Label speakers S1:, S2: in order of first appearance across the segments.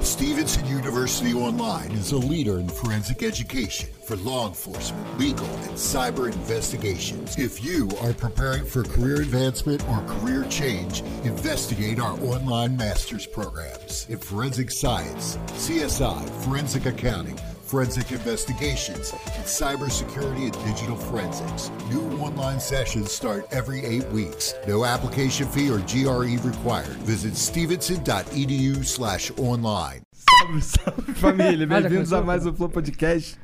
S1: Stevenson University Online is a leader in forensic education for law enforcement, legal, and cyber investigations. If you are preparing for career advancement or career change, investigate our online master's programs in forensic science, CSI, forensic accounting, forensic investigations, and cybersecurity and digital forensics. New online sessions start every eight weeks. No application fee or GRE required. Visit stevenson.edu slash online.
S2: Salve, salve família,
S3: Ah, já
S2: bem-vindos
S3: começou?
S2: a mais um Flow Podcast.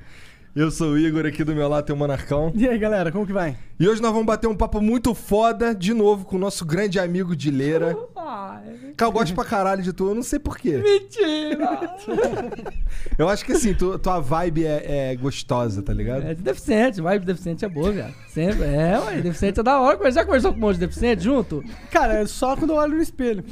S2: Eu sou o Igor, aqui do meu lado tem o Monarcão.
S3: E aí, galera, como que vai?
S2: E hoje nós vamos bater um papo muito foda, de novo, com o nosso grande amigo de Leira. Cara, eu gosto pra caralho de tu, eu não sei porquê.
S3: Mentira!
S2: Eu acho que assim, tu- tua vibe é, é gostosa, tá ligado?
S3: É de deficiente, vibe de deficiente é boa, viado. Sempre. É, ué, deficiente é da hora. Mas Já conversou com um monte de deficiente junto?
S4: Cara, é só quando eu olho no espelho.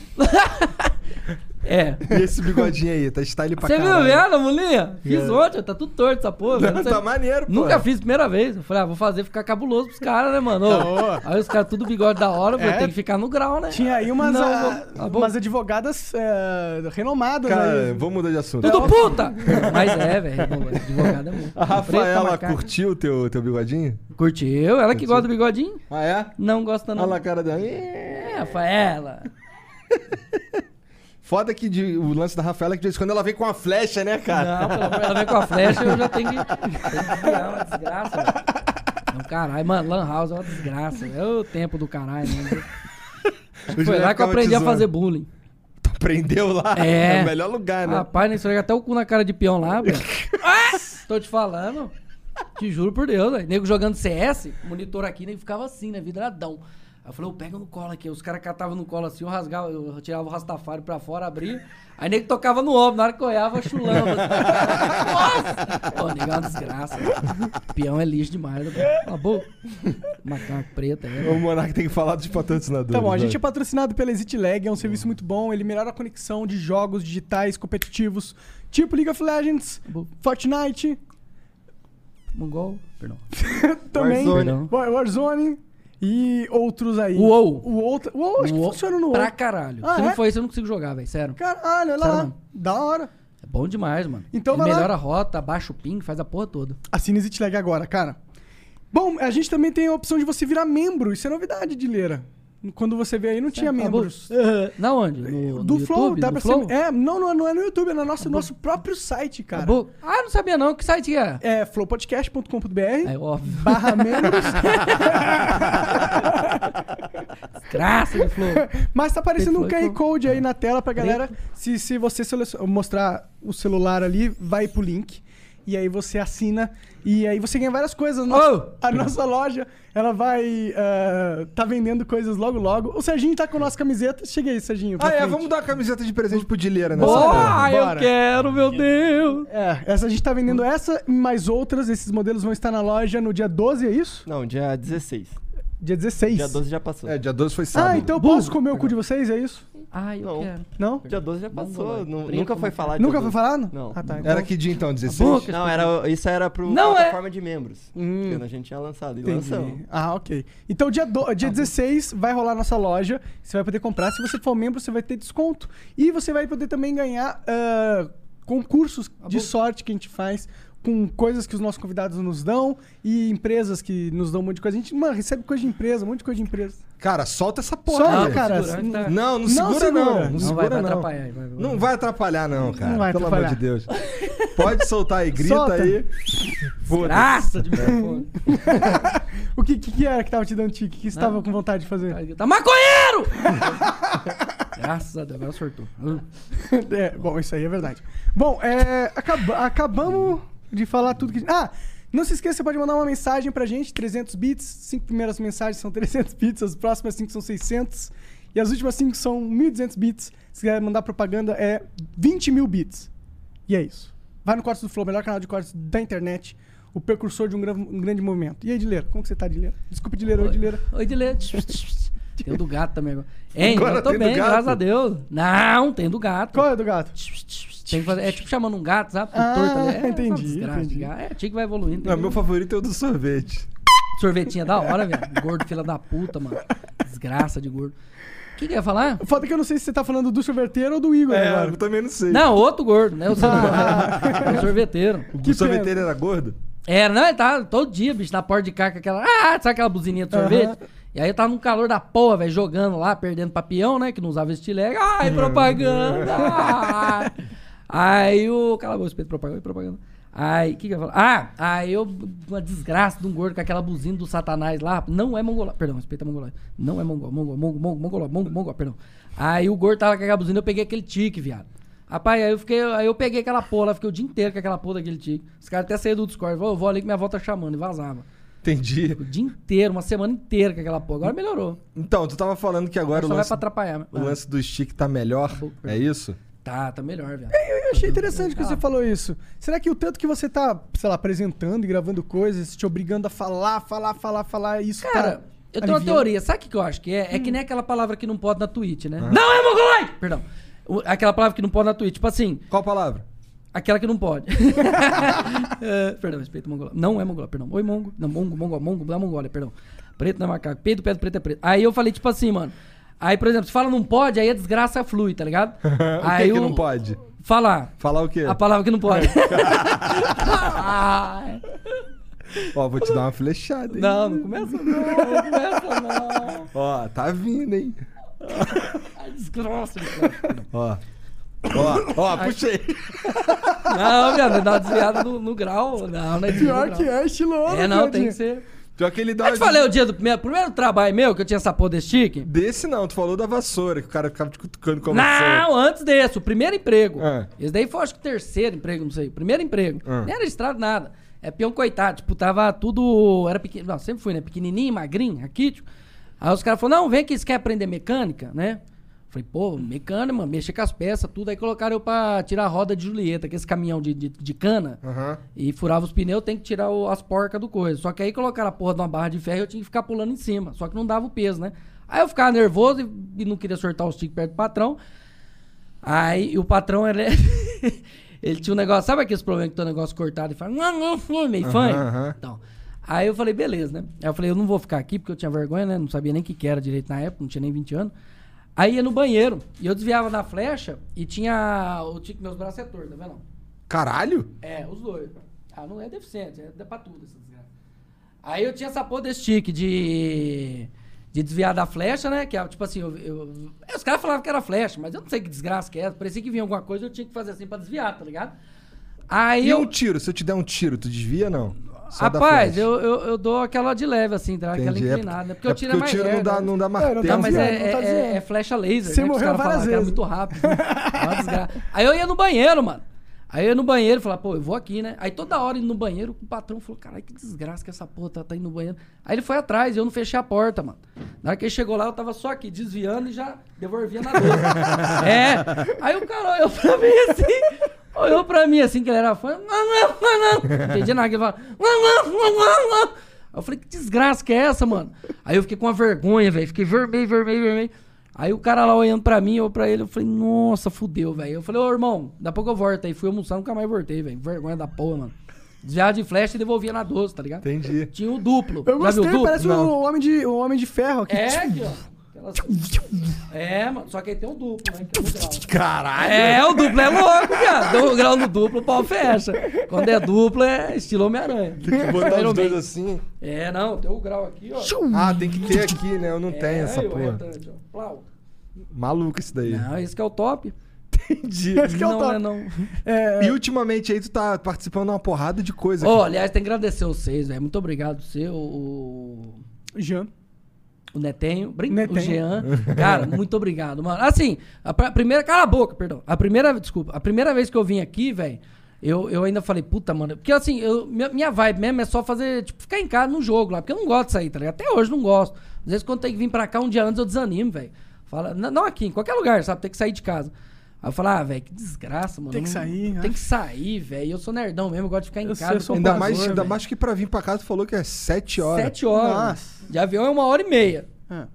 S3: É.
S2: E esse bigodinho aí, tá style pra
S3: Você viu
S2: caralho.
S3: ela, molinha? Fiz
S2: É.
S3: ontem, tá tudo torto essa porra. velho. Não sei-
S2: tá maneiro, pô.
S3: Nunca fiz primeira vez. Eu falei, ah, vou fazer ficar cabuloso pros caras, né, mano? Ô,
S4: hora.
S3: Aí os caras tudo bigode da hora, pô,
S4: É.
S3: tem que ficar no grau, né?
S4: Tinha aí umas,
S3: Não,
S4: ah,
S3: vou- tá bom.
S4: umas advogadas eh, renomadas. né?
S2: Cara, é
S4: aí.
S2: vamos mudar de assunto.
S3: Tudo puta! Mas é, velho. Advogado é muito.
S2: A Rafaela
S3: Preta, macaca.
S2: curtiu teu, teu bigodinho?
S3: Curtiu? Ela que gosta do bigodinho?
S2: Ah, é?
S3: Não gosta, não.
S2: Olha lá a cara dela.
S3: É, Rafaela.
S2: Foda que de- o lance da Rafaela é que de vez em quando ela vem com uma flecha, né, cara?
S3: Não, pelo amor, ela vem com a flecha eu já tenho que. Tenho que virar uma desgraça, velho. Não, caralho, mano, Lan House é uma desgraça. velho. É o tempo do caralho, né?
S2: Os
S3: Foi lá
S2: moleques
S3: que eu aprendi
S2: ficavam é,
S3: a
S2: te
S3: fazer
S2: zoando.
S3: bullying.
S2: Tu aprendeu lá?
S3: É.
S2: o melhor lugar, né?
S3: Rapaz, nem esfrega até o cu na cara de peão lá, velho. Ah, Tô te falando. Te juro por Deus, velho. Nego jogando CS, monitor aqui, nego ficava assim, né? Vidradão. Aí eu falei, eu pego no colo aqui. Os caras catavam no colo assim, eu rasgava, eu tirava o rastafário pra fora, abria. Aí nego tocava no ombro, na hora que eu olhava, chulava. Nossa! Pô, nego é uma desgraça. velho. Peão é lixo demais, né? Cala a boca. Macaco preta, é.
S2: O Monark tem que falar dos patrocinadores.
S4: Tá bom, a
S2: vai.
S4: gente é patrocinado pela Exit Lag, é um serviço muito bom. Ele melhora a conexão de jogos digitais competitivos, tipo League of Legends,
S3: Bom.
S4: Fortnite,
S3: Mongol? Perdão.
S4: também
S3: Warzone.
S4: War- Warzone e outros aí.
S3: Uou.
S4: O outro, uou, acho que
S3: Uou,
S4: funciona no
S3: Pra
S4: UOL.
S3: caralho.
S4: Ah,
S3: Se não
S4: é?
S3: for isso, eu não consigo jogar, velho. Sério.
S4: Caralho, olha lá.
S3: Sério,
S4: Da hora.
S3: É bom demais, mano.
S4: Então
S3: Ele
S4: vai lá.
S3: melhora a rota, baixa o ping, faz a porra toda.
S4: Assina Exit Lag agora, cara. Bom, a gente também tem a opção de você virar membro. Isso é novidade de Leira. Quando você vê aí, não
S3: é
S4: tinha membros.
S3: Na onde? No,
S4: Do
S3: É, no
S4: Flow,
S3: YouTube?
S4: dá
S3: No
S4: pra
S3: Flow?
S4: ser. É, não, não, não é no YouTube, é no nosso, nosso próprio site, cara.
S3: Acabou? Ah, não sabia não. Que site é?
S4: É flowpodcast.com.br.
S3: É óbvio.
S4: Barra membros,
S3: Desgraça do Flow.
S4: mas tá aparecendo um
S3: Tem Flow,
S4: QR Code
S2: É.
S4: aí na tela pra galera.
S3: Preto.
S4: Se, se você selecion- mostrar o celular ali, vai pro link. E aí você assina. E aí você ganha várias coisas. Nossa-
S2: Oh!
S4: A nossa loja, ela vai. ah, tá vendendo coisas logo logo. O Serginho tá com a nossa camiseta. Chega aí, Serginho. pra
S2: Ah, é,
S4: frente.
S2: vamos dar uma camiseta de presente pro Dileira
S3: né?
S2: nessa porra.
S3: Boa, eu
S4: bora.
S3: quero, meu Deus.
S4: É, essa a gente tá vendendo essa e mais outras. Esses modelos vão estar na loja no dia 12, é isso?
S5: Não, dia 16.
S4: Dia 16.
S5: Dia 12 já passou.
S2: É, dia 12 foi sábado.
S4: Ah, então eu posso comer o cu de vocês, é isso?
S3: Ai, eu
S5: Não.
S3: quero.
S4: Não?
S5: Dia 12 já passou.
S3: Vamos lá.
S5: nu-
S3: Preto,
S5: nunca foi
S3: mano.
S5: falar
S4: Nunca
S5: dia
S4: foi
S5: 12.
S4: falado?
S5: Não.
S4: Ah, tá. então-
S2: Era que dia então? 16?
S3: boca.
S5: Não, era, isso era pro
S3: Não, é-
S5: plataforma de membros.
S4: Hum.
S5: Quando a gente tinha lançado. E
S4: Entendi.
S5: lançamos.
S4: Ah, ok. Então, dia, do, dia 16 vai rolar nossa loja. Você vai poder comprar. Se você for membro, você vai ter desconto. E você vai poder também ganhar ah, concursos de sorte que a gente faz com coisas que os nossos convidados nos dão e empresas que nos dão um monte de coisa. A gente, mano, recebe coisa de empresa, um monte de coisa de empresa.
S2: Cara, solta essa porra. é,
S4: Solta,
S2: velho.
S4: cara. assim,
S3: segurante tá-
S2: Não, não segura não.
S4: segura.
S2: Não,
S4: Não
S3: Não vai,
S2: segura
S3: vai
S2: não.
S3: atrapalhar. aí, Vai, vai.
S2: Não vai atrapalhar não, cara.
S4: Não vai
S2: Pelo
S4: atrapalhar.
S2: amor de Deus. Pode soltar aí, grita
S4: Solta.
S2: aí.
S3: Desgraça de microfone.
S4: O que, que, que era que tava te dando tique? O que você tava com vontade de fazer?
S3: Tá maconheiro! Graças a Deus, agora sortou.
S4: É, bom, isso aí é verdade. Bom, é, acaba- acabamos de falar tudo que. Ah! Não se esqueça, você pode mandar uma mensagem pra gente, 300 bits. Cinco primeiras mensagens são 300 bits, as próximas cinco são 600. E as últimas cinco são 1.200 bits. Se quiser mandar propaganda, é 20 mil bits. E é isso. Vai no Cortes do Flow, melhor canal de cortes da internet. O precursor de um, gran- um grande movimento. E aí, Dileira? Como que você tá, Dileira? Desculpa, Dileira. Oi, Dileira.
S3: Oi, Dilê. Tem o do gato também agora. Hein,
S2: Agora
S3: eu tô
S2: tem do
S3: bem,
S2: gato?
S3: graças a Deus. Não, tem do gato.
S4: Qual é do gato?
S3: Tem que fazer- é tipo chamando um gato, sabe? Com
S4: Ah,
S3: torta ali. É,
S4: entendi,
S3: sabe, desgraça de
S4: entendi.
S3: gato. É, tinha que vai evoluindo.
S2: Não,
S3: entendeu?
S2: meu favorito é o do sorvete.
S3: Sorvetinha da hora, velho. Gordo, fila da puta, mano. Desgraça de gordo. Deixa que, que eu ia falar?
S4: O foda é que eu não sei se você tá falando do sorveteiro ou do Igor
S2: É,
S4: agora.
S2: eu também não sei.
S3: Não, outro gordo, né? O sorveteiro. o sorveteiro.
S2: o
S4: que
S2: sorveteiro era gordo?
S3: É, não, ele tava todo dia, bicho, na porta de cá com aquela. Ah, sabe aquela buzininha de sorvete? E aí tava num calor da porra, velho, jogando lá, perdendo papião, né? Que não usava estilete. Ai, propaganda! ai. aí o. Cala a boca, Pedro, propaganda, propaganda. Aí, o que, que eu ia falar? Ah, aí eu. Uma desgraça de um gordo com aquela buzina do satanás lá. Não é mongolá. Perdão, respeita mongolá. Não é mongol, mongol, mongol, mongol, mongol, mongol, mongol, perdão. Aí o gordo tava com aquela buzina, eu peguei aquele tique, viado. Rapaz, aí eu, fiquei, aí eu peguei aquela porra, lá, fiquei o dia inteiro com aquela porra daquele tique. Os caras até saíram do Discord, falou, eu vou ali que minha avó tá chamando, e vazava.
S2: Entendi.
S3: O dia inteiro, uma semana inteira com aquela porra. Agora melhorou.
S2: Então, tu tava falando que agora
S3: Só
S2: o
S3: vai
S2: lance,
S3: pra atrapalhar. mas-
S2: o lance do stick tá melhor. É isso?
S3: Tá, tá melhor, velho.
S4: Eu achei interessante que você
S3: Ah.
S4: falou isso. Será que o tanto que você tá, sei lá, apresentando e gravando coisas, te obrigando a falar, falar, falar, falar, isso
S3: Cara,
S4: tá
S3: eu tenho uma
S4: aliviando?
S3: teoria. Sabe o que que eu acho que é? É
S2: Hum.
S3: que nem aquela palavra que não pode na Twitch, né? Não é mongoloide! Perdão. O- Aquela palavra que não pode na Twitch. Tipo assim,
S2: Qual palavra?
S3: Aquela que não pode. É, perdão, respeito mongolá. Não é mongolá, perdão. Oi, mongo. Não, mongo, mongo, mongo, da mongólia, perdão. Preto não é macaco. Peito, pedra, preto é preto. Aí eu falei, tipo assim, mano. Aí, por exemplo, se fala não pode, aí a desgraça flui, tá ligado?
S2: O
S3: aí
S2: que, que não pode?
S3: Falar.
S2: Falar o quê?
S3: A palavra que não pode. Ai.
S2: Ó, vou te dar uma flechada, hein?
S3: não, não começa não, não começa não.
S2: Ó, tá vindo, hein?
S3: Ai, desgraça, desgraça.
S2: Ó. Ó, ó, puxei.
S3: Não, viado, dá uma desviada no, no grau. Não, não é desviada
S4: Pior
S3: no
S4: que
S3: grau.
S4: é estiloso,
S3: É, não, tem
S4: Claudinho.
S3: que ser.
S2: Pior que ele dá
S3: Eu te
S2: uma-
S3: falei o dia do primeiro, primeiro trabalho meu, que eu tinha essa porra desse chique.
S2: Desse não, tu falou da vassoura, que o cara ficava te cutucando com a vassoura.
S3: Não, antes desse, o primeiro emprego.
S2: Ah.
S3: Esse daí foi, acho que o terceiro emprego, não sei. O primeiro emprego.
S2: Ah.
S3: Nem era estrado nada. É peão coitado. Tipo, tava tudo. Era pequeno. Não, sempre fui, né? Pequenininho, magrinho, aqui. Tipo. Aí os caras falaram: não, vem aqui, você quer aprender mecânica, né? Falei, pô, mecânica, mano, mexer com as peças, tudo. Aí colocaram eu pra tirar a roda de Julieta, que é esse caminhão de, de, de cana.
S2: Aham.
S3: E furava os pneus, tem que tirar o- as porcas do coisa. Só que aí colocaram a porra de uma barra de ferro e eu tinha que ficar pulando em cima. Só que não dava o peso, né? Aí eu ficava nervoso e, e não queria soltar os tiques perto do patrão. Aí e o patrão, ele, é- ele tinha um negócio, sabe aqueles problemas que tem um negócio cortado e fala, não, não, não, meio fanho?
S2: aham.
S3: Então, aí eu falei, beleza, né? Aí eu falei, eu não vou ficar aqui porque eu tinha vergonha, né? Não sabia nem o que, que era direito na época, não tinha nem 20 anos. Aí ia no banheiro e eu desviava na flecha e tinha o tique, meus braços é torto, tá vendo?
S2: Caralho?
S3: É, os dois. Ah, não é deficiente, é dá pra tudo essa desgraça. Aí eu tinha essa porra desse tique de. De desviar da flecha, né? Que é tipo assim, eu, eu- é, os caras falavam que era flecha, mas eu não sei que desgraça que era. Parecia que vinha alguma coisa eu tinha que fazer assim pra desviar, tá ligado? Aí
S2: E
S3: eu.
S2: um tiro? Se eu te der um tiro, tu desvia não? Só dá
S3: Rapaz,
S2: flecha.
S3: eu, eu, eu dou aquela de leve, assim, tá? aquela
S2: Entendi. É
S3: inclinada. né? Porque
S2: é
S3: o tiro é mais
S2: o tiro
S3: leve,
S2: não dá,
S3: né?
S2: não dá martelo. né?
S4: não dá
S3: Não, mas
S4: Tá
S3: é,
S4: desviando, tá
S3: é-
S4: desviando.
S3: é flecha laser.
S4: Você
S3: né, que os
S4: morreu
S3: caras
S4: várias
S3: falavam que era
S4: vezes.
S3: muito rápido. né? É uma desgraça. Aí eu ia no banheiro, mano. Aí eu ia no banheiro e falava, pô, eu vou aqui, né? Aí toda hora indo no banheiro, o patrão falou, caralho, que desgraça que essa porra tá, tá indo no banheiro. Aí ele foi atrás, eu não fechei a porta, mano. Na hora que ele chegou lá, eu tava só aqui, desviando e já devolvia na dor. é. Aí o cara olhou pra mim assim, olhou pra mim assim, que ele era fã. Não entendi nada, que ele falava. Aí eu falei, que desgraça que é essa, mano? Aí eu fiquei com uma vergonha, velho. Fiquei vermelho, vermelho, vermelho. Aí o cara lá olhando pra mim, eu pra ele, eu falei, nossa, fudeu, velho. Eu falei, ô irmão, da pouco eu volto. Aí fui almoçar, nunca mais voltei, velho. Vergonha da porra, mano. Desviava de flecha e devolvia na 12, tá ligado?
S2: Entendi.
S3: Tinha o duplo.
S4: Eu
S3: Já viu o
S4: gostei,
S3: duplo?
S4: parece
S2: Não.
S4: o homem, de, o homem de ferro aqui.
S3: É, aqui, ó. Aquelas- É, mano, só que aí tem o duplo, né? Que é o grau.
S2: Caralho!
S3: É, o duplo é louco, viado. Deu um grau no duplo, o pau fecha. Quando é duplo, é estilo Homem-Aranha.
S2: Tem que botar
S3: Iron
S2: os dois
S3: Man.
S2: assim.
S3: É, não, tem o grau aqui, ó. É,
S2: Ah, tem que ter aqui, né? Eu não tenho essa
S3: aí, o
S2: porra.
S3: retante, ó. Plau.
S2: Maluco isso daí.
S3: Não, esse que é o top.
S2: Entendi.
S4: Esse que é o
S3: não,
S4: top.
S3: né, não.
S4: É,
S2: E ultimamente aí tu tá participando de uma porrada de coisa.
S3: Ó, aliás, tem que agradecer vocês, velho. Muito obrigado, você, o,
S4: Jean.
S3: o Netenho, brin... o
S4: Netenho.
S3: Jean. Cara, muito obrigado, mano. Assim, a pra- primeira. Cala a boca, perdão. A primeira. Desculpa. A primeira vez que eu vim aqui, velho. Eu, eu ainda falei, puta, mano. Porque assim, eu, minha, minha vibe mesmo é só fazer, tipo, ficar em casa no jogo lá. Porque eu não gosto de sair, tá ligado? Até hoje não gosto. Às vezes quando tem que vir pra cá um dia antes eu desanimo, velho. Fala, n- não aqui, em qualquer lugar, sabe? Tem que sair de casa. Aí eu falo, ah, velho, que desgraça, mano.
S4: Tem que
S3: Não-
S4: sair, né?
S3: Tem que sair, velho. Eu sou nerdão mesmo, eu gosto de ficar em
S4: Eu sei,
S3: casa.
S4: eu sou
S3: com
S4: um
S2: ainda
S4: pavor,
S2: mais, ainda
S4: velho.
S2: mais que pra vir pra cá tu falou que é sete horas.
S3: Sete horas.
S4: Nossa.
S3: De avião é uma hora e meia.
S4: Ah.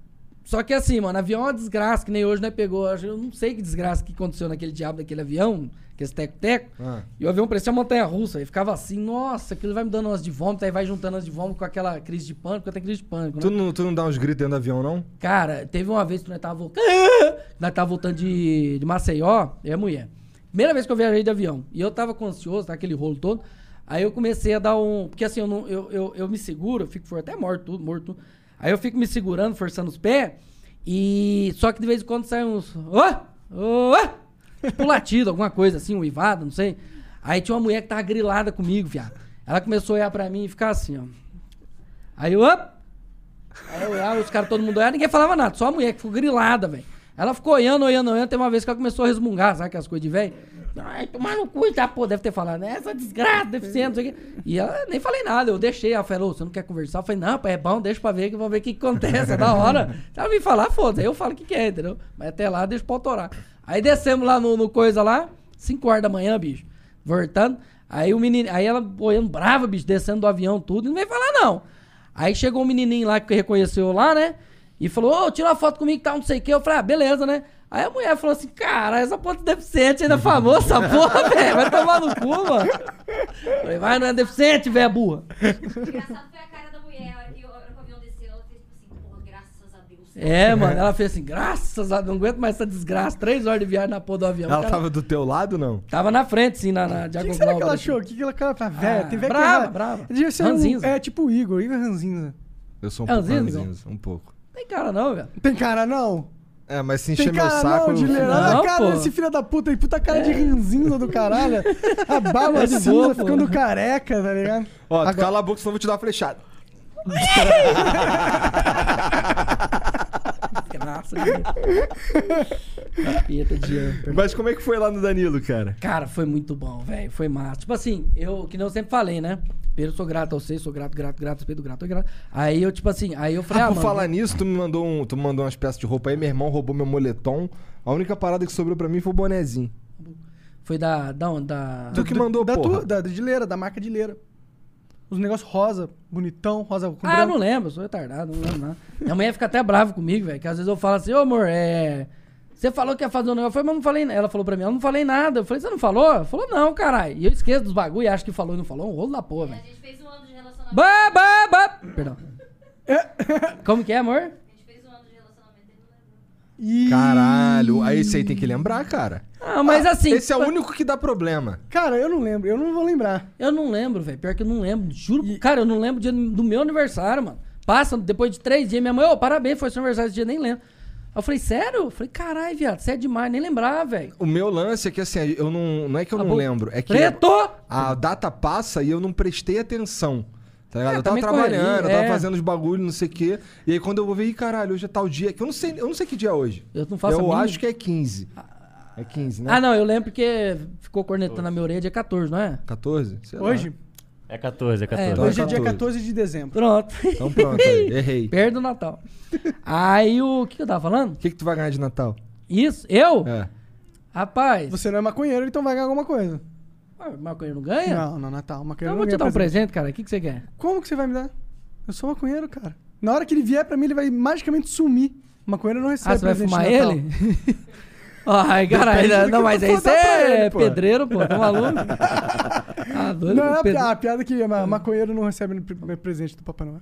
S3: Só que assim, mano, avião é uma desgraça, que nem hoje, né? Pegou. acho- Eu não sei que desgraça que aconteceu naquele diabo daquele avião, que esse teco-teco.
S2: Ah.
S3: E o avião parecia uma montanha russa. E ficava assim, nossa, aquilo vai me dando umas de vômito, aí vai juntando umas de vômito com aquela crise de pânico, porque eu tenho crise de pânico, né?
S2: Tu não, tu não dá uns gritos dentro do avião, não?
S3: Cara, teve uma vez que nós tava voltando. nós tava voltando de, de Maceió, eu e a mulher. Primeira vez que eu viajei de avião. E eu tava com ansioso, tá, aquele rolo todo. Aí eu comecei a dar um. Porque assim, eu, não, eu, eu, eu me seguro, eu fico for até morto, tudo, morto. tudo. Aí eu fico me segurando, forçando os pés. E. Só que de vez em quando sai uns. Ô! Ô! Tipo latido, alguma coisa assim, um uivado, não sei. Aí tinha uma mulher que tava grilada comigo, viado. Ela começou a olhar pra mim e ficar assim, ó. Aí eu. "Op!" Aí eu olhava, os caras, todo mundo olhava, ninguém falava nada, só a mulher que ficou grilada, velho. Ela ficou olhando, olhando, olhando, tem uma vez que ela começou a resmungar, sabe aquelas coisas de velho? Ai, tomar no cu, tá, pô, deve ter falado, né? Essa desgraça, deficiente, não sei o quê. E ela nem falei nada, eu deixei, ela falou, "Ô, você não quer conversar? Eu falei, não, pai, é bom, deixa pra ver, que vamos ver o que que acontece, é da hora. Se ela me falar, foda, aí eu falo o que que é, entendeu? Mas até lá, deixa pra autorar. Aí descemos lá no, no coisa lá, 5 horas da manhã, bicho, voltando. Aí o menino, aí ela olhando brava, bicho, descendo do avião, tudo, e não veio falar não. Aí chegou um menininho lá que reconheceu lá, né? E falou, ô, tira uma foto comigo que tá não sei o quê. Eu falei, ah, beleza, né? Aí a mulher falou assim, cara, essa porra de deficiente ainda é famosa, essa porra, velho. Vai tomar no cu, mano. Falei, vai, não é deficiente, velho, burra.
S6: engraçado foi a cara da mulher. A hora que o a hora que o avião desceu, ela fez tipo assim, porra, graças a Deus.
S3: É, mano, ela fez assim, graças a Deus, não aguento mais essa desgraça. Três horas de viagem na porra do avião.
S2: Ela
S3: um Cara,
S2: tava do teu lado, não?
S3: tava na frente, sim, na, na
S4: O que,
S3: Diagonal.
S4: que será que ela
S3: assim.
S4: achou? O que, que ela cara ah, velho,
S3: Ah,
S4: teve aquela.
S3: brava, brava.
S4: Devia ser um-
S3: Ranzinza.
S4: é tipo o Igor, Igor Ranzinza.
S2: Eu sou um
S3: É,
S2: pouco
S3: Zinho, Zinho.
S2: ranzinza, um pouco.
S3: Tem cara não, velho.
S4: Tem cara não?
S2: É, mas se
S4: Tem
S2: encher meu
S4: cara
S2: saco...
S4: não,
S2: eu-
S4: Dileira.
S3: Não,
S4: Olha a cara
S3: pô.
S4: desse filho da puta aí, puta cara de ranzinza do caralho. A barba
S3: É de
S4: cinza
S3: boa, pô.
S4: ficando careca, tá ligado?
S2: Ó, tu
S4: Agora-
S2: cala a boca, senão eu vou te dar uma flechada.
S3: Desgraça, velho. Capeta de ano.
S2: Mas como é que foi lá no Danilo, cara?
S3: Cara, foi muito bom, velho. Foi massa. Tipo assim, eu, que nem eu sempre falei, né? Pedro, sou grato a você, sou grato, grato, grato, Pedro, grato, grato. Aí eu, tipo assim, aí eu falei,
S2: Ah,
S3: ah,
S2: por
S3: mano,
S2: falar nisso, tu me mandou um, tu me mandou umas peças de roupa aí, meu irmão roubou meu moletom. A única parada que sobrou pra mim foi o bonezinho.
S3: foi da, da onde? Da...
S2: Tu que mandou,
S4: da,
S2: porra.
S4: tua- da, da de leira, da marca de leira. Os negócios rosa, bonitão, rosa com
S3: Ah, eu
S4: branco.
S3: não lembro, eu sou retardado, não lembro nada. Minha mãe fica até brava comigo, velho, que às vezes eu falo assim, ô amor, é... Você falou que ia fazer um negócio, eu falei, mas não falei nada. Ela falou pra mim, eu não falei nada. Eu falei, você não falou? Ela falou, não, caralho. E eu esqueço dos bagulho e acho que falou e não falou, um rolo da porra,
S6: A
S3: velho.
S6: gente fez um ano de relacionamento.
S3: Ba, ba, ba... Perdão. Como que é, amor?
S6: A gente fez um ano de relacionamento. ele não lembrou.
S4: Ih,
S3: Hum.
S2: Caralho, aí esse aí tem que lembrar, cara.
S3: Ah, mas assim...
S2: Esse é o único que dá problema.
S4: Cara, eu não lembro, eu não vou lembrar.
S3: Eu não lembro, velho. Pior que eu não lembro. Juro. Cara, eu não lembro o dia do meu aniversário, mano. Passa, depois de três dias, minha mãe, ô, parabéns, foi seu aniversário esse dia, nem lembro. Aí Eu falei, sério? Eu falei, caralho, viado, você é demais, nem lembrar, velho.
S2: O meu lance é que assim, eu não. Não é que eu
S3: Ah,
S2: não
S3: bom.
S2: lembro, é que
S3: Preto!
S2: a data passa e eu não prestei atenção. Tá ligado?
S3: É,
S2: eu tava
S3: também
S2: trabalhando, eu
S3: correria,
S2: tava
S3: é.
S2: fazendo os bagulhos, não sei o quê. E aí quando eu vou ver, ih, caralho, hoje é tal dia. Que eu não sei, eu não sei que dia é hoje.
S3: Eu não faço a
S2: Eu
S3: mínima-
S2: acho que é 15. É 15, né?
S3: Ah, não, eu lembro porque ficou cornetando na minha orelha dia 14, não é?
S2: 14? Sei lá.
S4: Hoje?
S7: É 14, é 14.
S3: É,
S2: Então
S4: hoje é dia
S2: 14.
S4: 14 de dezembro.
S3: Pronto.
S2: Então pronto, aí, errei. O
S3: Perdo o Natal. Aí o que, que eu tava falando?
S2: que, que tu vai ganhar de Natal?
S3: Isso? Eu?
S2: É.
S3: Rapaz,
S4: Você não é maconheiro, então vai ganhar alguma coisa.
S3: ah, o maconheiro não ganha?
S4: Não, não, Natal, maconheiro
S3: Então eu
S4: não
S3: vou te
S4: ganha
S3: dar um presente, cara. O que, que você quer?
S4: Como que você vai me dar? Eu sou maconheiro, cara. Na hora que ele vier pra mim, ele vai magicamente sumir. Maconheiro não recebe
S3: Ah, você vai
S4: presente de
S3: fumar
S4: Natal.
S3: ele? Ai, caralho,
S2: Depende do
S3: não,
S2: que
S3: não, mas
S2: tu
S3: aí
S2: for
S3: você
S2: dar pra
S3: é
S2: ele, pô.
S3: pedreiro, pô, tá maluco? Ah, doido,
S4: Não, é a
S3: pedre-
S4: piada, a piada é que ma- maconheiro não recebe pre- presente do Papai Noel.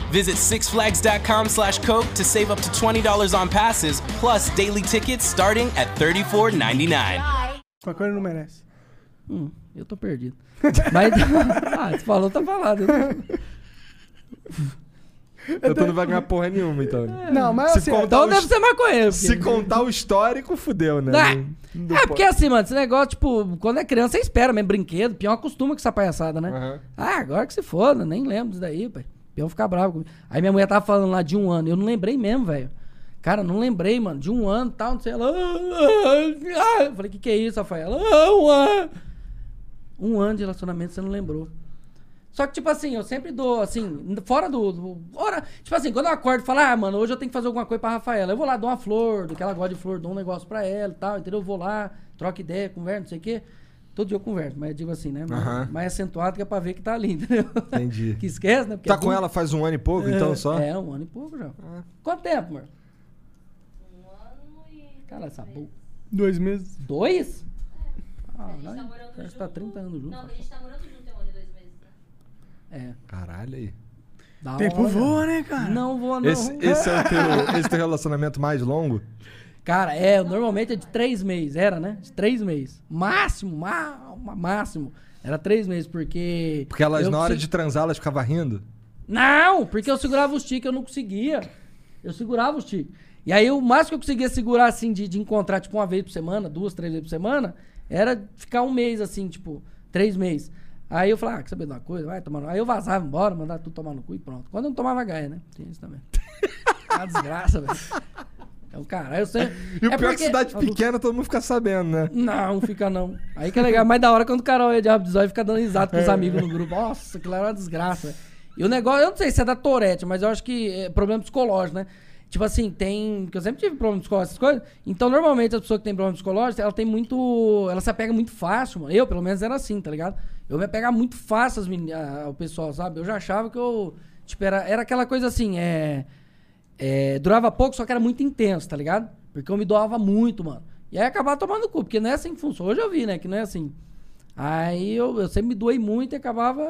S8: Visit sixflags.com slash Coke to save up to $20 on passes, plus daily tickets starting at $34.99.
S4: Maconheiro não merece.
S3: eu tô perdido. Mas, ah, você falou, tá falado.
S2: Então tu não vai ganhar porra nenhuma, então.
S4: Não, mas
S2: Se
S4: assim,
S2: contar
S3: Então
S2: o
S3: deve ser maconheiro.
S2: Se
S3: porque-
S2: contar o histórico, fudeu, né?
S3: Ah,
S2: Não- não
S3: é,
S2: pode.
S3: porque assim, mano, esse negócio, tipo, quando é criança, você espera mesmo, brinquedo, peão acostuma com essa palhaçada, né?
S2: Aham.
S3: Ah, agora que se foda, nem lembro disso daí, pai. Peão fica bravo comigo. Aí minha mulher tava falando lá de um ano, eu não lembrei mesmo, velho. Cara, não lembrei, mano, de um ano e ah, tal, não sei lá. Eu falei, que que é isso, Rafael? Ah, um ano. Um ano de relacionamento, você não lembrou. Só que, tipo assim, eu sempre dou, assim, fora do. do- hora, tipo assim, quando eu acordo e falo, ah, mano, hoje eu tenho que fazer alguma coisa pra Rafaela. Eu vou lá, dou uma flor, do que ela gosta de flor, dou um negócio pra ela e tal, entendeu? Eu vou lá, troco ideia, converso, não sei o quê. Todo dia eu converso, mas eu digo assim, né? Mais,
S2: Aham.
S3: mais acentuado que é pra ver que tá ali, entendeu?
S2: Entendi.
S3: que esquece, né? Porque
S2: Tá
S3: é
S2: com
S3: bom.
S2: ela faz um ano e pouco, então só? Ah.
S3: É, um ano e pouco já. Quanto tempo, amor?
S6: Um ano e.
S3: Cala essa boca.
S4: Dois meses.
S3: Dois?
S6: É, a
S3: Ah,
S6: gente tá
S3: não.
S6: morando
S3: Parece
S6: junto.
S3: que tá 30 anos junto.
S6: Não, a gente tá morando junto tem um ano e dois meses. né?
S3: É.
S2: Caralho aí.
S3: Da
S4: Tempo
S3: hora.
S4: voa, né, cara?
S3: Ah, Não vou, não.
S2: Esse, esse é o teu, esse teu relacionamento mais longo?
S3: Cara, é, normalmente é de três meses, era, né? De três meses. Máximo, ma- ma- máximo. Era três meses, porque.
S2: Porque elas,
S3: eu
S2: na hora
S3: se-
S2: de transar, elas ficavam rindo?
S3: Não, porque eu segurava os tiques, eu não conseguia. Eu segurava os tiques. E aí o máximo que eu conseguia segurar, assim, de, de encontrar, tipo, uma vez por semana, duas, três vezes por semana, era ficar um mês, assim, tipo, três meses. Aí eu falava, ah, quer saber de uma coisa? Vai tomar no... Aí eu vazava embora, mandava tudo tomar no cu e pronto. Quando eu não tomava gaia, né? Tinha isso também. É Uma desgraça, velho. Então, cara, eu sempre...
S2: E o
S3: É
S2: pior é que
S3: porque-
S2: cidade pequena, todo mundo fica sabendo, né?
S3: não, fica não. Aí que é legal. Mais da hora quando o Carol é diabo de zóio e fica dando risada com os amigos no grupo. Nossa, aquilo era uma desgraça. E o negócio, eu não sei se é da Torete, mas eu acho que é problema psicológico, né? Tipo assim, tem. Porque eu sempre tive problema psicológico, essas coisas. Então, normalmente, as pessoas que têm problema psicológico, ela tem muito. Ela se apega muito fácil, mano. Eu, pelo menos, era assim, tá ligado? Eu me apegava muito fácil às meni- a- ao pessoal, sabe? Eu já achava que eu. Tipo, era, era aquela coisa assim, é. É, durava pouco, só que era muito intenso, tá ligado? Porque eu me doava muito, mano. E aí acabava tomando cu, porque não é assim que funciona. Hoje eu vi, né, que não é assim. Aí eu, eu sempre me doei muito e acabava.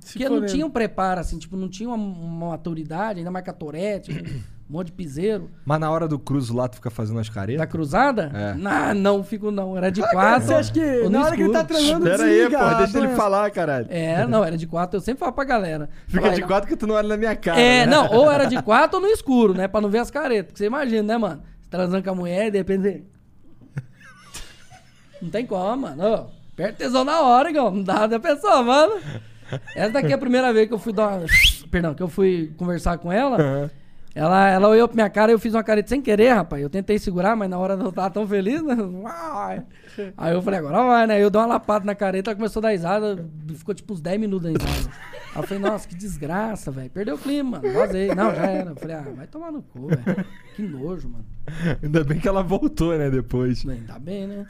S3: porque eu não
S4: fodendo.
S3: tinha um preparo, assim, tipo, não tinha uma, uma maturidade, ainda mais catorete, um monte de piseiro.
S2: Mas na hora do cruzo lá, tu fica fazendo as caretas?
S3: Da cruzada?
S2: É.
S3: Não, não fico não. Era de quatro.
S4: Você acha que
S3: ou no
S4: na hora que ele tá
S3: escuro.
S4: transando,
S2: Pera aí,
S4: desliga
S2: pô,
S4: a
S2: deixa ele
S4: doença.
S2: falar, caralho.
S3: É, não, era de quatro. Eu sempre falo pra galera.
S2: Fica de quatro que tu não olha na minha cara. né?
S3: É, não, ou era de quatro ou no escuro, né? Pra não ver as caretas. Porque você imagina, né, mano? Você transando com a mulher e de repente. você- Não tem como, mano. Ô, perde tesão na hora, igual. Não dá da pessoa, mano. Essa daqui é a primeira vez que eu fui dar uma. Perdão, que eu fui conversar com ela. Ela, ela olhou pra minha cara e eu fiz uma careta sem querer, rapaz. Eu tentei segurar, mas na hora eu tava tão feliz, né? Uau! Aí eu falei, agora vai, né? Aí Eu dei uma lapada na careta, ela começou a dar risada, ficou tipo uns 10 minutos da risada. Aí eu falei, nossa, que desgraça, velho. Perdeu o clima, mano. Vazei. Não, já era. Eu falei, ah, vai tomar no cu, velho. Que nojo, mano.
S2: Ainda bem que ela voltou, né, depois.
S3: Bem, tá bem, né?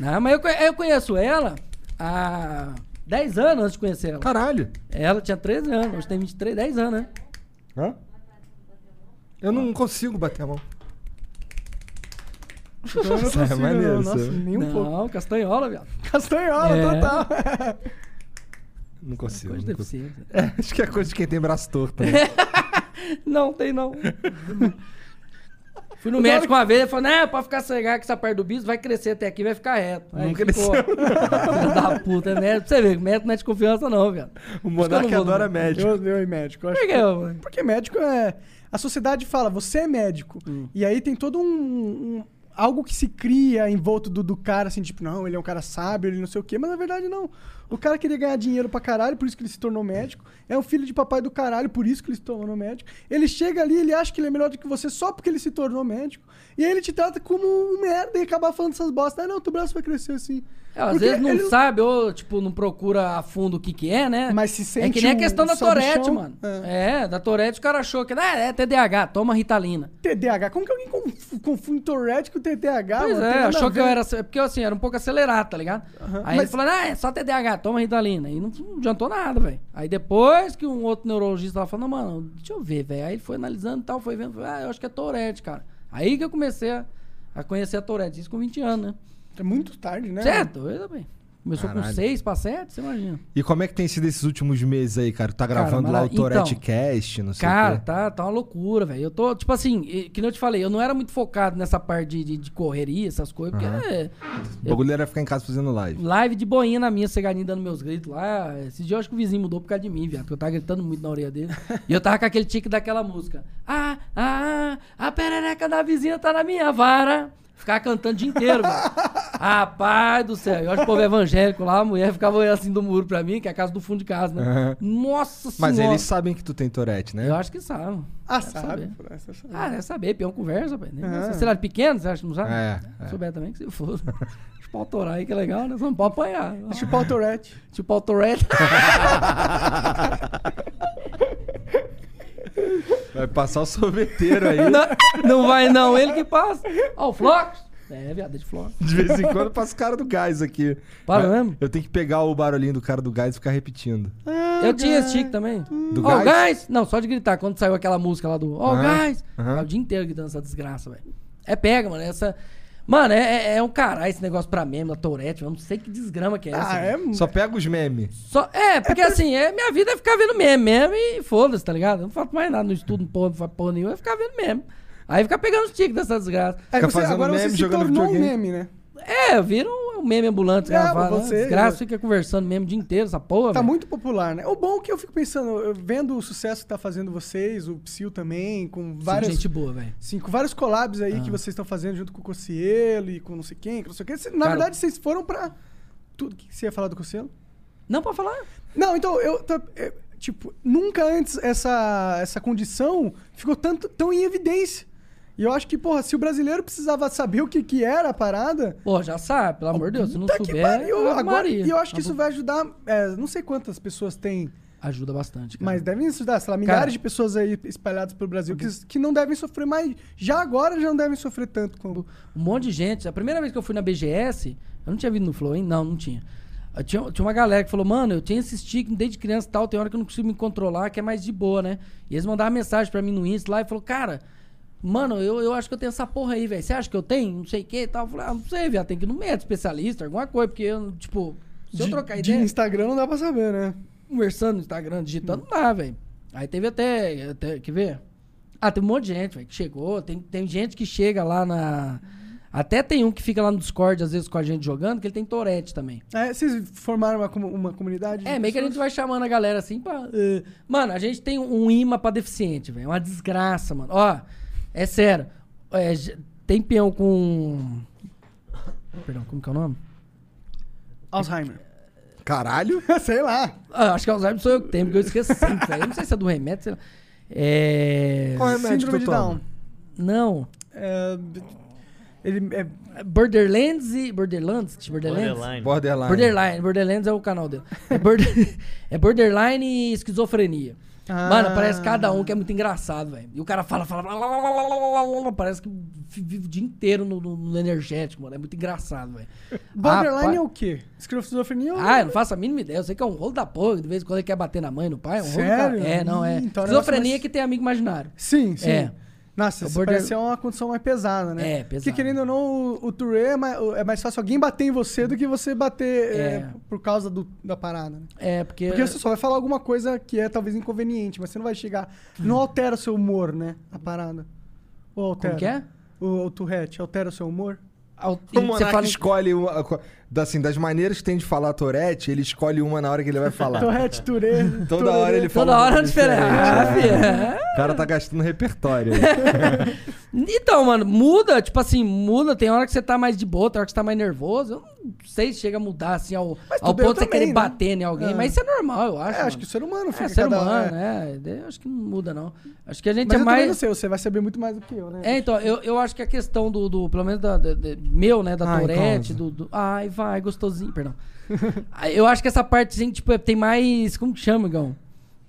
S3: Não, mas eu, co- eu conheço ela há 10 anos antes de conhecer ela.
S2: Caralho.
S3: Ela tinha 13 anos, hoje tem 23, 10 anos, né?
S2: Hã? Eu não consigo bater a mão.
S4: Então Eu não consigo,
S2: É maneiro,
S4: não,
S2: isso
S4: Nossa,
S2: é.
S4: nem um pouco.
S3: Não, castanhola, viado.
S4: Castanhola,
S3: É.
S4: total.
S2: Não consigo.
S4: um
S3: Coisa de
S2: não consigo.
S3: deficiência.
S2: É, acho que é coisa de quem tem braço torto. né?
S3: Não, tem não. Fui no médico uma vez, ele falou, né, pode ficar cegado com essa parte do bíceps, vai crescer até aqui, vai ficar reto. Aí
S2: Não
S3: ficou. Filho da puta, é médico. Pra Você vê, médico não é de confiança não, velho.
S2: O monarca
S3: vou no
S2: adora
S3: médico.
S2: médico.
S4: Eu, eu e médico. eu acho
S3: Por que,
S4: que-
S3: mano?
S4: Porque médico é. A sociedade fala, você é médico. E aí tem todo um. um- algo que se cria em volta do, do cara, assim, tipo, não, ele é um cara sábio, ele não sei o quê, mas na verdade não. O cara queria ganhar dinheiro pra caralho, por isso que ele se tornou médico. É um filho de papai do caralho, por isso que ele se tornou médico. Ele chega ali, ele acha que ele é melhor do que você só porque ele se tornou médico. E aí ele te trata como um merda e acaba falando essas bostas. Ah, não, teu braço vai crescer assim.
S3: É, às
S4: Porque
S3: vezes não
S4: ele-
S3: sabe, ou tipo, não procura a fundo o que que é, né?
S4: Mas se
S3: É
S4: sente
S3: que nem a
S4: um
S3: questão da
S4: sabichão,
S3: Torete, mano. É. da Torete o cara achou que, ah, é TDAH, toma Ritalina.
S4: TDAH. Como que alguém conf- confunde Tourette com TDAH?
S3: Pois
S4: Ah, mano? Tem
S3: é,
S4: nada a
S3: achou que eu
S4: ver.
S3: era. É porque assim, era um pouco acelerado, tá ligado? Aí ele
S4: mas-
S3: falou, ah, é só TDAH, toma Ritalina. E não, não adiantou nada, velho. Aí depois que um outro neurologista lá falou, não, mano, deixa eu ver, velho. Aí ele foi analisando e tal, foi vendo, falou, ah, eu acho que é Tourette, cara. Aí que eu comecei a, a conhecer a Tourette, isso com 20 anos, né?
S4: É muito tarde, né?
S3: Certo? Eu também. Começou com
S2: Caralho.
S3: 6 pra 7, você imagina.
S2: E como é que tem sido esses últimos meses aí, cara? Tu tá
S3: Cara,
S2: gravando lá o
S3: maravilha.
S2: Tourette
S3: Então,
S2: Cast, não sei
S3: Cara,
S2: o quê.
S3: tá, tá uma loucura, velho. Eu tô, tipo assim, e- que nem eu te falei, eu não era muito focado nessa parte de, de, de correria, essas coisas, porque é,
S2: O bagulho era ficar em casa fazendo live.
S3: live de boinha na minha, cegadinha dando meus gritos lá. Esse dia eu acho que o vizinho mudou por causa de mim, viado, porque eu tava gritando muito na orelha dele. e eu tava com ah, aquele tique daquela música. Ah, ah, a perereca da vizinha tá na minha vara. Ficava cantando o dia inteiro, mano. Rapaz do céu. Eu acho que o povo é evangélico lá, a mulher ficava olhando assim do muro pra mim, que é a casa do fundo de casa, né? Nossa senhora.
S2: Mas eles sabem que tu tem Tourette, né?
S3: Eu acho que sabe.
S4: Ah,
S3: Deve
S4: sabe.
S3: saber.
S4: pô, essa sabe.
S3: Ah, deve saber, peão conversa, pai. Nem- Sei lá, de pequeno, você acha que não sabe?
S2: É,
S3: Se
S2: é.
S3: souber também que se foda. Tipo autorar aí, que é legal, né? Só não pode apanhar.
S4: Tipo o Tourette.
S3: Tipo autorete.
S2: Vai passar o sorveteiro aí.
S3: não, não vai não, ele que passa. Ó, o Flocos. É, viado, é de Flocos.
S2: De vez em quando passa o cara do gás aqui.
S3: Para
S2: Mas
S3: mesmo?
S2: Eu tenho que pegar o barulhinho do cara do gás e ficar repetindo.
S3: Eu tinha esse tique também.
S2: Do
S3: Ó,
S2: gás?
S3: o gás! Não, só de gritar. Quando saiu aquela música lá do Ó, o
S2: Aham,
S3: gás!
S2: aham.
S3: Ficava O dia inteiro gritando essa desgraça, velho. É pega, mano. Essa. Mano, é, é- é um caralho esse negócio pra meme, da Tourette. Eu não sei que desgrama que é essa.
S4: Ah,
S3: velho.
S4: é muito.
S2: Só pega os memes.
S3: Só, é, porque assim, é, minha vida é ficar vendo meme mesmo e foda-se, tá ligado? Eu não faço mais nada no estudo, não porra, não faço porra nenhuma, é ficar vendo meme. Aí ficar pegando os tiques dessa desgraça.
S4: Aí
S2: Fica
S4: É, você,
S2: fazendo
S4: agora
S2: meme,
S4: você se
S2: jogando
S4: tornou um
S2: videogame.
S4: meme, né?
S3: É, vira um meme ambulante,
S4: É,
S3: gravado.
S4: você-
S3: né? Desgraça, fica conversando mesmo o dia inteiro, essa porra.
S4: Tá
S3: velho.
S4: muito popular, né? O bom é que eu fico pensando, eu vendo o sucesso que tá fazendo vocês, o Psyu também, com
S3: Sim,
S4: várias.
S3: gente boa, velho.
S4: Sim, com vários collabs aí que vocês estão fazendo junto com o Cocielo e com não sei quem, com não sei quem. Cê- Na
S3: Cara-
S4: verdade, vocês foram pra. Tudo o que que você ia falar do Cocielo?
S3: Não, pra falar?
S4: Não, então, eu. tá- é, tipo, nunca antes essa, essa condição ficou tanto, tão em evidência. E eu acho que, porra, se o brasileiro precisava saber o que, que era a parada.
S3: Pô, já sabe, pelo amor de Deus, se não
S4: Tá que
S3: souber,
S4: pariu!
S3: Ave
S4: Agora,
S3: Maria.
S4: e eu acho que
S3: Tá
S4: isso
S3: bom.
S4: vai ajudar. é, não sei quantas pessoas tem
S3: ajuda bastante. Cara.
S4: Mas devem estudar, sei lá, milhares
S3: Cara- Uhum.
S4: de pessoas aí espalhadas pelo Brasil que, que não devem sofrer mais. Já agora já não devem sofrer tanto como.
S3: um monte de gente. A primeira vez que eu fui na BGS, eu não tinha vindo no Flow, hein? Não, não tinha. Eu tinha, tinha uma galera que falou, mano, eu tinha esse stick desde criança e tal, tem hora que eu não consigo me controlar, que é mais de boa, né? E eles mandaram mensagem pra mim no Insta lá e falou, cara, mano, eu, eu acho que eu tenho essa porra aí, velho. Você acha que eu tenho? Não sei o que e tal. Eu falei, ah, não sei, viado, tem que ir no médico, especialista, alguma coisa, porque eu, tipo, se eu
S4: de-
S3: trocar
S4: de
S3: ideia
S4: Instagram não dá pra saber, né?
S3: conversando no Instagram, digitando lá, velho. Aí teve até, até. Quer ver? Ah, tem um monte de gente, velho, que chegou. Tem, tem gente que chega lá na. Até tem um que fica lá no Discord, às vezes, com a gente jogando, que ele tem Torete também.
S4: É, vocês formaram uma, comu- uma comunidade? de
S3: É, meio que a gente
S4: pessoas?
S3: vai chamando a galera assim pra. eh, Mano, a gente tem um imã pra deficiente, velho. É uma desgraça, mano. Ó, é sério. É, j- tem peão com. Perdão, como que é o nome?
S4: Alzheimer.
S2: Caralho?
S4: Sei lá.
S3: Ah, acho que Alzheimer sou eu que tenho, porque eu esqueci, velho. Eu não sei se é do remédio, sei lá. É.
S2: Qual remédio
S4: Síndrome
S2: que
S4: de
S2: tu
S4: Down.
S2: toma?
S3: Não.
S4: É, b- ele é,
S3: Ah, Borderlands e. Borderlands? Borderlands? Borderline.
S2: Borderline.
S3: Borderline. Borderlands é o canal dele. É, border- é Borderline e Esquizofrenia.
S4: Ah.
S3: Mano, parece cada um que é muito engraçado, velho. E o cara fala, fala, blá, blá, blá, blá, blá, blá, blá, parece que vive o dia inteiro no, no- no energético, mano. É muito engraçado, velho.
S4: borderline
S3: Rapaz-
S4: é o quê? Esquizofrenia ou-
S3: Ah, eu não faço a mínima ideia. Eu sei que é um rolo da porra. De vez em quando ele quer bater na mãe, no pai. É um rolo do cara.
S4: Sério?
S3: É, não, é.
S4: Ih, então é um negócio
S3: Esquizofrenia
S4: mais-
S3: que tem amigo imaginário.
S4: Sim, sim.
S3: É.
S4: Nossa,
S3: O
S4: isso
S3: border-
S4: parece ser uma condição mais pesada, né?
S3: É,
S4: Porque
S3: pesado.
S4: querendo ou não, o, o Touré é mais, é mais fácil alguém bater em você do que você bater é,
S3: É.
S4: por causa do- da parada, né?
S3: É, porque.
S4: Porque você só vai falar alguma coisa que é talvez inconveniente, mas você não vai chegar. Não altera o seu humor, né? A parada. Ou altera?
S3: Hum. Como que é?
S4: O, o Tourette, altera o seu humor?
S3: Ao-
S2: O
S3: você
S2: Monark
S3: fala em-
S2: escolhe uma, co- da- assim, das maneiras que tem de falar Tourette, ele escolhe uma na hora que ele vai falar.
S4: Tourette, Touré.
S2: Toda hora ele fala.
S3: Toda
S2: uma
S3: hora é
S2: coisa
S3: diferente. Ah,
S2: né?
S3: filho, é.
S2: O cara tá gastando repertório.
S3: Então, mano, muda, tipo assim, muda. Tem hora que você tá mais de boa, tem hora que você tá mais nervoso. Eu não sei se chega a mudar, assim, ao,
S4: Mas
S3: ao
S4: tudo bem,
S3: ponto de
S4: eu
S3: você querer
S4: também, né?
S3: bater em alguém.
S4: É.
S3: Mas isso é normal, eu acho.
S4: É, acho
S3: mano.
S4: que o ser humano fica
S3: É, ser
S4: cada-
S3: humano,
S4: é.
S3: né? Eu acho que não muda, não. Acho que a gente
S4: Mas
S3: é
S4: eu também não
S3: mais.
S4: sei, você vai saber muito mais do que eu, né?
S3: É, então, eu, eu acho que a questão do, do pelo menos da, da- da- meu, né, da
S2: Ai,
S3: Tourette, do, do- Ai, vai, gostosinho, perdão. Ah, eu acho que essa parte, assim, tipo, é- tem mais. Como que chama, Igão?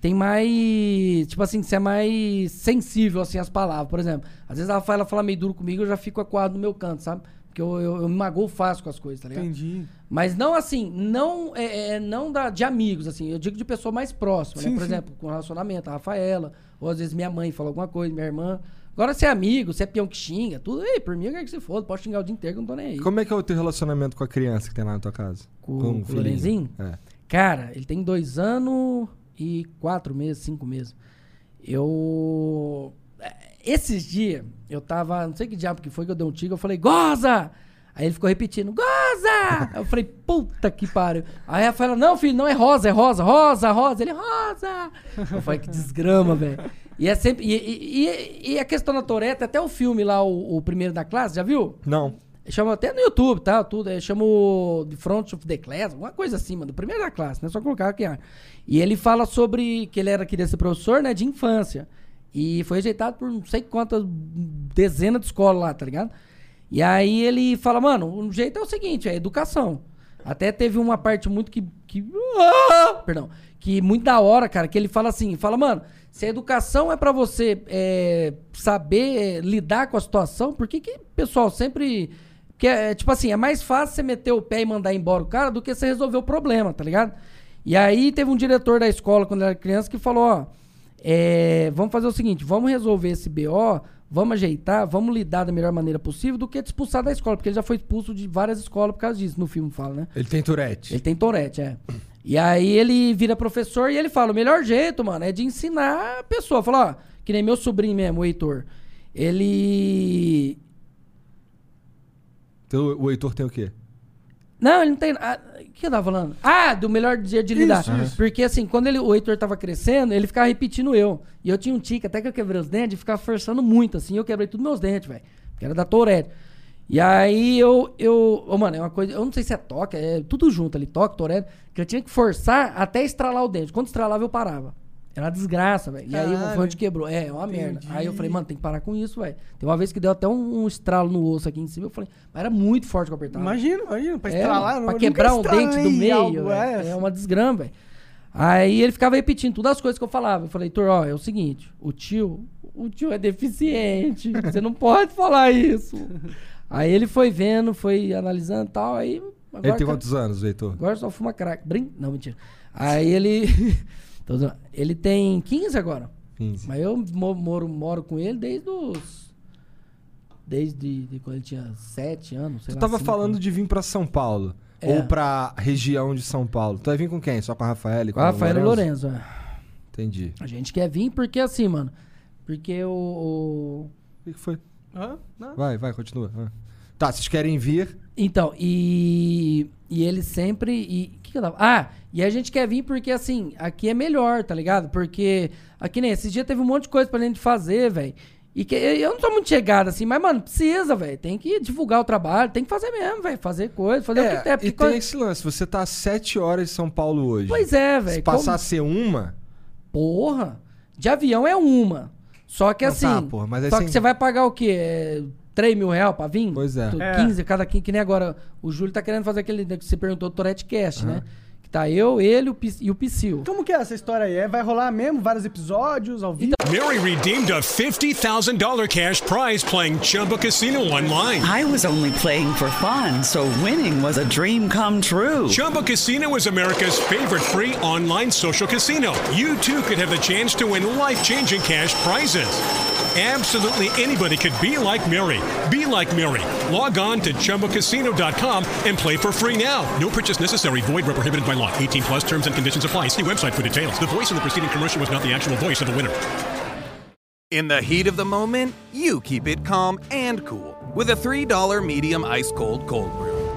S3: Tem mais. Tipo assim, você é mais sensível, assim, às palavras. Por exemplo, às vezes ela fala, ela fala meio duro comigo, eu já fico acuado no meu canto, sabe? Porque eu, eu, eu me magoo fácil com as coisas, tá ligado?
S4: Entendi.
S3: Mas não assim, não é, é, não da, de amigos, assim. Eu digo de pessoa mais próxima, né?
S4: Sim,
S3: Por
S4: sim.
S3: exemplo, com relacionamento, a Rafaela, ou às vezes minha mãe fala alguma coisa, minha irmã. Agora, se é amigo, se é peão que xinga, tudo, ei, por mim eu quero que se foda, pode xingar o dia inteiro que eu não tô nem aí.
S2: Como é que é o teu relacionamento com a criança que tem lá na tua casa?
S3: Com-
S2: o
S3: com o
S2: filhinho?
S3: Lorenzinho?
S2: É.
S3: Cara, ele tem dois anos e quatro meses, cinco meses. Eu. eh, Esses dias, eu tava. Não sei que diabo que foi que eu dei um tigo, eu falei, goza! Aí ele ficou repetindo, goza! eu falei, puta que pariu. Aí ela fala, não, filho, não é rosa, é rosa, rosa, rosa. Ele, rosa! Eu falei, que desgrama, velho. E é sempre. E, e- e- e a questão da Toreta, até o filme lá, o, o primeiro da classe, já viu?
S2: Não.
S3: Chama até no YouTube, tá? Tudo. é, Chama o The Front of the Class, alguma coisa assim, mano. Primeiro da classe, né? Só colocar aqui. ó. E ele fala sobre que ele era queria ser professor, né? De infância. E foi rejeitado por não sei quantas dezenas de escolas lá, tá ligado? E aí ele fala, mano, o jeito é o seguinte, é educação. Até teve uma parte muito que. que ah! perdão. Que muito da hora, cara, que ele fala assim: fala, mano, se a educação é pra você é, saber é, lidar com a situação, por que, que o pessoal sempre. Que é, tipo assim, é mais fácil você meter o pé e mandar embora o cara do que você resolver o problema, tá ligado? E aí teve um diretor da escola, quando ele era criança, que falou: ó, é, vamos fazer o seguinte, vamos resolver esse BO, vamos ajeitar, vamos lidar da melhor maneira possível do que te expulsar da escola, porque ele já foi expulso de várias escolas por causa disso, no filme fala, né?
S2: Ele tem Tourette.
S3: Ele tem Tourette, é. E aí ele vira professor e ele fala: o melhor jeito, mano, é de ensinar a pessoa. Falar, ó, que nem meu sobrinho mesmo, o Heitor. Ele.
S2: Então, o Heitor tem o quê?
S3: Não, ele não tem. ah, O que eu tava falando? Ah, do melhor dia de lidar.
S4: Isso, isso.
S3: Porque assim, quando ele, o Heitor tava crescendo, ele ficava repetindo eu. E eu tinha um tique, até que eu quebrei os dentes, de ficar forçando muito, assim. Eu quebrei tudo meus dentes, velho. Porque era da Tourette. E aí eu. eu ô, mano, é uma coisa. Eu não sei se é toque, é tudo junto ali, toque, Tourette. Que eu tinha que forçar até estralar o dente. Quando estralava, eu parava. Era uma desgraça, velho. E aí
S4: Caralho.
S3: foi onde quebrou. É, é uma merda. Aí eu falei, mano, tem que parar com isso, velho. Tem uma vez que deu até um, um estralo no osso aqui em cima. Eu falei, mas era muito forte que eu apertava.
S4: Imagina, imagina, pra
S3: É,
S4: estralar.
S3: mano,
S4: eu
S3: pra
S4: nunca
S3: quebrar um dente do
S4: estralei
S3: meio.
S4: algo,
S3: velho.
S4: é.
S3: é uma desgrama, velho. Aí ele ficava repetindo todas as coisas que eu falava. Eu falei, Heitor, ó, é o seguinte, o tio, o tio é deficiente, você não pode falar isso. Aí ele foi vendo, foi analisando e tal, aí... Agora, tá-
S2: Ele tem
S3: cara,
S2: quantos anos, o Heitor?
S3: agora só fuma crack. Brin... Não, mentira. Aí ele... Tô zoando. ele tem 15 agora.
S2: 15.
S3: Mas eu mo- moro, moro com ele desde os... Desde de quando ele tinha 7 anos, sei
S2: Tu
S3: lá,
S2: tava
S3: cinco.
S2: falando de vir pra São Paulo.
S3: É.
S2: Ou pra região de São Paulo. Tu vai vir com quem? Só com a Rafaela? e
S3: Com a Rafaela Lourenço, é.
S2: Entendi.
S3: A gente quer vir porque assim, mano. Porque o. o-
S2: O que que foi?
S4: Hã? Não.
S2: Vai, vai, continua. Ah. Tá, vocês querem vir?
S3: Então, e. E ele sempre. E. o que, que eu tava? Ah, e a gente quer vir porque assim, aqui é melhor, tá ligado? Porque. Aqui nem. Esses dias teve um monte de coisa pra gente fazer, velho. E que, eu não sou muito chegado assim, mas, mano, precisa, velho. Tem que divulgar o trabalho, tem que fazer mesmo, velho. Fazer coisa, fazer o que tem.
S2: É, e
S3: Porque
S2: tem
S3: coisa-
S2: esse lance. Você tá às 7 horas em São Paulo hoje.
S3: Pois é,
S2: Se
S3: velho. como-
S2: passar a ser uma,
S3: Porra! De avião é uma. Só que
S2: Não,
S3: assim.
S2: tá, porra, mas é
S3: só
S2: sem-
S3: que você vai pagar o quê? É, 3 mil reais pra vir?
S2: Pois é.
S3: Tu-
S4: É.
S3: 15, cada 15, que nem agora. O Júlio tá querendo fazer aquele que você perguntou do Tourette Cast, né? Que tá eu, ele o Pis- e o Psyu.
S4: Como que é essa história aí? É, vai rolar mesmo vários episódios ao vivo?
S7: Mary redeemed a $50,000 cash prize playing Chumba Casino online.
S9: I was only playing for fun, so winning was a dream come true.
S7: Chumba Casino is America's favorite free online social casino. You too could have the chance to win life changing cash prizes. Absolutely anybody could be like Mary. Be like Mary. Log on to chumbacasino.com and play for free now. No purchase necessary. Void where prohibited by law. 18 plus terms and conditions apply. See website for details. The voice in the preceding commercial was not the actual voice of the winner.
S8: In the heat of the moment, you keep it calm and cool with a $3 medium ice cold cold brew.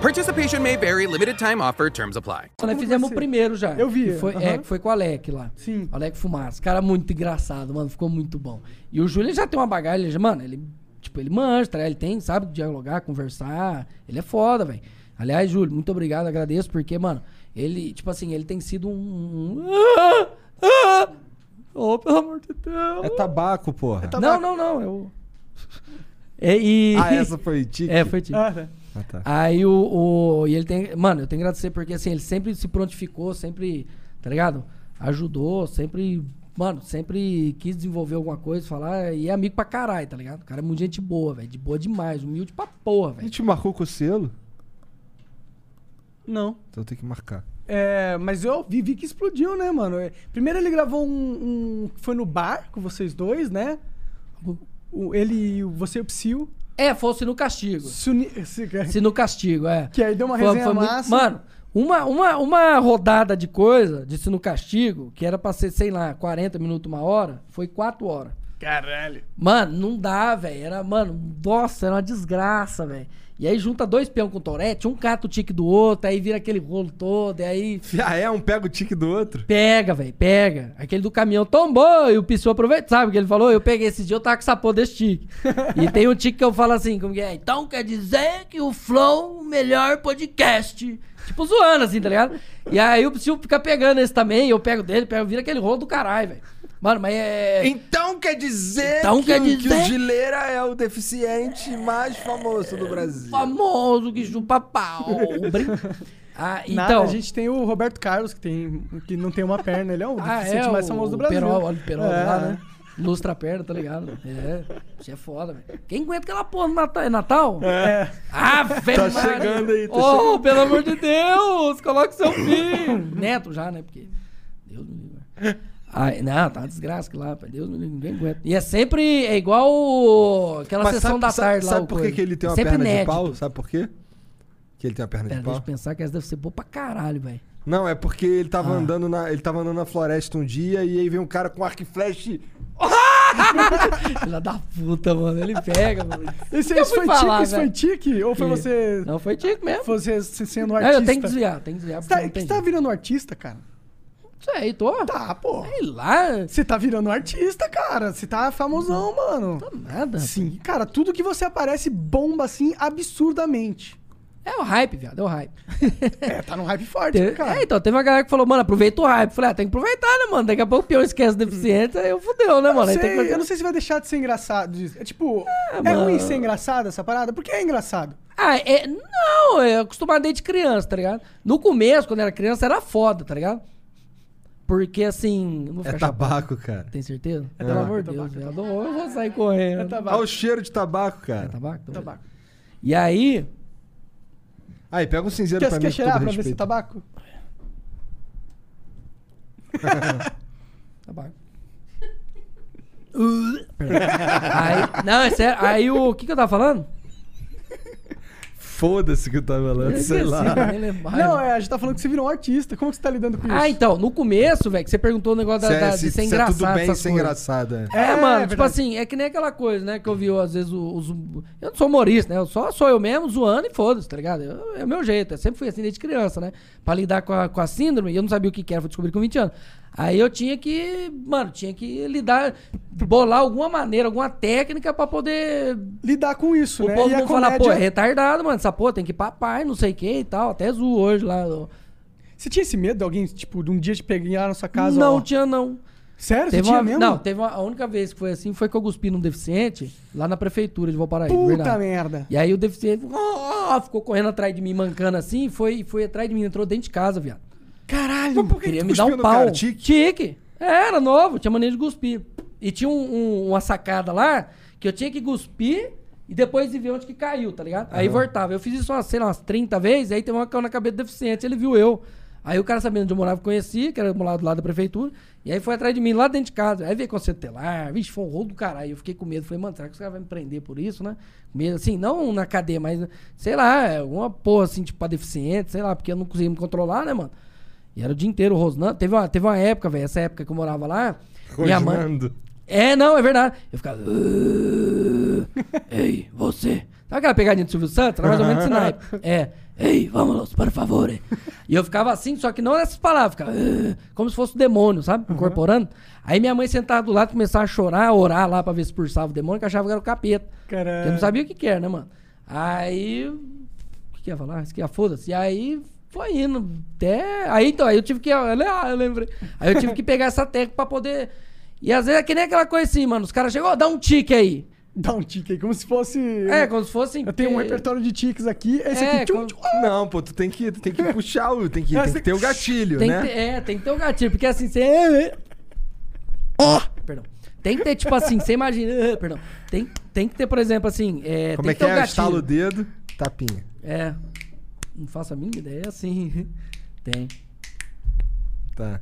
S8: Participation may vary, limited time offer, terms apply.
S3: Nós fizemos o primeiro já.
S4: Eu vi,
S3: que foi,
S4: aham.
S3: É, que foi com o Alec lá.
S4: Sim.
S3: O Alec Fumaça. Cara, muito engraçado, mano. Ficou muito bom. E o Júlio ele já tem uma bagagem, ele já- mano, ele, tipo, ele manja, tá ligado? ele tem, sabe dialogar, conversar. Ele é foda, velho. Aliás, Júlio, muito obrigado, agradeço, porque, mano, ele, tipo assim, ele tem sido um. um- Ah! Ah! Oh, pelo amor de Deus!
S2: é tabaco, porra.
S3: não, não, não, eu. É, e...
S2: Ah, essa foi tique?
S3: É, foi tique.
S4: Ah, tá.
S2: Ah, tá.
S3: Aí o, o- E ele tem. Mano, eu tenho que agradecer porque assim, ele sempre se prontificou, sempre. Tá ligado? Ajudou, sempre. Mano, sempre quis desenvolver alguma coisa, falar. E é amigo pra caralho, tá ligado? O cara é muito gente boa, velho. De boa demais, humilde pra porra,
S2: Ele
S3: velho.
S2: te marcou com o selo?
S4: Não.
S2: Então tem que marcar.
S4: É, mas eu vi, vi que explodiu, né, mano? É, Primeiro ele gravou um, um- Foi no bar com vocês dois, né? O- o- ele e o- você e o Psyu.
S3: É, fosse no castigo.
S4: se uni- se-
S3: Se no castigo, é.
S4: Que aí deu uma resenha massa.
S3: Mano, Uma, uma, uma rodada de coisa, de sino castigo, que era pra ser, sei lá, 40 minutos, uma hora, foi 4 horas.
S4: Caralho.
S3: Mano, não dá, velho. Era, mano, nossa, era uma desgraça, velho. E aí junta dois peão com torete, um cata o tique do outro, aí vira aquele rolo todo, e aí
S2: Ah, é? Um pega o tique do outro.
S3: Pega, velho, pega. Aquele do caminhão tombou e o Pissou aproveitou. Sabe o que ele falou? Eu peguei esse dia, eu tava com essa porra desse tique. e tem um tique que eu falo assim, como que é? Então quer dizer que o Flow, o melhor podcast. Tipo, zoando assim, tá ligado? E aí o Pissou fica pegando esse também, eu pego dele, pego, vira aquele rolo do caralho, velho. Mano, mas é...
S2: Então quer dizer,
S3: Então
S2: que,
S3: quer
S2: o- que
S3: dizer-
S2: o Gileira é o deficiente mais famoso do Brasil.
S3: Famoso que chupa pau. Brin- Ah, então...
S4: Nada, a gente tem o Roberto Carlos, que, tem, que não tem uma perna. Ele é o
S3: Ah,
S4: deficiente
S3: é,
S4: mais
S3: o-
S4: famoso do
S3: o
S4: Brasil.
S3: Perol, olha o Perol
S4: É.
S3: lá, né? Lustra a perna, tá ligado? É, isso é foda, velho. Quem aguenta aquela porra no Natal? É Natal? É. Ah, velho.
S2: Tá chegando aí, tá
S3: oh, pelo amor de Deus, coloca seu filho. Neto já, né? Porque. Deus me livre. Ai, não, tá uma desgraça que lá, pai. Deus me livre, ninguém aguenta. E é sempre. É igual o- aquela
S2: Mas
S3: sessão da
S2: sabe,
S3: tarde lá.
S2: Sabe
S3: o
S2: por que
S3: coisa. É
S2: que ele tem uma
S3: Sempre
S2: perna de
S3: inédito.
S2: pau? Sabe por quê? Que ele tem uma perna
S3: Pera,
S2: de
S3: deixa eu
S2: pau?
S3: pensar que essa deve ser boa pra caralho, velho.
S2: Não, é porque ele
S3: Ah.
S2: tava, andando na, ele tava andando na floresta um dia e aí vem um cara com arco e flecha e-
S3: Filha da puta, mano. Ele pega, mano.
S4: Esse,
S3: Eu
S4: esse
S3: fui
S4: foi
S3: falar,
S4: tique? Isso foi
S3: velho.
S4: tique? Ou foi você,
S3: Não, foi Tico mesmo.
S4: você se- sendo
S3: Ah,
S4: artista?
S3: eu tenho que desviar, tenho que desviar.
S4: Você
S3: porque
S4: tá,
S3: não tem
S4: você tá
S3: jeito.
S4: virando artista, cara?
S3: Sei, tô.
S4: Tá, pô.
S3: Sei lá,
S4: Você tá virando artista, cara. Você tá famosão, mano.
S3: nada.
S4: Sim, cara, tudo que você aparece bomba assim absurdamente.
S3: É o hype, viado, é o hype.
S4: É, tá num hype forte,
S3: Te-
S4: cara.
S3: É, então, teve uma galera que falou, mano, aproveita o hype. Falei, ah, tem que aproveitar, né, mano? Daqui a pouco o peão esquece da deficiência, aí eu fudeu, né, mano? Aí
S4: Sei-
S3: tem que fazer-
S4: Eu não sei se vai deixar de ser engraçado. disso. É tipo, é,
S3: mano.
S4: ruim ser engraçado essa parada? Porque é engraçado.
S3: Ah, é. Não, é acostumado desde criança, tá ligado? No começo, quando era criança, era foda, tá ligado? Porque assim. não vou
S2: É
S3: ficar
S2: tabaco, cara.
S3: chapado, Tem certeza?
S4: É
S3: Pelo amor de Deus, viado. Ou Eu vou sair correndo.
S4: Tá
S3: É
S2: Olha o cheiro de tabaco, cara.
S3: tabaco? Tabaco. E aí,
S2: Aí, pega um cinzeiro
S4: Quer,
S2: pra mim,
S4: quer
S2: com todo
S4: cheirar pra ver se é
S3: tá
S2: respeito.
S4: tabaco?
S3: Tabaco. aí, não, é sério. Aí o. O que, que eu tava falando?
S2: Foda-se que eu tava falando, sei lá.
S3: Nem lembro mais.
S4: Não, é, a gente tá falando que você virou um artista. Como que você tá lidando com isso?
S3: Ah, então, no começo, velho, que você perguntou o negócio da,
S2: Se é-
S3: da,
S2: se-
S3: de ser
S2: se é
S3: engraçado.
S2: tudo bem
S3: essas
S2: ser
S3: coisas.
S2: engraçado, é.
S3: É, mano, tipo
S4: verdade.
S3: assim, é que nem aquela coisa, né, que eu vi às vezes o- os... Eu não sou humorista, né, eu só sou eu mesmo zoando e foda-se, tá ligado? Eu- é o meu jeito, eu sempre fui assim desde criança, né, pra lidar com a, com a síndrome, e eu não sabia o que que era, fui descobrir com 20 anos. Aí eu tinha que, mano, tinha que lidar, bolar alguma maneira, alguma técnica pra poder
S4: Lidar com isso,
S3: o
S4: né?
S3: povo
S4: e a
S3: não fala, pô, é
S4: comédia...
S3: retardado, mano. Essa porra tem que ir pra pai, não sei o que e tal. Até zoou hoje lá. ó.
S4: Você tinha esse medo de alguém, tipo, de um dia te pegar na sua casa?
S3: não
S4: ó.
S3: tinha, não.
S4: Sério? Você
S3: Teve
S4: tinha
S3: uma,
S4: mesmo?
S3: Não, teve uma, a única vez que foi assim foi que eu cuspi num deficiente lá na prefeitura de Valparaíso.
S4: Puta
S3: verdade.
S4: merda.
S3: E aí o deficiente ó, ó, ficou correndo atrás de mim, mancando assim, foi, foi atrás de mim, entrou dentro de casa, viado.
S4: Caralho.
S2: por que
S3: Queria
S2: tu
S3: me dar
S2: cuspiu
S3: um
S2: no
S3: pau.
S2: cara? Tique?
S3: Tique. É, Era novo, tinha maneira de cuspir. E tinha um- um- uma sacada lá que eu tinha que cuspir e depois ir ver onde que caiu, tá ligado? Aí voltava. Eu fiz isso, umas, sei lá, umas 30 vezes, aí teve uma que caiu na cabeça do deficiente, ele viu eu. Aí o cara sabendo onde eu morava, conhecia, que era do lado do lado da prefeitura, e aí foi atrás de mim, lá dentro de casa. Aí veio conselho telar, vixe, foi um rolo do caralho. Eu fiquei com medo, falei, mano, será que os caras vão me prender por isso, né? Com Medo, assim, não na cadeia, mas, sei lá, alguma porra assim, tipo, pra deficiente, sei lá, porque eu não conseguia me controlar, né, mano? E era o dia inteiro rosnando. Teve uma, teve uma época, velho, essa época que eu morava lá. Minha mãe.
S2: Rosnando.
S3: É, não, é verdade. Eu ficava. "Ah, Ei, você. Sabe aquela pegadinha do Silvio Santos? Era mais ou menos esse naipe. É. Ei, vamos, por favor. E eu ficava assim, só que não essas palavras. Ficava, "Ah", como se fosse o demônio, sabe? Incorporando. Aí minha mãe sentava do lado, começava a chorar, a orar lá pra ver se expulsava o demônio, que eu achava que era o capeta.
S4: Caralho.
S3: Porque eu não sabia o que que era, né, mano? Aí o que, que ia falar? Isso que ia foda-se. E aí foi indo. Até. Aí então, aí eu tive que. Ah, eu lembrei. Aí eu tive que pegar essa técnica pra poder. E às vezes é que nem aquela coisa assim, mano. Os caras chegam, ó, dá um tique aí.
S4: Dá um tique aí, como se fosse...
S3: É, como se fosse.
S4: Eu tenho um repertório de tiques aqui, esse
S3: É,
S4: aqui... um Tchum,
S3: como-
S4: tchum,
S2: Não, pô, tu tem que, tu tem que puxar o. Tem que,
S4: Ah,
S2: tem
S4: você-
S2: que ter o gatilho,
S3: Tem
S2: né?
S3: que ter, é, tem que ter um gatilho, porque assim, você. Ó! Perdão. Tem que ter, tipo assim, você imagina. Perdão. Tem, tem que ter, por exemplo, assim. É,
S2: Como
S3: tem
S2: é que
S3: ter um
S2: é?
S3: gatilho.
S2: Estala o dedo, tapinha.
S3: É. Não faço a mínima ideia, assim. Tem.
S2: Tá.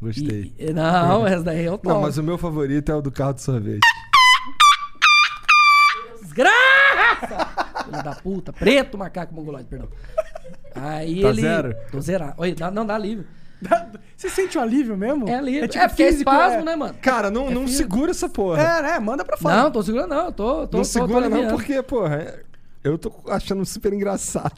S2: Gostei.
S3: E- não, essa daí é o
S2: Não,
S3: toque.
S2: mas o meu favorito é o do carro de sorvete.
S3: Desgraça! Filho da puta, preto macaco mongoloide, perdão. Aí
S2: Tá
S3: ele.
S2: zero?
S3: Tô zerado. Oi, dá- não, dá livre.
S4: Você sente o alívio mesmo?
S3: É livre. É,
S4: tipo
S3: porque
S4: físico,
S3: é espasmo,
S4: é-
S3: né, mano?
S2: Cara, não, não segura essa porra.
S4: É, né? Manda pra fora.
S3: Não, tô segurando, não. eu Tô, tô,
S2: não
S3: tô,
S2: segura
S3: tô
S2: não,
S3: aliviando.
S2: porque, porra, é- eu tô achando super engraçado.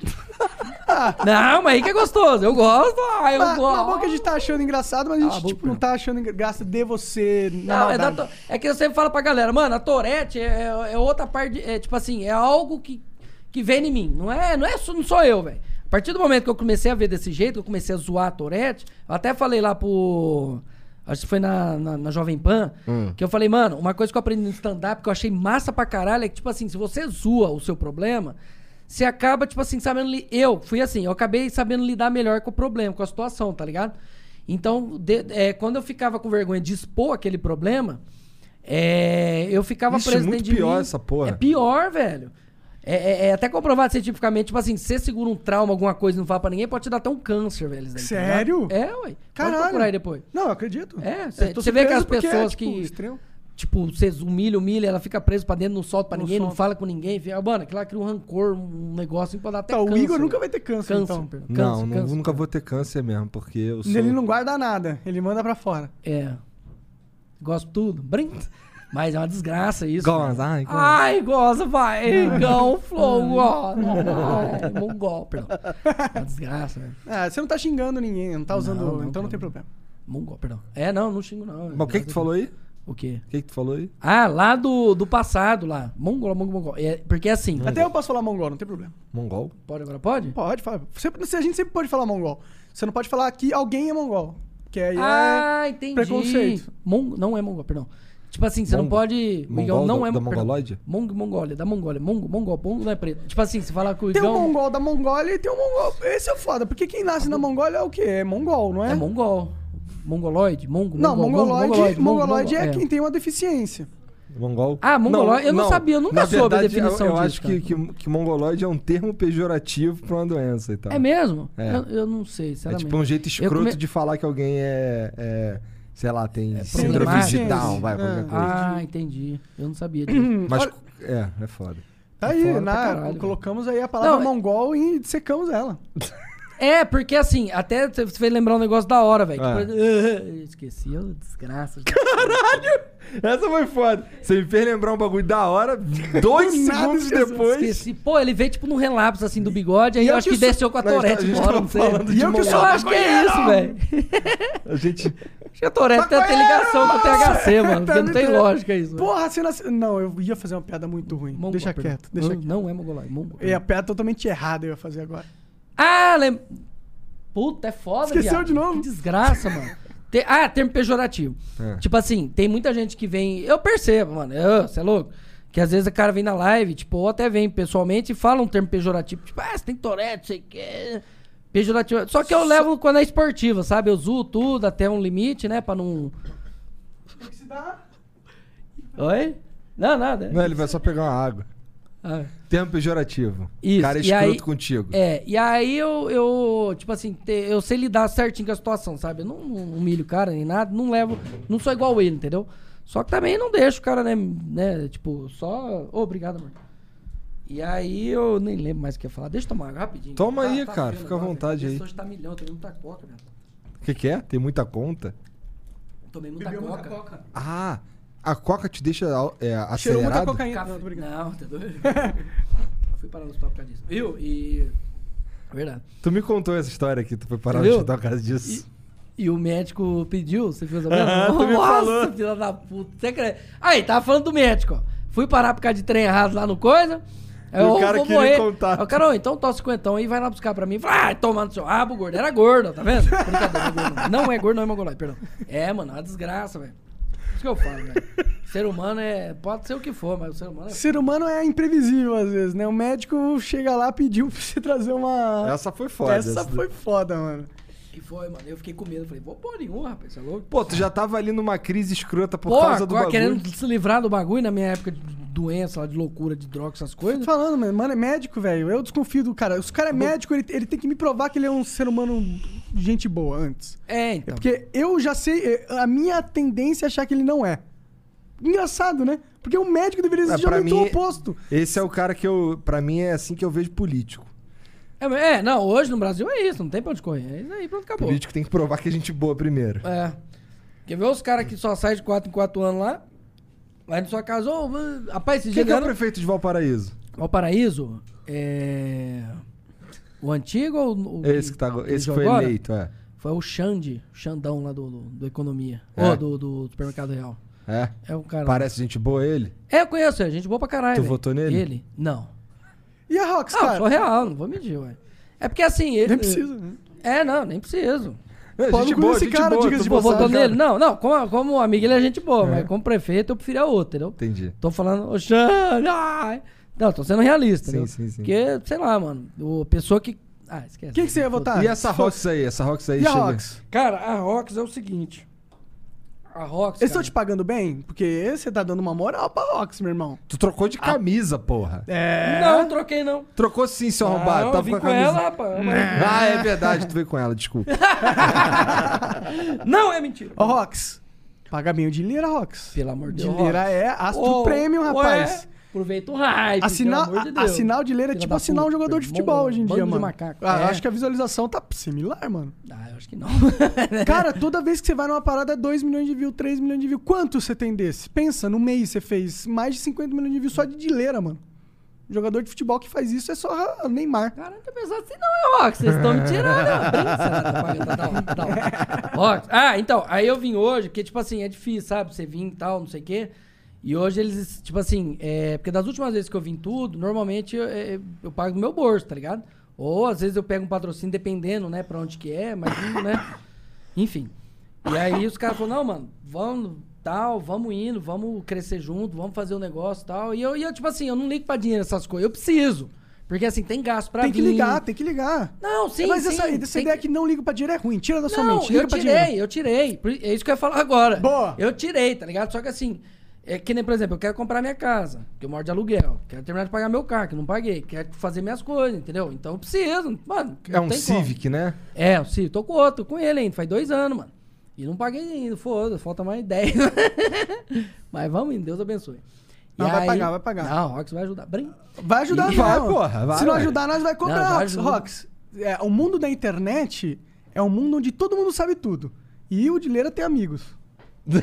S3: Não, mas aí que é gostoso. Eu gosto. Ah, eu
S4: Mas,
S3: gosto.
S4: mas bom que a gente tá achando engraçado, mas a
S3: Cala a
S4: gente tipo,
S3: boca.
S4: não tá achando graça de você na
S3: Não, é, da
S4: maldade.
S3: to- é que eu sempre falo pra galera, mano, a Torete é, é- é outra parte. de- É, tipo assim, é algo que, que vem em mim. Não é, não é só- não sou eu, velho. A partir do momento que eu comecei a ver desse jeito, que eu comecei a zoar a Torete, eu até falei lá pro. Acho que foi na, na, na Jovem Pan, que eu falei, mano, uma coisa que eu aprendi no stand-up que eu achei massa pra caralho é que, tipo assim, se você zoa o seu problema, você acaba, tipo assim, sabendo. li- Eu fui assim, eu acabei sabendo lidar melhor com o problema, com a situação, tá ligado? Então, de- é, quando eu ficava com vergonha de expor aquele problema, é, eu ficava
S2: Ixi,
S3: preso
S2: muito
S3: dentro de
S2: pior
S3: mim.
S2: essa porra.
S3: É pior, velho. É, é- é até comprovado cientificamente, tipo assim, se você segura um trauma, alguma coisa e não fala pra ninguém, pode te dar até um câncer, velho. isso daí, tá
S4: Sério?
S3: ligado? É, ué. Caralho.
S4: Caralho.
S3: Pode procurar aí depois.
S4: Não, eu acredito.
S3: É,
S4: Eu
S3: cê-
S4: tô
S3: você vê que
S4: surpreso
S3: as
S4: porque é,
S3: pessoas
S4: tipo,
S3: que-
S4: extremo.
S3: Tipo, vocês humilham, humilham, ela fica presa pra dentro, não solta pra
S4: Não
S3: ninguém, não
S4: solta.
S3: fala com ninguém. Fica, mano, aquilo lá cria um rancor, um negócio que pode dar até
S4: Tá, o
S3: câncer.
S4: Igor nunca vai
S3: velho.
S4: ter câncer,
S3: câncer.
S4: então.
S3: perdão.
S2: não,
S3: Câncer,
S2: não-
S3: câncer.
S2: nunca vou ter câncer mesmo, porque eu sou...
S4: Ele não guarda nada, ele manda pra fora.
S3: É. Gosto de tudo. Brinca. Mas é uma desgraça isso.
S2: Goza, ai,
S3: velho. ai,
S2: goza.
S3: goza. vai. Igão, flow, goza. Ai, Mongol, perdão. É uma desgraça, velho.
S4: Ah, você não tá xingando ninguém, não tá usando.
S3: Não, não,
S4: então não tem
S3: cara.
S4: problema.
S3: Mongol, perdão. É, não, não xingo, não.
S2: Mas o que que tu falou aí?
S3: O quê?
S2: O que que tu falou aí?
S3: Ah, lá do, do passado, lá. Mongol, mongol, mongol. É, porque assim...
S4: Até eu posso falar mongol, não tem problema.
S2: Mongol?
S3: Pode agora, pode?
S4: Pode falar. Sempre, a gente sempre pode falar mongol. Você não pode falar que alguém é mongol. Que aí
S3: Ah,
S4: é
S3: entendi.
S4: preconceito.
S3: Mon- não é mongol, perdão. Tipo assim, você não
S2: Mongol.
S3: pode... O
S2: Mongol
S3: Igão não
S2: da-
S3: é...
S2: da
S3: perdão.
S2: Mongoloide?
S3: Mong, Mongólia, da Mongólia. Mongo, mongol, mongo não é preto. Tipo assim, você falar com o
S4: Tem um
S3: Igão...
S4: mongol da Mongólia e tem um mongol. Esse é o foda, porque quem nasce na Mongólia é o quê? É mongol, não é?
S3: É mongol. Mongoloide? Mongo?
S4: Não,
S3: mongol, mongo,
S4: mongoloide, mongoloide,
S3: mongo,
S4: é,
S3: mongol,
S4: quem tem uma deficiência.
S2: Mongol?
S3: Ah, mongoloide. Eu não sabia, eu nunca
S2: na
S3: soube a
S2: verdade,
S3: definição
S2: Eu, eu
S3: disso,
S2: acho que, que, que mongoloide é um termo pejorativo pra uma doença e tal.
S3: É mesmo?
S2: É.
S3: Eu, eu não sei,
S2: É
S3: sinceramente.
S2: tipo um jeito
S3: Eu
S2: escroto
S3: come-
S2: de falar que alguém é, é, sei lá, tem síndrome
S3: É, problemático.
S2: de Down, vai,
S4: É.
S2: qualquer coisa.
S3: Ah, entendi. Eu não sabia disso.
S4: Uhum.
S2: Mas, é, é foda.
S4: Tá aí,
S3: foda pra
S4: na-
S3: caralho,
S4: colocamos aí a palavra
S3: Não, é-
S4: mongol e dissecamos ela.
S3: é, porque assim, até você fez lembrar um negócio da hora, velho.
S2: É.
S3: Que, por exemplo, eu esqueci, eu desgraça.
S2: Essa foi foda. Você me fez lembrar um bagulho da hora, dois é
S4: Do nada
S2: segundos
S4: esqueceu.
S2: depois.
S3: Esqueci. Pô, ele veio tipo num relapso assim do bigode, aí
S4: E
S3: eu
S4: eu
S3: acho
S4: que
S3: que,
S4: sou-
S3: desceu com a
S2: Não, a gente
S3: Torete
S2: tava- a gente
S3: embora,
S2: tava
S3: não sei.
S2: falando de
S3: E eu que sou,
S2: mongol.
S3: acho que é isso, velho.
S2: A gente.
S3: Acho que a Torete tem até ligação com a THC, mano, porque não tem lógica isso. velho.
S4: tá Porra, você nasce... Não, eu ia fazer uma piada muito ruim.
S3: Mongol,
S4: deixa
S3: perdão.
S4: quieto, deixa
S3: não,
S4: quieto.
S3: Não é mongoloide, mongol.
S4: E a piada totalmente errada eu ia fazer agora.
S3: Ah, lem... Puta, é foda,
S4: Esqueceu
S3: viado.
S4: de novo?
S3: Que desgraça, mano. Te- Ah, termo pejorativo.
S2: É.
S3: Tipo assim, tem muita gente que vem... Eu percebo, mano. Você é louco? Que às vezes o cara vem na live, tipo, ou até vem pessoalmente e fala um termo pejorativo. Tipo, ah, você tem torete, sei o quê. Pejorativo. Só que eu levo quando é esportiva, sabe? Eu zoo tudo até um limite, né? Pra não...
S4: é
S3: Oi? Não, nada.
S2: Não, é ele vai só pegar uma água.
S3: Ah.
S2: Termo pejorativo.
S3: Isso,
S2: Cara
S3: e
S2: escroto
S3: aí-
S2: contigo.
S3: É, e aí eu, eu tipo assim, te- eu sei lidar certinho com a situação, sabe? Eu não, não humilho o cara nem nada, não levo, não sou igual ele, entendeu? Só que também não deixo o cara, né, né tipo, só... Ô, obrigado, amor. E aí eu nem lembro mais o que eu ia falar. Deixa eu tomar água rapidinho.
S2: Toma aí, cara,
S3: frio o
S2: fica à
S3: negócio,
S2: vontade
S3: velho.
S2: aí.
S3: Esse Hoje tá milhão, tomei muita coca, velho.
S2: O que, que é? Tem muita conta?
S3: Tomei muita coca. né?
S2: Ah, a coca te deixa é,
S4: Cheirou muita
S2: acelerado?
S4: cocaína.
S3: Café-
S4: Não, tô brincando.
S3: Não, tá doido? Eu fui parar no hospital por causa disso. Viu? E... Verdade.
S2: Tu me contou essa história aqui, tu foi parar no
S3: Entendeu?
S2: hospital por causa disso.
S3: E o médico pediu, você viu sabendo?
S2: Ah, tu me falou.
S3: Nossa, filha da puta. Você acredita? Aí, tava falando do médico, ó. Fui parar por causa de trem errado lá no coisa. Aí
S2: E o
S3: eu
S2: cara
S3: vou
S2: queria
S3: morrer.
S2: contato.
S3: Aí o cara, ô, então tosse cinquentão aí, vai lá buscar pra mim. Falei, ah, toma no seu rabo, gordo. Era gordo, tá vendo? Brincadeira, não é gordo, não. Não é gordo, não é mongoloide, perdão. É, mano, é uma desgraça, velho. Isso que eu falo, velho. Ser humano é... Pode ser o que for, mas o ser humano é...
S4: Ser humano é imprevisível às vezes, né? O médico chega lá pediu pra você trazer uma.
S2: Essa foi foda.
S4: Essa foi foda, mano.
S3: que foi, mano. Eu fiquei com medo. Falei, vou pôr nenhum, rapaz. Você é louco?
S2: Pô, tu já tava ali numa crise escrota por
S3: Pô,
S2: causa do bagulho.
S3: agora querendo se livrar do bagulho na minha época de doença, lá, de loucura, de droga, essas
S4: Tô
S3: coisas.
S4: falando, mano, mano é médico, velho. Eu desconfio do cara. Se o cara é médico, ele, ele tem que me provar que ele é um ser humano gente boa antes.
S3: É,
S4: É
S3: então.
S4: porque eu já sei, é, a minha tendência é achar que ele não é. Engraçado, né? Porque o médico deveria
S2: Ah,
S4: ser
S2: pra
S4: muito
S2: mim-
S4: oposto.
S2: Esse é o cara que eu. Pra mim é assim que eu vejo político.
S3: É, mas- é, não, hoje no Brasil é isso, não tem pra onde correr. É isso aí, pronto, acabou.
S2: Político tem que provar que é gente boa primeiro.
S3: É. Quer ver os caras que só saem de 4 em 4 anos lá? Vai na sua casa, ô, mano, rapaz, esse
S2: Quem que é o
S3: dia
S2: prefeito de Valparaíso?
S3: Valparaíso é. O antigo ou o.
S2: Esse que, tá, go- esse que foi
S3: jogou agora?
S2: eleito, é.
S3: Foi o Xande, o Xandão lá do, do, do Economia.
S2: É?
S3: Ou do, do Supermercado Real.
S2: É.
S3: É um cara.
S2: Parece gente boa ele?
S3: É, eu conheço, é gente boa pra caralho.
S2: Tu
S3: velho.
S2: votou nele?
S3: Ele? Não.
S4: E a Rox,
S3: Não,
S4: cara?
S3: sou real, não vou medir, ué. É porque assim, ele.
S4: Nem precisa, né?
S3: É, não, nem preciso.
S2: É,
S4: Pau no
S2: gente
S4: cu
S2: boa,
S4: desse
S2: gente
S4: cara,
S2: boa.
S4: diga-se
S2: tu
S4: de
S2: votou
S3: Tipo, Votou
S4: passagem.
S2: nele?
S3: nele? Não, não, como, como amigo ele é gente boa, mas como prefeito eu prefiro a outra, entendeu?
S2: Entendi.
S3: Tô falando, ô Xande, ai. Não, tô sendo realista,
S2: Sim,
S3: né?
S2: sim, sim.
S3: Porque, sei lá, mano, o pessoa que. Ah, esquece.
S4: Quem que você ia votar?
S2: E essa Rox aí? Essa Rox aí
S4: E a
S2: chega-
S4: Rox?
S3: Cara, a Rox é o seguinte. A Rox.
S4: Eles estão
S3: cara,
S4: te pagando bem? Porque você tá dando uma moral pra Rox, meu irmão.
S2: Tu trocou
S3: Ah.
S2: de camisa, porra.
S4: É. Tá
S3: Não, troquei não.
S2: Trocou sim, seu arrombado.
S3: não,
S2: Tava
S3: vim
S2: com a
S3: com
S2: camisa.
S3: ela, rapaz.
S2: Ah, é verdade, tu veio com ela, desculpa.
S3: Não, é mentira.
S4: Ô, Rox, paga bem o dinheiro, Rox.
S3: Pelo amor de Deus.
S4: Dinheiro é astro
S3: Ô,
S4: prêmio,
S3: ô,
S4: rapaz.
S3: é, Aproveita o hype,
S4: Assinar,
S3: pelo amor de
S4: a-
S3: Deus.
S4: assinar o dinheiro é
S3: Filha
S4: tipo
S3: da
S4: assinar um
S3: puta,
S4: jogador de
S3: irmão,
S4: futebol hoje em
S3: bando
S4: dia,
S3: de
S4: mano.
S3: macaco.
S4: Ah,
S3: É.
S4: Acho que a visualização tá similar, mano.
S3: Ah, eu acho que não.
S4: Cara, toda vez que você vai numa parada é 2 milhões de views, 3 milhões de views. Quanto você tem desse? Pensa, no mês você fez mais de 50 milhões de views só de dileira, mano. Jogador de futebol que faz isso é só o Neymar.
S3: Cara, não tinha pensado assim, não, é Rox. Vocês estão me tirando. é uma brincadeira, tá, tá, tá, tá. Rox. Ah, então, aí eu vim hoje, porque, tipo assim, é difícil, sabe? Você vir e tal, não sei o quê. E hoje eles, tipo assim, é, porque das últimas vezes que eu vim tudo, normalmente eu, é, eu pago do meu bolso, tá ligado? Ou às vezes eu pego um patrocínio, dependendo, né, pra onde que é, mas, né? Enfim. E aí os caras falaram, não, mano, vamos, tal, vamos indo, vamos crescer junto, vamos fazer o negócio e tal. E eu, e eu, tipo assim, eu não ligo pra dinheiro essas coisas, eu preciso. Porque assim, tem gasto pra
S4: Tem que
S3: vir.
S4: ligar, tem que ligar.
S3: Não, sim,
S4: Mas
S3: sim,
S4: essa, essa
S3: tem
S4: ideia que... não liga pra dinheiro é ruim. Tira da sua
S3: não,
S4: mente. Liga
S3: eu
S4: pra
S3: tirei,
S4: dinheiro.
S3: eu tirei. Por- É isso que eu ia falar agora.
S4: Boa.
S3: Eu tirei, tá ligado? Só que assim, é que nem, por exemplo, eu quero comprar minha casa, que eu moro de aluguel. Quero terminar de pagar meu carro, que eu não paguei. Quero fazer minhas coisas, entendeu? Então eu preciso, mano.
S2: É
S3: não
S2: um
S3: tem como.
S2: Civic, né?
S3: É, o Civic. Tô com outro, com ele ainda, faz dois anos, mano. E não paguei ainda, foda, falta mais 10. Mas vamos indo, Deus abençoe. E
S4: Não, vai pagar, vai pagar.
S3: Não, o Rox vai ajudar. Brin...
S4: Vai ajudar
S2: Ih, vai,
S4: não.
S2: porra, vai,
S4: Se não
S2: ué.
S4: ajudar, nós vai
S3: Não, já
S4: cobrar, Rox.
S3: ajuda.
S4: Rox, é, o mundo da internet é um mundo onde todo mundo sabe tudo. E o Dileira tem amigos.
S3: Não,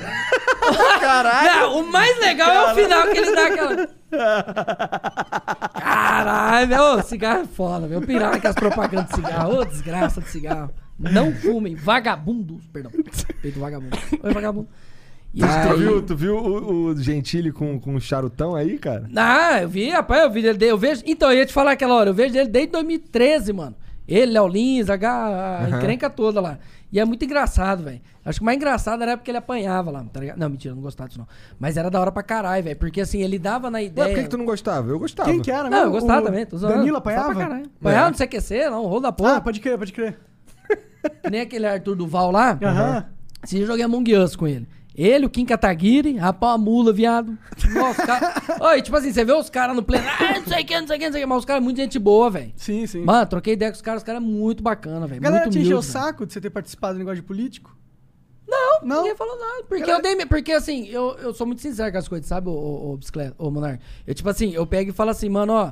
S3: o mais legal é o final que ele dá aquela. Caralho, ô, cigarro é foda, meu. Pirar com as propagandas de cigarro. Ô, desgraça de cigarro. Não fumem, vagabundos. Perdão. Peito vagabundo. Oi, vagabundo. E
S2: Ah, Tu
S3: aí-
S2: viu, tu viu o, o Gentili com, com o charutão aí, cara?
S3: Ah, eu vi, rapaz, eu vi ele. Eu vejo, então, eu ia te falar aquela hora, eu vejo ele desde 2013, mano. Ele, Léo Lins, a, ga- a encrenca toda lá. E é muito engraçado, velho. Acho que o mais engraçado era porque ele apanhava lá, tá ligado? Não, mentira, eu não gostava disso, não. Mas era da hora pra caralho, velho. Porque assim, ele dava na
S2: Ué,
S3: ideia.
S2: por que, que tu não gostava? Eu gostava.
S4: Quem que era,
S3: Não,
S4: mesmo?
S3: eu gostava
S4: O
S3: também, tô zoando.
S4: Danilo
S3: Gostava
S4: apanhava? É.
S3: pra caralho. Apanhava, não sei o que ser, não, rolo da
S4: Ah,
S3: porra.
S4: pode crer, pode crer.
S3: Que Nem aquele Arthur Duval lá.
S4: Aham.
S3: Esse dia eu joguei Among Us com ele. Ele, o Kim Kataguiri, rapaz, a mula, viado. Nossa, cara. Oi, tipo assim, você vê os caras no pleno. Ah, não sei o que, não sei o que, não sei o que. Mas os caras, muito gente boa, velho.
S4: Sim, sim.
S3: Mano, troquei ideia com os caras, os caras é muito bacana, velho.
S4: A galera
S3: muito
S4: te encheu o
S3: humilde, velho.
S4: saco de você ter participado do negócio de político?
S3: Não,
S4: Não?
S3: ninguém falou nada. Porque
S4: Galera-
S3: eu dei. minha- Porque assim, eu, eu sou muito sincero com as coisas, sabe, ô, ô, ô bicicleta, ô Monark? Eu, tipo assim, eu pego e falo assim, mano, ó.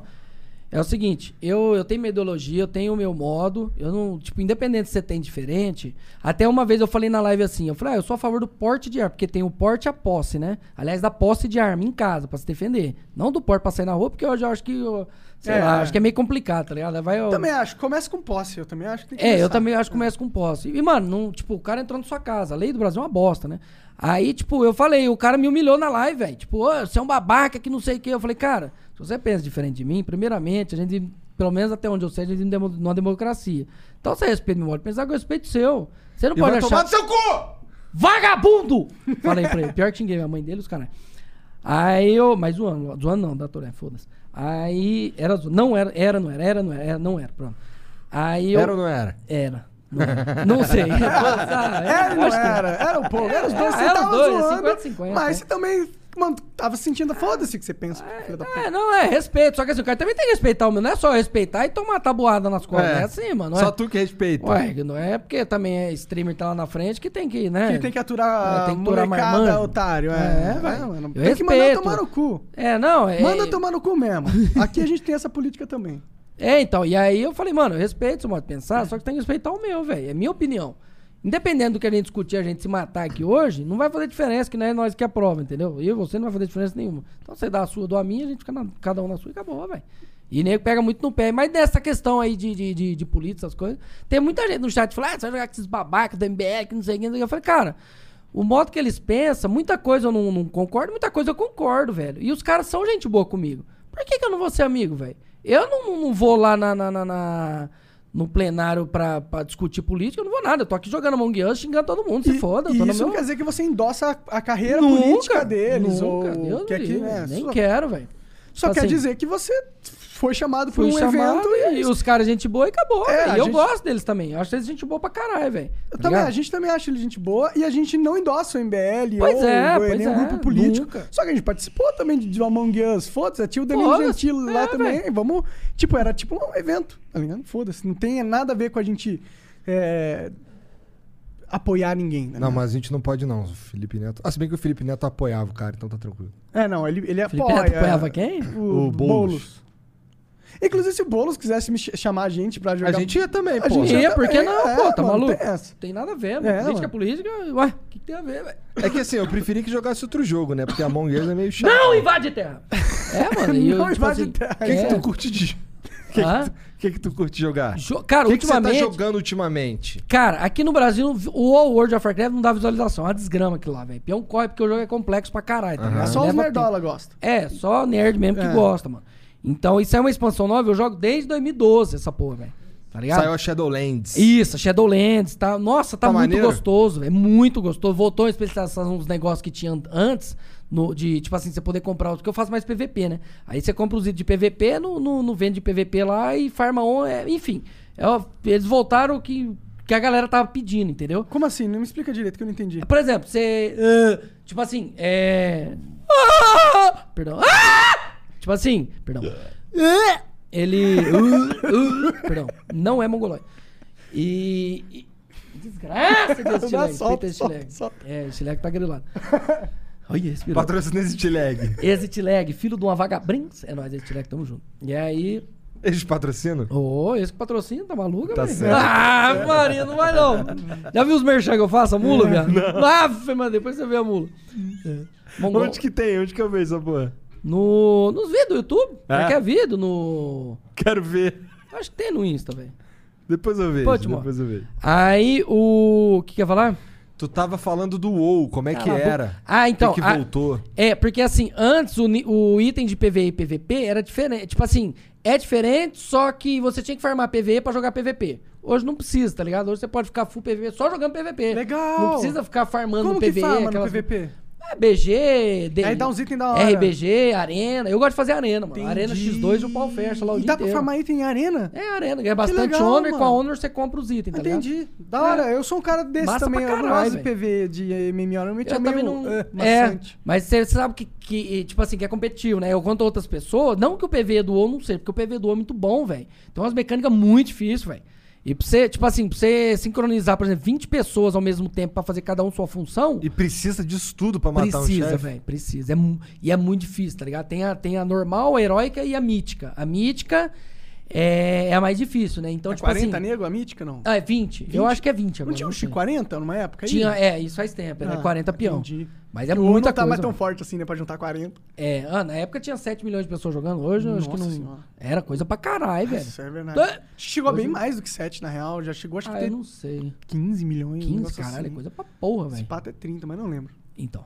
S3: É o seguinte, eu, eu tenho minha ideologia, eu tenho o meu modo, eu não. Tipo, independente se você tem diferente. Até uma vez eu falei na live assim, eu falei, ah, eu sou a favor do porte de arma, porque tem o porte e a posse, né? Aliás, da posse de arma em casa, pra se defender. Não do porte pra sair na rua, porque hoje eu acho que. eu- sei
S4: É.
S3: lá, acho que é meio complicado, tá ligado? Vai, eu-
S4: Também acho. Começa com posse, eu também acho que tem que
S3: é, eu
S4: começar.
S3: também acho que começa com posse. E, mano, não, tipo, o cara entrou na sua casa. A lei do Brasil é uma bosta, né? Aí, tipo, eu falei, o cara me humilhou na live, velho. Tipo, ô, você é um babaca que não sei o quê. Eu falei, cara, se você pensa diferente de mim, primeiramente, a gente, pelo menos até onde eu sei, a gente não é uma democracia. Então você respeita meu modo de pensar que eu respeito o seu. Você não
S2: E
S3: pode
S2: vai
S3: achar.
S2: tomar no seu cu!
S3: Vagabundo! Falei pra ele. Pior que xinguei minha mãe dele, os caras. Aí eu. Mas zoando, zoando não, da Toré, foda-se. Aí. Era, zo- não era, era, não era, era, não era, era, não era, pronto. Aí eu.
S2: Era ou não era?
S3: Era. Não, era. Não sei.
S4: Era,
S3: era,
S4: não era. Era o povo, era os dois. Você
S3: Era os
S4: tava
S3: dois, é
S4: zoando,
S3: 50-50,
S4: Mas
S3: é.
S4: você também, mano, tava sentindo a foda-se que você pensa. filho da puta.
S3: É, não, é respeito. Só que assim, o cara também tem que respeitar o meu. Não é só respeitar e tomar tabuada nas costas. É, assim, mano. não
S2: Só
S3: é...
S2: tu que respeita.
S3: Ué, não é porque também é streamer que tá lá na frente que tem que, né?
S4: Que tem que aturar
S3: É,
S4: tem que
S3: tem que
S4: molecada,
S3: aturar marmanjo.
S4: otário. É,
S3: É,
S4: vai,
S3: vai.
S4: mano.
S3: Eu
S4: tem que mandar
S3: respeito.
S4: tomar no cu.
S3: É, não, é.
S4: Manda tomar no cu mesmo. Aqui a gente tem essa política também.
S3: É, então, e aí eu falei, mano, eu respeito seu modo de pensar, só que tem que respeitar o meu, velho. É minha opinião. Independente do que a gente discutir, a gente se matar aqui hoje, não vai fazer diferença, que não é nós que aprova, entendeu? Eu e você não vai fazer diferença nenhuma. Então você dá a sua, eu dou a minha, a gente fica na- cada um na sua e acabou, velho. E nego pega muito no pé. Mas nessa questão aí de, de, de, de política, essas coisas, tem muita gente no chat que fala, ah, você vai jogar com esses babacas do MBL, que não sei o que, não sei o que. Eu falei, cara, o modo que eles pensam, muita coisa eu não, não concordo, muita coisa eu concordo, velho. E os caras são gente boa comigo. Por que, que eu não vou ser amigo, velho? Eu não, não- não vou lá na, na- na- na- no plenário pra, pra discutir política, eu não vou nada. Eu tô aqui jogando Among Us, xingando todo mundo, se
S4: E-
S3: é foda. Eu
S4: e
S3: tô no
S4: isso
S3: meu...
S4: não quer dizer que você endossa a, a carreira
S3: Nunca,
S4: política deles.
S3: nunca,
S4: ou
S3: Deus
S4: que
S3: me
S4: aqui,
S3: livre,
S4: né,
S3: nem
S4: só,
S3: quero, velho.
S4: Só quer
S3: assim,
S4: dizer que você foi chamado por
S3: Fui
S4: um
S3: chamado
S4: evento e,
S3: e, os caras gente boa e acabou,
S4: É,
S3: velho.
S4: a
S3: E eu
S4: gente-
S3: gosto deles também. Eu acho eles gente boa pra caralho, velho.
S4: Eu
S3: Tá
S4: também,
S3: ligado?
S4: a gente também acha ele gente boa e a gente não endossa o MBL
S3: Pois
S4: ou
S3: é, pois
S4: nenhum
S3: é,
S4: grupo político.
S3: nunca.
S4: Só que a gente participou também de, de Among Us. Foda-se, tinha o Danilo
S3: Foda-se,
S4: Gentili lá
S3: é,
S4: também.
S3: velho.
S4: Vamos. Tipo, era tipo um evento, tá ligado? Foda-se. Não tem nada a ver com a gente é, apoiar ninguém. Né?
S2: Não, mas a gente não pode não, o Felipe Neto. Ah, se bem que o Felipe Neto apoiava o cara, então tá tranquilo.
S4: É, não, ele, ele
S3: Felipe
S4: apoia.
S3: Neto apoiava quem?
S4: O,
S2: O Boulos.
S4: Boulos. Inclusive, se o Boulos quisesse me ch- chamar a gente pra jogar.
S2: A gente ia também,
S4: A
S2: pô.
S4: gente-
S3: Ia, por que
S4: É,
S3: não, pô? Tá
S4: mano,
S3: maluco?
S4: tem essa.
S3: Tem nada a ver, mano.
S4: É,
S3: política é
S4: mano.
S3: política. Ué, o que, que tem a ver, velho?
S2: É que assim, eu preferi que jogasse outro jogo, né? Porque a Among Us é meio chato.
S3: Não invade terra! Tá. É, mano. e eu,
S4: Não
S3: tipo
S4: invade
S3: assim,
S4: terra.
S2: O que, que
S3: é.
S2: tu curte de... O que,
S3: Hã?
S2: que, tu- o que que tu curte jogar?
S3: Jo- cara,
S2: o que, que você tá
S3: ultimamente.
S2: jogando ultimamente?
S3: Cara, aqui no Brasil, o World of Warcraft não dá visualização. É uma desgrama aquilo lá, velho. Peão corre porque o jogo é complexo pra caralho, tá
S2: Ah,
S3: ligado?
S4: Só os
S3: Leva
S4: nerdola gostam.
S3: É, só nerd mesmo que
S4: É.
S3: gosta, mano. Então, isso é uma expansão nova, eu jogo desde 2012 essa porra, velho. Tá ligado?
S2: Saiu a Shadowlands.
S3: Isso, Shadowlands, tá? Nossa, tá,
S2: Tá
S3: muito
S2: maneiro?
S3: gostoso, é muito gostoso. Voltou a especialização nos negócios que tinha antes, no, de, tipo assim, você poder comprar os que eu faço mais PVP, né? Aí você compra os itens de PVP, não no, no vende de PVP lá e farma on, é, enfim. É, ó, eles voltaram o que, que a galera tava pedindo, entendeu?
S4: Como assim? Não me explica direito que eu não entendi.
S3: Por exemplo, você. ah, tipo assim, é. Ah! perdão. Ah! tipo assim, perdão. Ah!
S4: É.
S3: ele. ah, ah, perdão. Não é mongoloide. E. e- Desgraça de
S4: Dá
S3: estilegue.
S4: solta,
S3: Respeita esse
S4: solta,
S3: estilegue.
S4: solta.
S3: É, o estilegue tá grilado. Olha, respirou.
S2: Patrocina esse T-Lag.
S3: Exit lag, filho de uma vagabrinz. É nóis, Exit lag, tamo junto. E aí.
S2: Eles patrocinam?
S3: Ô, esse que patrocina, tá maluco,
S2: Tá
S3: velho?
S2: certo.
S3: Ah, Maria, não vai não. Já viu os merchan que eu faço, a mula, viado? Ah, mano, depois você vê a mula. É. Mongol.
S2: Onde que tem? Onde que eu vejo essa porra?
S3: No, nos vídeos do YouTube.
S2: É?
S3: É? que é vídeo no...
S2: Quero ver.
S3: Acho que tem no Insta, velho.
S2: Depois eu vejo,
S3: Pô, Timó.
S2: depois eu vejo.
S3: Aí, o... O que que eu ia falar?
S2: Tu tava falando do WoW, como é que
S3: Cala a boca.
S2: era?
S3: Ah, então,
S2: O que, que
S3: ah,
S2: voltou?
S3: É, porque assim, antes o, ni- o item de PVE e PVP era diferente. Tipo assim, é diferente, só que você tinha que farmar PVE pra jogar PVP. Hoje não precisa, tá ligado? Hoje você pode ficar full PVP só jogando PVP.
S4: Legal.
S3: Não precisa ficar farmando
S4: Como
S3: no PVE.
S4: que farma no
S3: aquelas-
S4: PVP?
S3: É, BG, D...
S4: Aí dá uns itens da hora.
S3: RBG, Arena. Eu gosto de fazer Arena, mano. Arena
S4: Entendi.
S3: X2 e o pau fecha lá o
S4: E
S3: dia
S4: dá pra
S3: inteiro.
S4: farmar item em arena?
S3: É Arena, ganha bastante
S4: legal,
S3: Honor e com a
S4: mano.
S3: Honor você compra os itens, tá ligado?
S4: Entendi. Da hora. Eu sou um cara desse
S3: É. Massa
S4: também.
S3: pra
S4: eu não
S3: caralho,
S4: gosto de
S3: velho.
S4: PV de MMO. Normalmente é
S3: Eu também
S4: meio
S3: não.
S4: eh,
S3: é,
S4: maçante.
S3: mas você sabe que, que, tipo assim, que é competitivo, né? Eu conto outras pessoas, não que o PV do WoW não seja, porque o PV do WoW é muito bom, velho. Tem umas mecânicas muito difíceis, velho. E pra você, tipo assim, pra você sincronizar, por exemplo, 20 pessoas ao mesmo tempo pra fazer cada um sua função,
S2: E precisa disso tudo pra matar um
S3: precisa,
S2: chefe?
S3: velho, precisa. É mu- e é muito difícil, tá ligado? Tem a, tem a normal, a heróica e a mítica. A mítica é, é a mais difícil, né? Então,
S4: É
S3: tipo
S4: 40
S3: assim.
S4: nego, a mítica, não?
S3: Ah, é 20.
S4: 20?
S3: Eu acho que é 20 agora.
S4: não tinha
S3: não
S4: uns
S3: sei.
S4: 40 numa época? aí?
S3: Tinha, é, isso faz tempo, era
S4: Ah,
S3: 40 peão.
S4: entendi.
S3: Mas é
S4: O
S3: muita
S4: não tá
S3: coisa.
S4: mais tão
S3: mano.
S4: forte assim, né? Pra juntar 40.
S3: É, ah, na época tinha 7 milhões de pessoas jogando, hoje eu acho que
S4: Nossa
S3: não.
S4: Senhora.
S3: Era coisa pra caralho, velho.
S4: Isso é verdade.
S3: Tá-
S4: Acho que chegou a
S3: Hoje-
S4: bem mais do que 7, na real. Já chegou, acho que
S3: Ah, eu
S4: tem
S3: não sei.
S4: 15 milhões. um
S3: 15,
S4: negócio
S3: caralho, é
S4: assim.
S3: coisa pra porra,
S4: Esse
S3: velho.
S4: pato é 30, mas não lembro.
S3: Então.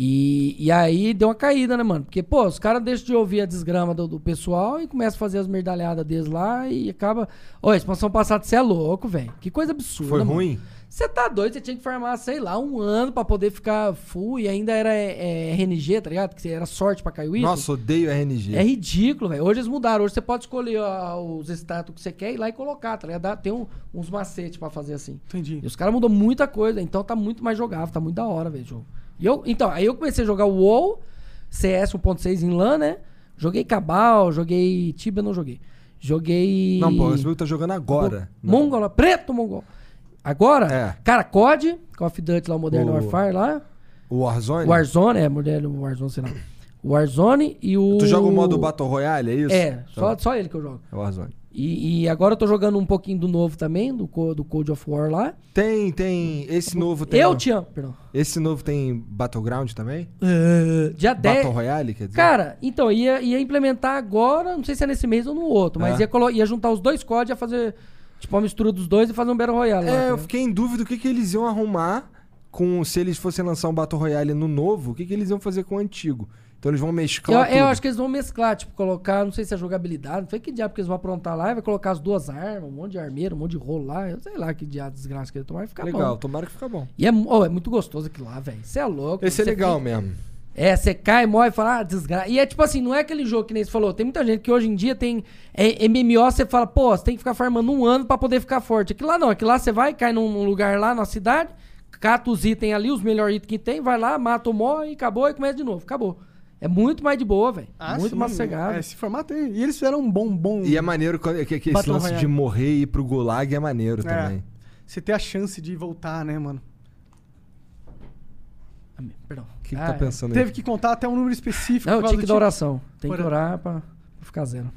S3: E, e aí deu uma caída, né, mano? Porque, pô, os caras deixam de ouvir a desgrama do, do pessoal e começam a fazer as merdalhadas deles lá e acaba. Ô, a expansão passada, você é louco, velho. Que coisa absurda.
S2: Foi
S3: mano.
S2: ruim?
S3: Você tá doido, você tinha que farmar, sei lá, um ano pra poder ficar full e ainda era é, é, RNG, tá ligado? Que era sorte pra cair o item.
S2: Nossa, odeio RNG.
S3: É ridículo, velho. Hoje eles mudaram. Hoje você pode escolher ó, os status que você quer e ir lá e colocar, tá ligado? Dá- Tem um- uns macetes pra fazer assim.
S4: Entendi.
S3: E os caras mudou muita coisa, então tá muito mais jogável, tá muito da hora, velho, o jogo. E eu, então, aí eu comecei a jogar o WoW, CS 1.6 em LAN, né? Joguei Cabal, joguei Tibia, não joguei. Joguei...
S2: Não, pô, esse jogo tá jogando agora. Não.
S3: Mongol, lá, preto Mongol. Agora,
S2: É.
S3: cara, COD, Call of Duty lá, o Modern
S2: O-
S3: Warfare lá.
S2: O Warzone?
S3: Warzone, é, Modern Warzone, sei lá. Warzone e o...
S2: Tu joga o modo Battle Royale, é isso?
S3: É, só,
S2: Tá.
S3: só ele que eu jogo.
S2: É o Warzone.
S3: E, e agora eu tô jogando um pouquinho do novo também, do, co- do Code of War lá.
S2: Tem, tem. Esse novo tem. um-
S3: eu te amo, perdão.
S2: Esse novo tem Battleground também?
S3: Eh, dia 10.
S2: Battle Royale, quer dizer?
S3: Cara, então, ia, ia implementar agora, não sei se é nesse mês ou no outro, mas
S2: É.
S3: ia, colo- ia juntar os dois códigos, ia fazer, tipo, uma mistura dos dois e fazer um Battle Royale. lá,
S2: É, eu
S3: entendeu?
S2: fiquei em dúvida o que, que eles iam arrumar com. Se eles fossem lançar um Battle Royale no novo, o que, que eles iam fazer com o antigo? Então eles vão
S3: eu,
S2: mesclar.
S3: eu
S2: tudo.
S3: acho que eles vão mesclar, tipo, colocar, não sei se é jogabilidade, não sei que diabo que eles vão aprontar lá, e vai colocar as duas armas, um monte de armeiro, um monte de rolo lá, eu sei lá que diabo desgraça que ele tomar e ficar
S2: Legal,
S3: bom.
S2: tomara que fica bom.
S3: E é, mu- oh, é muito gostoso aquilo lá, velho. Você é louco.
S2: Esse é
S3: cê
S2: legal
S3: fica-
S2: mesmo.
S3: É, você cai, morre e fala, ah, desgraça. E é tipo assim, não é aquele jogo que nem você falou. Tem muita gente que hoje em dia tem é, MMO, você fala, pô, você tem que ficar farmando um ano pra poder ficar forte. Aquilo lá não, aquilo lá você vai, cai num, num lugar lá na cidade, cata os itens ali, os melhores itens que tem, vai lá, mata o mó e acabou e começa de novo. Acabou. É muito mais de boa, velho. muito mais sossegado.
S4: Ah, É, esse formato aí. E eles fizeram um bom, bom.
S2: E é maneiro quando- que, que esse
S4: Battle
S2: lance de
S4: Royale.
S2: morrer e ir pro gulag é maneiro também.
S4: Você ter a chance de voltar, né, mano?
S3: Ah, meu, Perdão.
S2: O que, que
S3: Ah,
S2: tá
S3: é.
S2: pensando aí?
S4: Teve que contar até um número específico.
S3: Não,
S4: por
S3: eu
S4: causa
S3: tinha que
S4: do
S3: dar
S4: tipo-
S3: oração. Tem que
S4: Por-
S3: orar pra, pra ficar zero.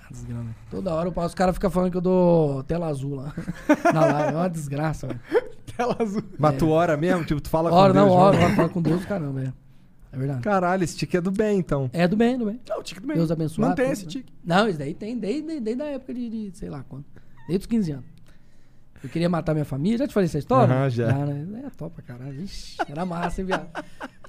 S3: Ah, desgrama. Toda hora eu passo, os caras ficam falando que eu dou tela azul lá. Na live. É uma desgraça, velho.
S4: Tela azul.
S2: Mas tu ora mesmo? Tipo, tu fala
S3: Ora,
S2: com Deus.
S3: não, ora,
S2: mesmo?
S3: ora, fala com Deus, caramba. É, é verdade.
S2: Caralho, esse tique é do bem, então.
S3: É do bem, do bem.
S4: Não, tique do bem.
S3: Deus abençoe.
S4: Mantém
S3: tudo,
S4: esse
S3: né?
S4: tique.
S3: Não, isso daí tem desde, desde a época de, de sei lá quando. Desde os 15 anos. Eu queria matar minha família. Já te falei essa história?
S2: Aham, já.
S3: né? É top pra caralho. Ixi, era massa, hein, viado?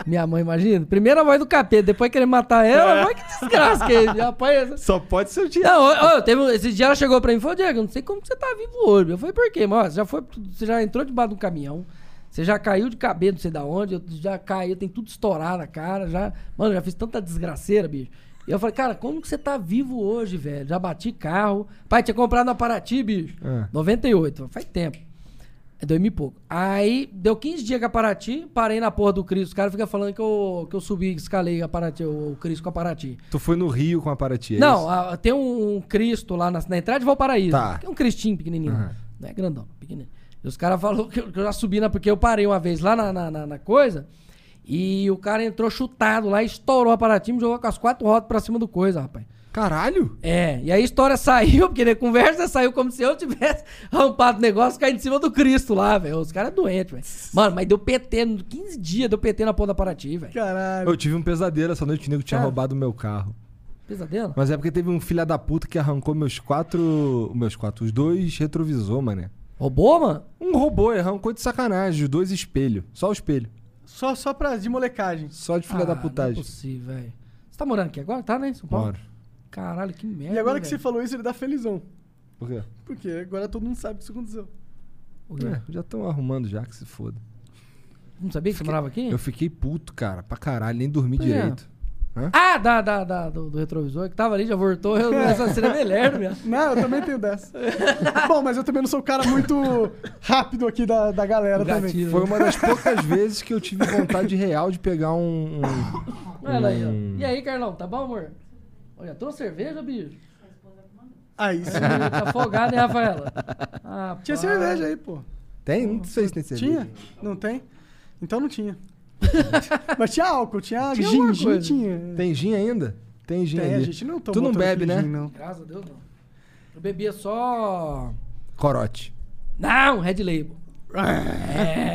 S3: Minha mãe, imagina. Primeira voz do capeta, depois querer matar ela. Vai que desgraça que é isso. Rapaz, essa-
S2: Só pode ser o dia.
S3: Não, ô, ô, teve um- esse dia ela chegou pra mim e falou, Diego, eu não sei como que você tá vivo hoje. Eu falei, por quê? Mas, ó, você já foi, você já entrou debaixo de um caminhão, você já caiu de cabeça, não sei da onde, eu já caí, eu tenho tudo estourado na cara, já. Mano, eu já fiz tanta desgraceira, bicho. E eu falei, cara, como que você tá vivo hoje, velho? Já bati carro. Pai, tinha comprado na Paraty, bicho.
S2: Ah.
S3: 98, faz tempo. É dois mil e pouco. Aí deu 15 dias com a Paraty, parei na porra do Cris. Os caras ficam falando que eu, que eu subi, escalei a Paraty, o, o Cris com a Paraty.
S2: Tu foi no Rio com a Paraty, é
S3: Não,
S2: isso?
S3: a- tem um Cristo lá na, na entrada de Valparaíso.
S2: Tá.
S3: Que É um cristinho pequenininho.
S2: Aham.
S3: Não é grandão, pequenininho. E os caras falaram que, eu- que eu já subi, na, porque eu parei uma vez lá na, na, na- na coisa. E o cara entrou chutado lá, estourou a Paraty, me jogou com as quatro rodas pra cima do coisa, rapaz.
S2: Caralho!
S3: É, e aí a história saiu, porque na conversa saiu como se eu tivesse rampado o negócio e caído em cima do Cristo lá, velho. Os caras doentes, velho. Mano, mas deu PT, no- 15 dias deu PT na porra da Paraty, velho.
S4: Caralho.
S2: Eu tive um pesadelo essa noite, o nego tinha
S3: Ah.
S2: roubado o meu carro.
S3: Pesadelo?
S2: Mas é porque teve um filha da puta que arrancou meus quatro. Meus quatro, os dois retrovisor, mané.
S3: Roubou, mano?
S2: Um robô arrancou de sacanagem, os dois espelhos. Só o espelho.
S4: Só, só pra de molecagem.
S2: Só de filha
S3: Ah,
S2: da
S3: Não é
S2: putagem.
S3: possível, velho. Você tá morando aqui agora, tá, né? em São Paulo?
S2: Moro.
S3: Caralho, que merda.
S4: E agora que você
S3: velho.
S4: falou isso, ele dá felizão.
S2: Por quê?
S4: Porque agora todo mundo sabe que isso aconteceu.
S3: O quê?
S2: É, já estão arrumando já, que se foda.
S3: Não sabia que você morava aqui?
S2: Eu fiquei puto, cara, pra caralho, nem dormi
S3: Pois é.
S2: direito.
S3: Ah, da, da, da, do, do retrovisor que tava ali, já voltou. Eu, essa cena é melhor, meu.
S4: Não, eu também tenho dessa. Bom, mas eu também não sou o cara muito rápido aqui da, da galera
S3: O
S4: também.
S3: gatilho.
S2: Foi uma das poucas vezes que eu tive vontade real de pegar um. um-
S3: Olha aí, ó.
S2: Hum.
S3: E aí, Carlão, tá bom, amor? Olha, trouxe cerveja, bicho?
S4: Aí sim.
S3: Ih, Tá folgado, hein, Rafaela? Ah,
S4: Ah, Tinha
S3: pá.
S4: cerveja aí, pô.
S2: Tem? Não sei se tem cerveja.
S4: Tinha? Não tem? Então não tinha. Mas tinha álcool, tinha,
S3: Tinha
S4: gin,
S3: alguma
S4: gin
S3: coisa.
S4: tinha.
S2: Tem gin ainda? Tem gin
S4: Tem,
S2: ali.
S4: a gente não tomou
S2: Tu não
S4: tanto
S2: bebe, né?
S4: gin, não.
S3: Graças a Deus, não. Eu bebia só...
S2: Corote.
S3: Não, Red Label.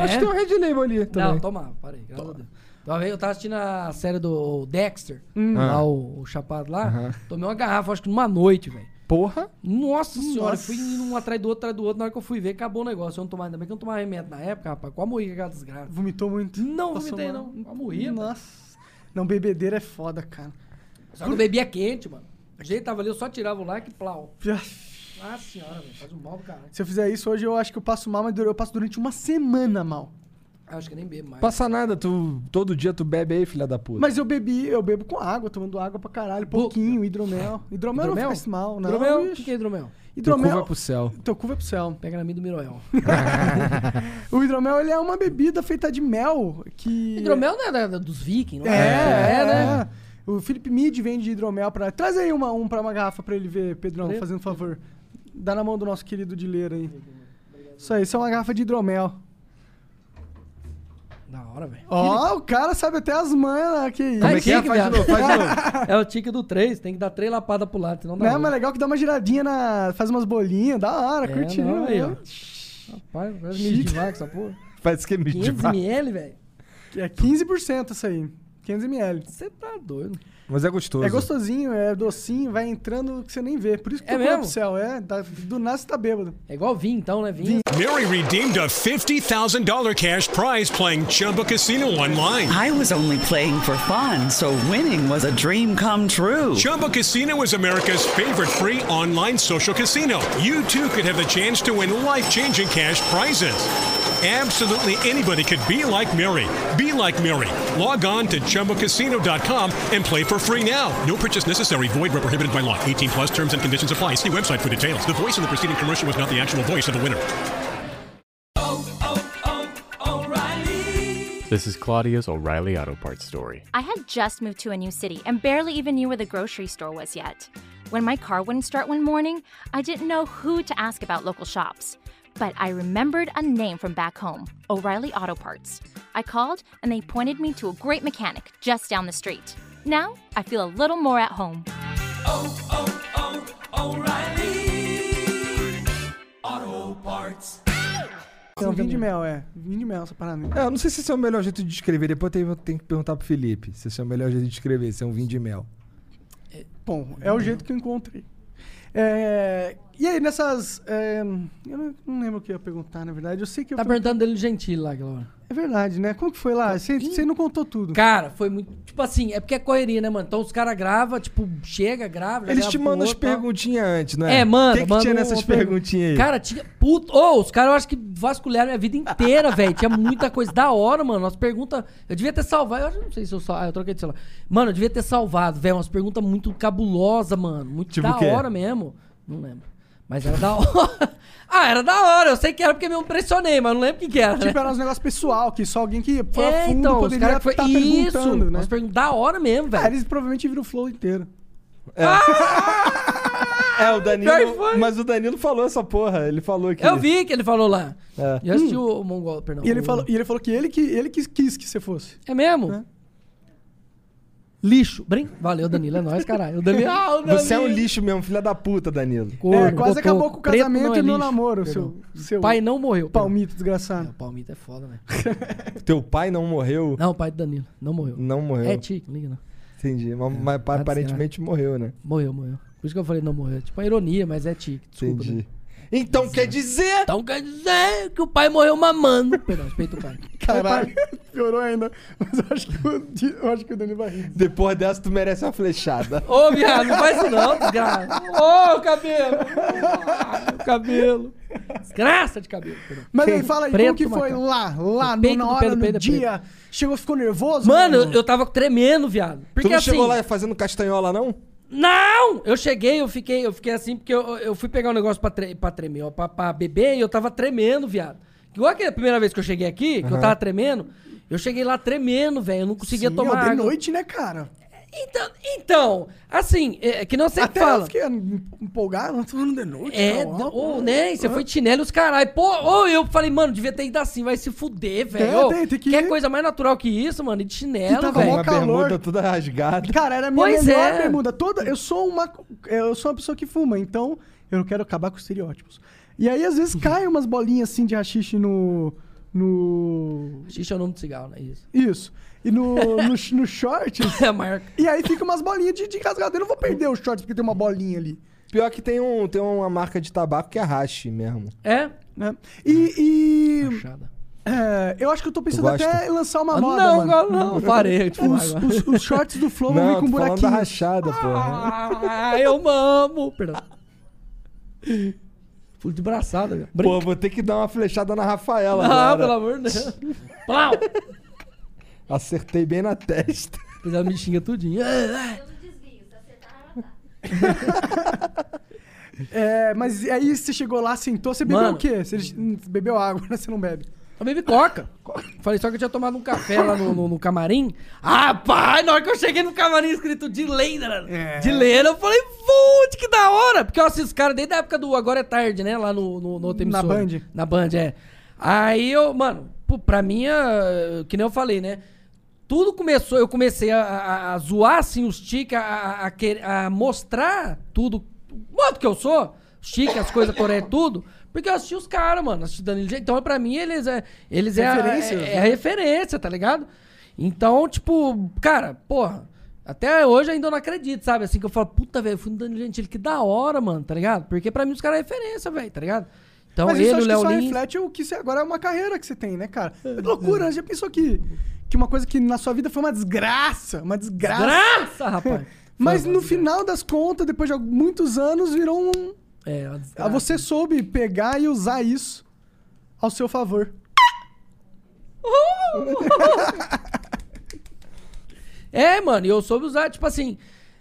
S2: Acho que tem um Red Label ali
S3: É? Não,
S2: também.
S3: tomava, parei, graças a Deus. Uma vez eu tava assistindo a série do Dexter, lá
S2: Ah.
S3: o, o Chapado lá.
S2: Aham.
S3: Tomei uma garrafa, acho que numa noite, velho.
S2: Porra!
S3: Nossa senhora, fui indo um atrás do outro, atrás do outro. Na hora que eu fui ver, acabou o negócio. Eu não tomava, ainda bem que eu não tomava remédio na época, rapaz. Quase morri com aquela desgraça.
S4: Vomitou muito.
S3: Não
S4: Passou
S3: vomitei,
S4: mal.
S3: não. Quase morri, mano.
S4: Nossa. Não, bebedeira é foda, cara.
S3: Só que eu bebia quente, mano. O jeito tava ali, eu só tirava o like e plau.
S4: Já-
S3: Nossa senhora, velho, faz um mal do caralho.
S4: Se eu fizer isso hoje, eu acho que eu passo mal, mas dura- eu passo durante uma semana mal.
S3: Ah, Acho que nem bebo mais.
S2: Passa nada, tu todo dia tu bebe aí, filha da puta.
S4: Mas eu bebi, eu bebo com água, tomando água pra caralho, pouquinho, hidromel. Hidromel, não
S3: Hidromel?
S4: faz mal, não.
S3: hidromel? O
S4: bicho.
S3: que que é hidromel?
S2: Teu cu
S4: Hidromel.
S2: vai pro céu.
S4: Teu cu vai pro céu.
S3: Pega na mim do Miroel.
S4: O hidromel, ele é uma bebida feita de mel, que...
S3: Hidromel não é da- da- dos vikings,
S4: É,
S3: não
S4: é,
S3: É, né?
S4: né? O Felipe Mid vende hidromel pra... Traz aí uma, um pra uma garrafa pra ele ver, Pedrão,
S3: Valeu.
S4: fazendo um favor. Dá na mão do nosso querido Dileira aí. Isso aí, isso é uma garrafa de hidromel.
S3: Da hora, velho.
S4: Ó, o cara sabe até as manhas, né? que
S3: Tá
S2: Como é
S4: isso.
S2: que é?
S3: tique,
S2: Faz de
S3: viado.
S2: novo, faz de novo.
S3: É o tique do 3, tem que dar três lapadas pro lado, senão dá
S4: Não,
S3: ruim.
S4: mas legal que dá uma giradinha na. Faz umas bolinhas, da hora,
S3: É,
S4: curtindo.
S3: não, aí, ó.
S4: né?
S3: Rapaz, parece milho de vaca essa porra.
S2: Faz que é mídia de
S3: 500
S2: vaca.
S3: ml, velho.
S4: É 15% isso aí. 500 ml.
S3: Você tá doido.
S2: Mas é gostoso.
S4: É gostosinho, é docinho, vai entrando que você nem vê. Por isso que
S3: É
S4: tocou
S3: mesmo?
S4: pro céu, é. Dá- do nada você tá bêbado.
S3: É igual vinho, então, né? Vinho.
S7: Mary redeemed a $50,000 cash prize playing Chumba Casino online.
S9: I was only playing for fun, so winning was a dream come true.
S7: Chumba Casino is America's favorite free online social casino. You too could have the chance to win life changing cash prizes. Absolutely anybody could be like Mary. Be like Mary. Log on to chumbacasino.com and play for free now. No purchase necessary. Void where prohibited by law. 18 plus terms and conditions apply. See website for details. The voice in the preceding commercial was not the actual voice of the winner.
S10: This is Claudia's O'Reilly Auto Parts story.
S6: I had just moved to a new city and barely even knew where the grocery store was yet. When my car wouldn't start one morning, I didn't know who to ask about local shops. But I remembered a name from back home O'Reilly Auto Parts. I called and they pointed me to a great mechanic just down the street. Now I feel a little more at home.
S4: Então, vinho de mel, é. Vinho de mel, essa parada.
S2: É, eu não sei se esse é o melhor jeito de descrever. Depois eu tenho- tenho que perguntar pro Felipe se esse é o melhor jeito de descrever, se é um vinho de mel.
S4: Bom, é o jeito que eu encontrei. É, e aí, nessas. é, eu não- não lembro o que eu ia perguntar, na verdade. Eu sei que eu.
S3: Tá perguntando dele gentil lá, aquela hora.
S4: É verdade, né? Como que foi lá? Você você não contou tudo.
S3: Cara, foi muito. Tipo assim, é porque é correria, né, mano? Então os caras gravam, tipo, chega, grava. já
S2: Eles
S3: grava
S2: te
S3: pro
S2: mandam as
S3: outro, tal.
S2: perguntinhas antes, não é?
S3: É, mano.
S2: O que, que tinha nessas perguntinhas aí?
S3: Cara, tinha. Puto. Ô, os caras eu acho que vasculharam minha vida inteira, velho. Tinha muita coisa da hora, mano. As perguntas. Eu devia ter salvado. Eu acho- não sei se eu sal... Ah, eu troquei de celular. Mano, eu devia ter salvado, velho. Umas perguntas muito cabulosas, mano. Muito
S2: Tipo
S3: da
S2: o quê?
S3: hora mesmo. Não lembro. Mas era da hora. ah, era da hora. Eu sei que era porque me impressionei, mas eu não lembro o que, que era. né?
S4: Tipo, era uns negócios pessoal, que só alguém que foi a
S3: É,
S4: fundo
S3: então, os
S4: poderia
S3: caras que foi.
S4: tá
S3: isso!
S4: perguntando, né?
S3: Nós perguntamos da hora mesmo,
S4: Ah,
S3: velho.
S4: eles provavelmente viram o flow inteiro.
S2: É, o
S3: Pior que
S2: Danilo.
S3: foi.
S2: Mas o Danilo falou essa porra. Ele falou que.
S3: Eu vi que ele falou lá.
S2: É.
S3: Eu assisti o o Mongol, perdão.
S4: E ele
S3: o-
S4: falou, e ele falou que ele, que ele que quis que você fosse.
S3: É mesmo?
S4: É.
S3: Lixo. Brin... Valeu, Danilo. É nóis, caralho. O Danilo. Ah, o Danilo.
S2: Você é um lixo mesmo, filha da puta, Danilo.
S3: Corno,
S4: é, quase
S3: botou.
S4: acabou com o
S3: Preto
S4: casamento
S3: não é
S4: e meu
S3: lixo.
S4: namoro,
S3: Perdão.
S4: seu, seu
S3: Pai não morreu. perdão.
S4: palmito desgraçado.
S3: O Palmito é foda, velho.
S2: Teu pai não morreu.
S3: Não, o pai do Danilo. Não morreu.
S2: Não morreu.
S3: É tique, não liga não.
S2: Entendi. Mas, mas
S3: pode ser.
S2: aparentemente morreu, né?
S3: Morreu, morreu. Por isso que eu falei não morreu. É Tipo, uma ironia, mas é tique. Desculpa.
S2: Entendi.
S3: Danilo.
S2: Então quer dizer.
S3: Então quer dizer que o pai morreu mamando. Perdão, respeita o pai.
S4: Caralho, piorou ainda. Mas eu acho que o, Di- eu acho que o Danilo vai rir.
S2: Depois dessa, tu merece uma flechada.
S3: Ô, viado, não faz isso não, desgraça. Ô, cabelo. Ah, meu cabelo. Desgraça de cabelo. perdão.
S4: Mas aí, fala aí, como
S3: Preto,
S4: que foi
S3: macaco.
S4: lá, lá,
S3: O peito
S4: na
S3: do
S4: hora,
S3: Pedro,
S4: no
S3: Pedro é
S4: dia? Chegou, ficou nervoso?
S3: Mano, eu-
S4: eu...
S3: eu tava tremendo, viado. Porque
S2: tu não
S3: assim, É.
S2: chegou lá fazendo castanhola, não?
S3: Não! Eu cheguei, eu fiquei, eu fiquei assim, porque eu, eu fui pegar um negócio pra, tre pra tremer, ó, pra, pra beber, e eu tava tremendo, viado. Igual aquela primeira vez que eu cheguei aqui, que eu tava tremendo, eu cheguei lá tremendo, velho. Eu não conseguia tomar
S4: de
S3: água.
S4: noite, né, cara?
S3: Então, então, assim, é, é que não sei
S4: Até
S3: fala.
S4: eu fiquei em- empolgado, não tô falando de noite. tá
S3: É,
S4: não, ó.
S3: ou né? Você foi de chinelo e os caralho. Pô, ou eu falei, mano, devia ter ido assim, vai se fuder, velho. Ô,
S4: tem- tem que
S3: Quer
S4: ir.
S3: coisa mais natural que isso, mano? E de
S4: E
S3: chinelo,
S4: tava mó
S3: velho.
S2: Uma
S4: calor.
S2: bermuda toda rasgada.
S4: Cara, era a minha
S3: Pois
S4: melhor
S3: é.
S4: bermuda. Toda, eu sou uma eu sou uma pessoa que fuma, então eu não quero acabar com estereótipos. E aí às vezes caem umas bolinhas assim de rachixe no no
S3: Xixi é o nome do cigarro, não é isso?
S4: isso. E no, no, sh- no shorts.
S3: É a marca.
S4: E aí fica umas bolinhas de, de rasgado. Eu não vou perder o shorts porque tem uma bolinha ali.
S2: Pior que tem, um, tem uma marca de tabaco que é hashi mesmo.
S3: É?
S4: Né? E, e,
S3: Puxada.
S4: é, eu acho que eu tô pensando
S2: gosta?
S4: até em lançar uma
S3: Ah,
S4: moda.
S3: não,
S4: mano.
S3: agora não. Parei de fumar
S4: Os,
S3: agora.
S4: os, os shorts do Flow vão vir
S2: Não,
S4: com
S2: tô falando da
S4: buraquinho.
S2: rachada, porra.
S3: um Ah, eu mamo! Perdão. Fui de braçada, velho.
S2: Pô, vou ter que dar uma flechada na Rafaela
S3: Ah,
S2: agora.
S3: pelo amor de Deus. Plau!
S2: Acertei bem na testa.
S3: Pois ela me xinga tudinho. É, é.
S6: Pelos desvios, acertar, arrasar.
S4: É, mas aí você chegou lá, sentou, você bebeu
S3: Mano. Então
S4: o quê? Você bebeu água, né? Você não bebe.
S3: Eu bebi coca. Falei só que eu tinha tomado um café lá no, no- no camarim. Ah, pai, na hora que eu cheguei no camarim escrito de Leira, de Leira, eu falei, putz, que da hora. Porque eu assisto os caras desde a época do Agora é Tarde, né? Lá no, no, no outra
S4: Na
S3: emissora.
S4: Band.
S3: Na Band, é. Aí eu, mano, pô, pra mim, ah, que nem eu falei, né? Tudo começou, eu comecei a, a- a zoar assim os tiques, a, a- a quer- a mostrar tudo, o modo que eu sou, os tiques, as coisas, porém, tudo, porque eu assisti os caras, mano, assisti Danilo Gentili. Então, pra mim, eles é, eles é, a-
S4: Referências,
S3: é-
S4: né?
S3: é a referência, tá ligado? Então, tipo, cara, porra, até hoje ainda eu não acredito, sabe? Assim que eu falo, puta, velho, eu fui no Danilo Gentili, que da hora, mano, tá ligado? Porque pra mim os caras é referência, velho, tá ligado? Então,
S4: Mas
S3: ele,
S4: isso acho
S3: o
S4: que
S3: Léo
S4: só
S3: Lins-
S4: reflete o que você- agora é uma carreira que você tem, né, cara? É loucura, já pensou que, que uma coisa que na sua vida foi uma desgraça, uma desgraça.
S3: Graça, rapaz!
S4: Mas no final das contas, depois de algum- muitos anos, virou um...
S3: É, uma
S4: Ah,
S3: desgraça.
S4: Você soube pegar e usar isso ao seu favor.
S3: É, mano, e eu soube usar, tipo assim.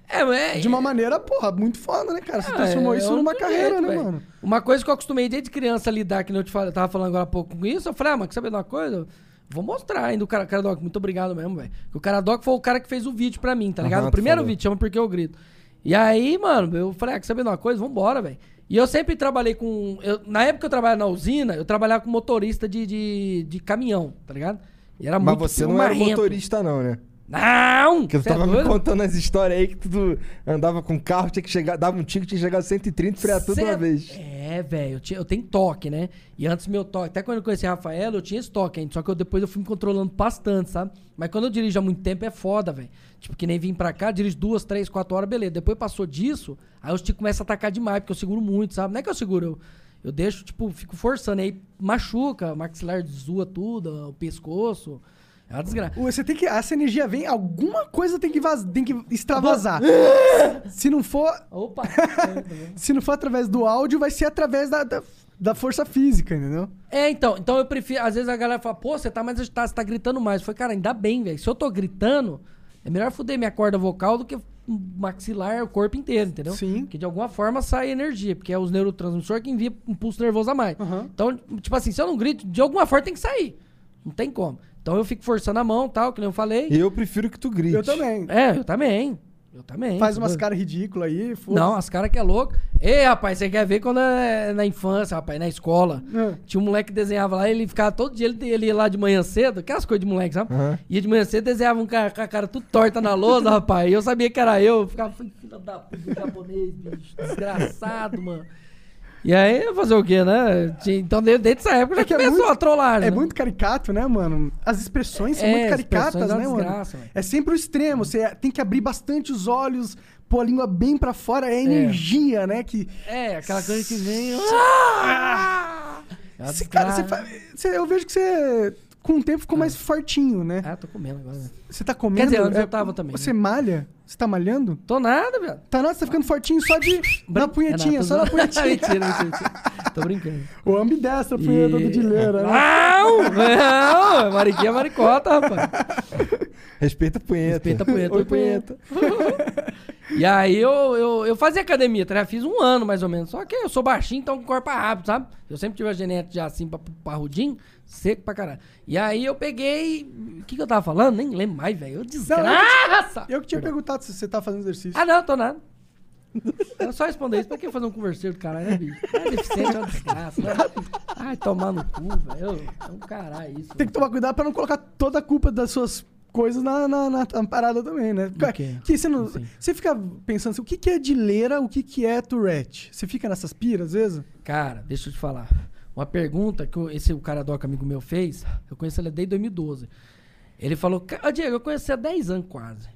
S3: É, é,
S4: De uma maneira, porra, muito foda, né, cara? Você transformou
S3: é, é
S4: isso numa
S3: outro
S4: carreira,
S3: jeito,
S4: né,
S3: velho.
S4: mano?
S3: Uma coisa que eu acostumei desde criança a lidar, que nem eu te falei, eu tava falando agora há pouco com isso, eu falei, ah, mas quer saber de uma coisa? Vou mostrar ainda o cara, Caradoc, muito obrigado mesmo, velho. Que O Caradoc foi o cara que fez o vídeo pra mim, tá ligado?
S2: Aham,
S3: o
S2: tu
S3: primeiro
S2: falou.
S3: vídeo, chama Porque Eu Grito. E aí, mano, eu falei, ah, quer saber de uma coisa? Vambora, velho. E eu sempre trabalhei com... eu- na época que eu trabalhava na usina, eu trabalhava com motorista de, de, de caminhão, tá ligado? E era
S11: Mas
S3: muito
S11: você não era
S3: marrento.
S11: motorista, não, né?
S3: Não!
S11: Porque tu
S3: Cê é
S11: tava me
S3: doido?
S11: contando as histórias aí que tu andava com carro, tinha que chegar, dava um tico, tinha que chegar a 130 e frear tudo
S3: Cê-
S11: uma vez.
S3: É, velho, eu, tinha- eu tenho toque, né? E antes meu toque, até quando eu conheci a Rafaela, eu tinha esse toque ainda, só que eu, depois eu fui me controlando bastante, sabe? Mas quando eu dirijo há muito tempo é foda, velho. Tipo, que nem vim pra cá, dirijo duas, três, quatro horas, beleza. Depois passou disso, aí os ticos começam a atacar demais, porque eu seguro muito, sabe? Não é que eu seguro, eu, eu deixo, tipo, fico forçando, e aí machuca, o maxilar zoa tudo, o pescoço. É uma desgraça.
S4: Você tem que. Essa energia vem, alguma coisa tem que, vaz, tem que extravasar. Se não for.
S3: Opa!
S4: Se não for através do áudio, vai ser através da, da, da força física, entendeu?
S3: É, então, então eu prefiro. Às vezes a galera fala, pô, você tá mais agitado, você tá gritando mais. Foi, cara, ainda bem, velho. Se eu tô gritando, é melhor fuder minha corda vocal do que maxilar o corpo inteiro, entendeu? Sim. Que de alguma forma sai energia, porque é os neurotransmissores que envia impulso nervoso a mais. Então, tipo assim, se eu não grito, de alguma forma tem que sair. Não tem como. Então eu fico forçando a mão, tal, que nem eu falei.
S11: E eu prefiro que tu grite.
S4: Eu também.
S3: É, eu também. Eu também.
S4: Faz umas
S3: entendeu?
S4: caras ridículas aí. foda-se.
S3: Não, as caras que é louco. Ei, rapaz, você quer ver quando é na infância, rapaz, na escola.
S4: É.
S3: Tinha um moleque que desenhava lá, ele ficava todo dia, ele, ele ia lá de manhã cedo, aquelas coisas de moleque, sabe?
S11: Aham.
S3: Ia de manhã cedo, desenhava um cara com a cara tudo torta na lousa, rapaz. E eu sabia que era eu. eu Ficava, "Fui filho da puta, japonês, bicho, desgraçado, mano. E aí, fazer o quê, né? Tinha- Então, desde desde essa época já
S4: É que é
S3: começou
S4: muito-
S3: a trollagem.
S4: É
S3: né?
S4: muito caricato, né, mano? As expressões são
S3: É,
S4: muito
S3: as
S4: caricatas,
S3: expressões
S4: né,
S3: da
S4: mano?
S3: desgraça, velho. Hum.
S4: É sempre o extremo. Você tem que abrir bastante os olhos, pôr a língua bem pra fora. É energia, né? Que.
S3: É, aquela coisa que vem. Ah!
S4: Cê, cara, você fa- cê- eu vejo que você, com o tempo, ficou mais fortinho, né?
S3: Ah, tô comendo agora. né?
S4: Você tá comendo.
S3: Quer dizer, antes
S4: é,
S3: eu tava também. né?
S4: Você malha? Você tá malhando?
S3: Tô nada, velho.
S4: Tá nada, você tá ficando fortinho só de. Na punhetinha,
S3: Renato,
S4: só na
S3: não.
S4: punhetinha.
S3: mentira, mentira, mentira. Tô brincando.
S4: o ambidestra, a punheta do Dileira,
S3: Ah!
S4: né?
S3: Não! Não! É Mariquinha é maricota, rapaz.
S11: Respeita a punheta.
S3: Respeita a punheta.
S11: Oi, punheta.
S3: E aí eu, eu, eu fazia academia, tá? ligado? Fiz um ano mais ou menos. Só que eu sou baixinho, então com corpo é rápido, sabe? Eu sempre tive a genética já assim, pa- parrudinho, seco pra caralho. E aí eu peguei. O que, que eu tava falando? Nem lembro mais, velho. Eu Desgraça!
S4: Eu que tinha perguntado se você tá fazendo exercício.
S3: Ah, não, tô nada. Eu só responder isso. Pra que fazer um converseiro do caralho, né, bicho? É deficiente, é uma desgraça. Né? Ai, tomar no cu, velho. É um caralho isso.
S4: Tem que tomar cuidado pra não colocar toda a culpa das suas coisas na, na- na- na parada também, né? Porque,
S3: quê?
S4: que você, não, você fica pensando assim, o que, que é dileira, o que, que é Tourette? Você fica nessas piras às vezes?
S3: Cara, deixa eu te falar. Uma pergunta que o- esse o cara doca amigo meu fez, eu conheci ele desde 2012. Ele falou, "Ca- ah, Diego, eu conheci há 10 anos quase.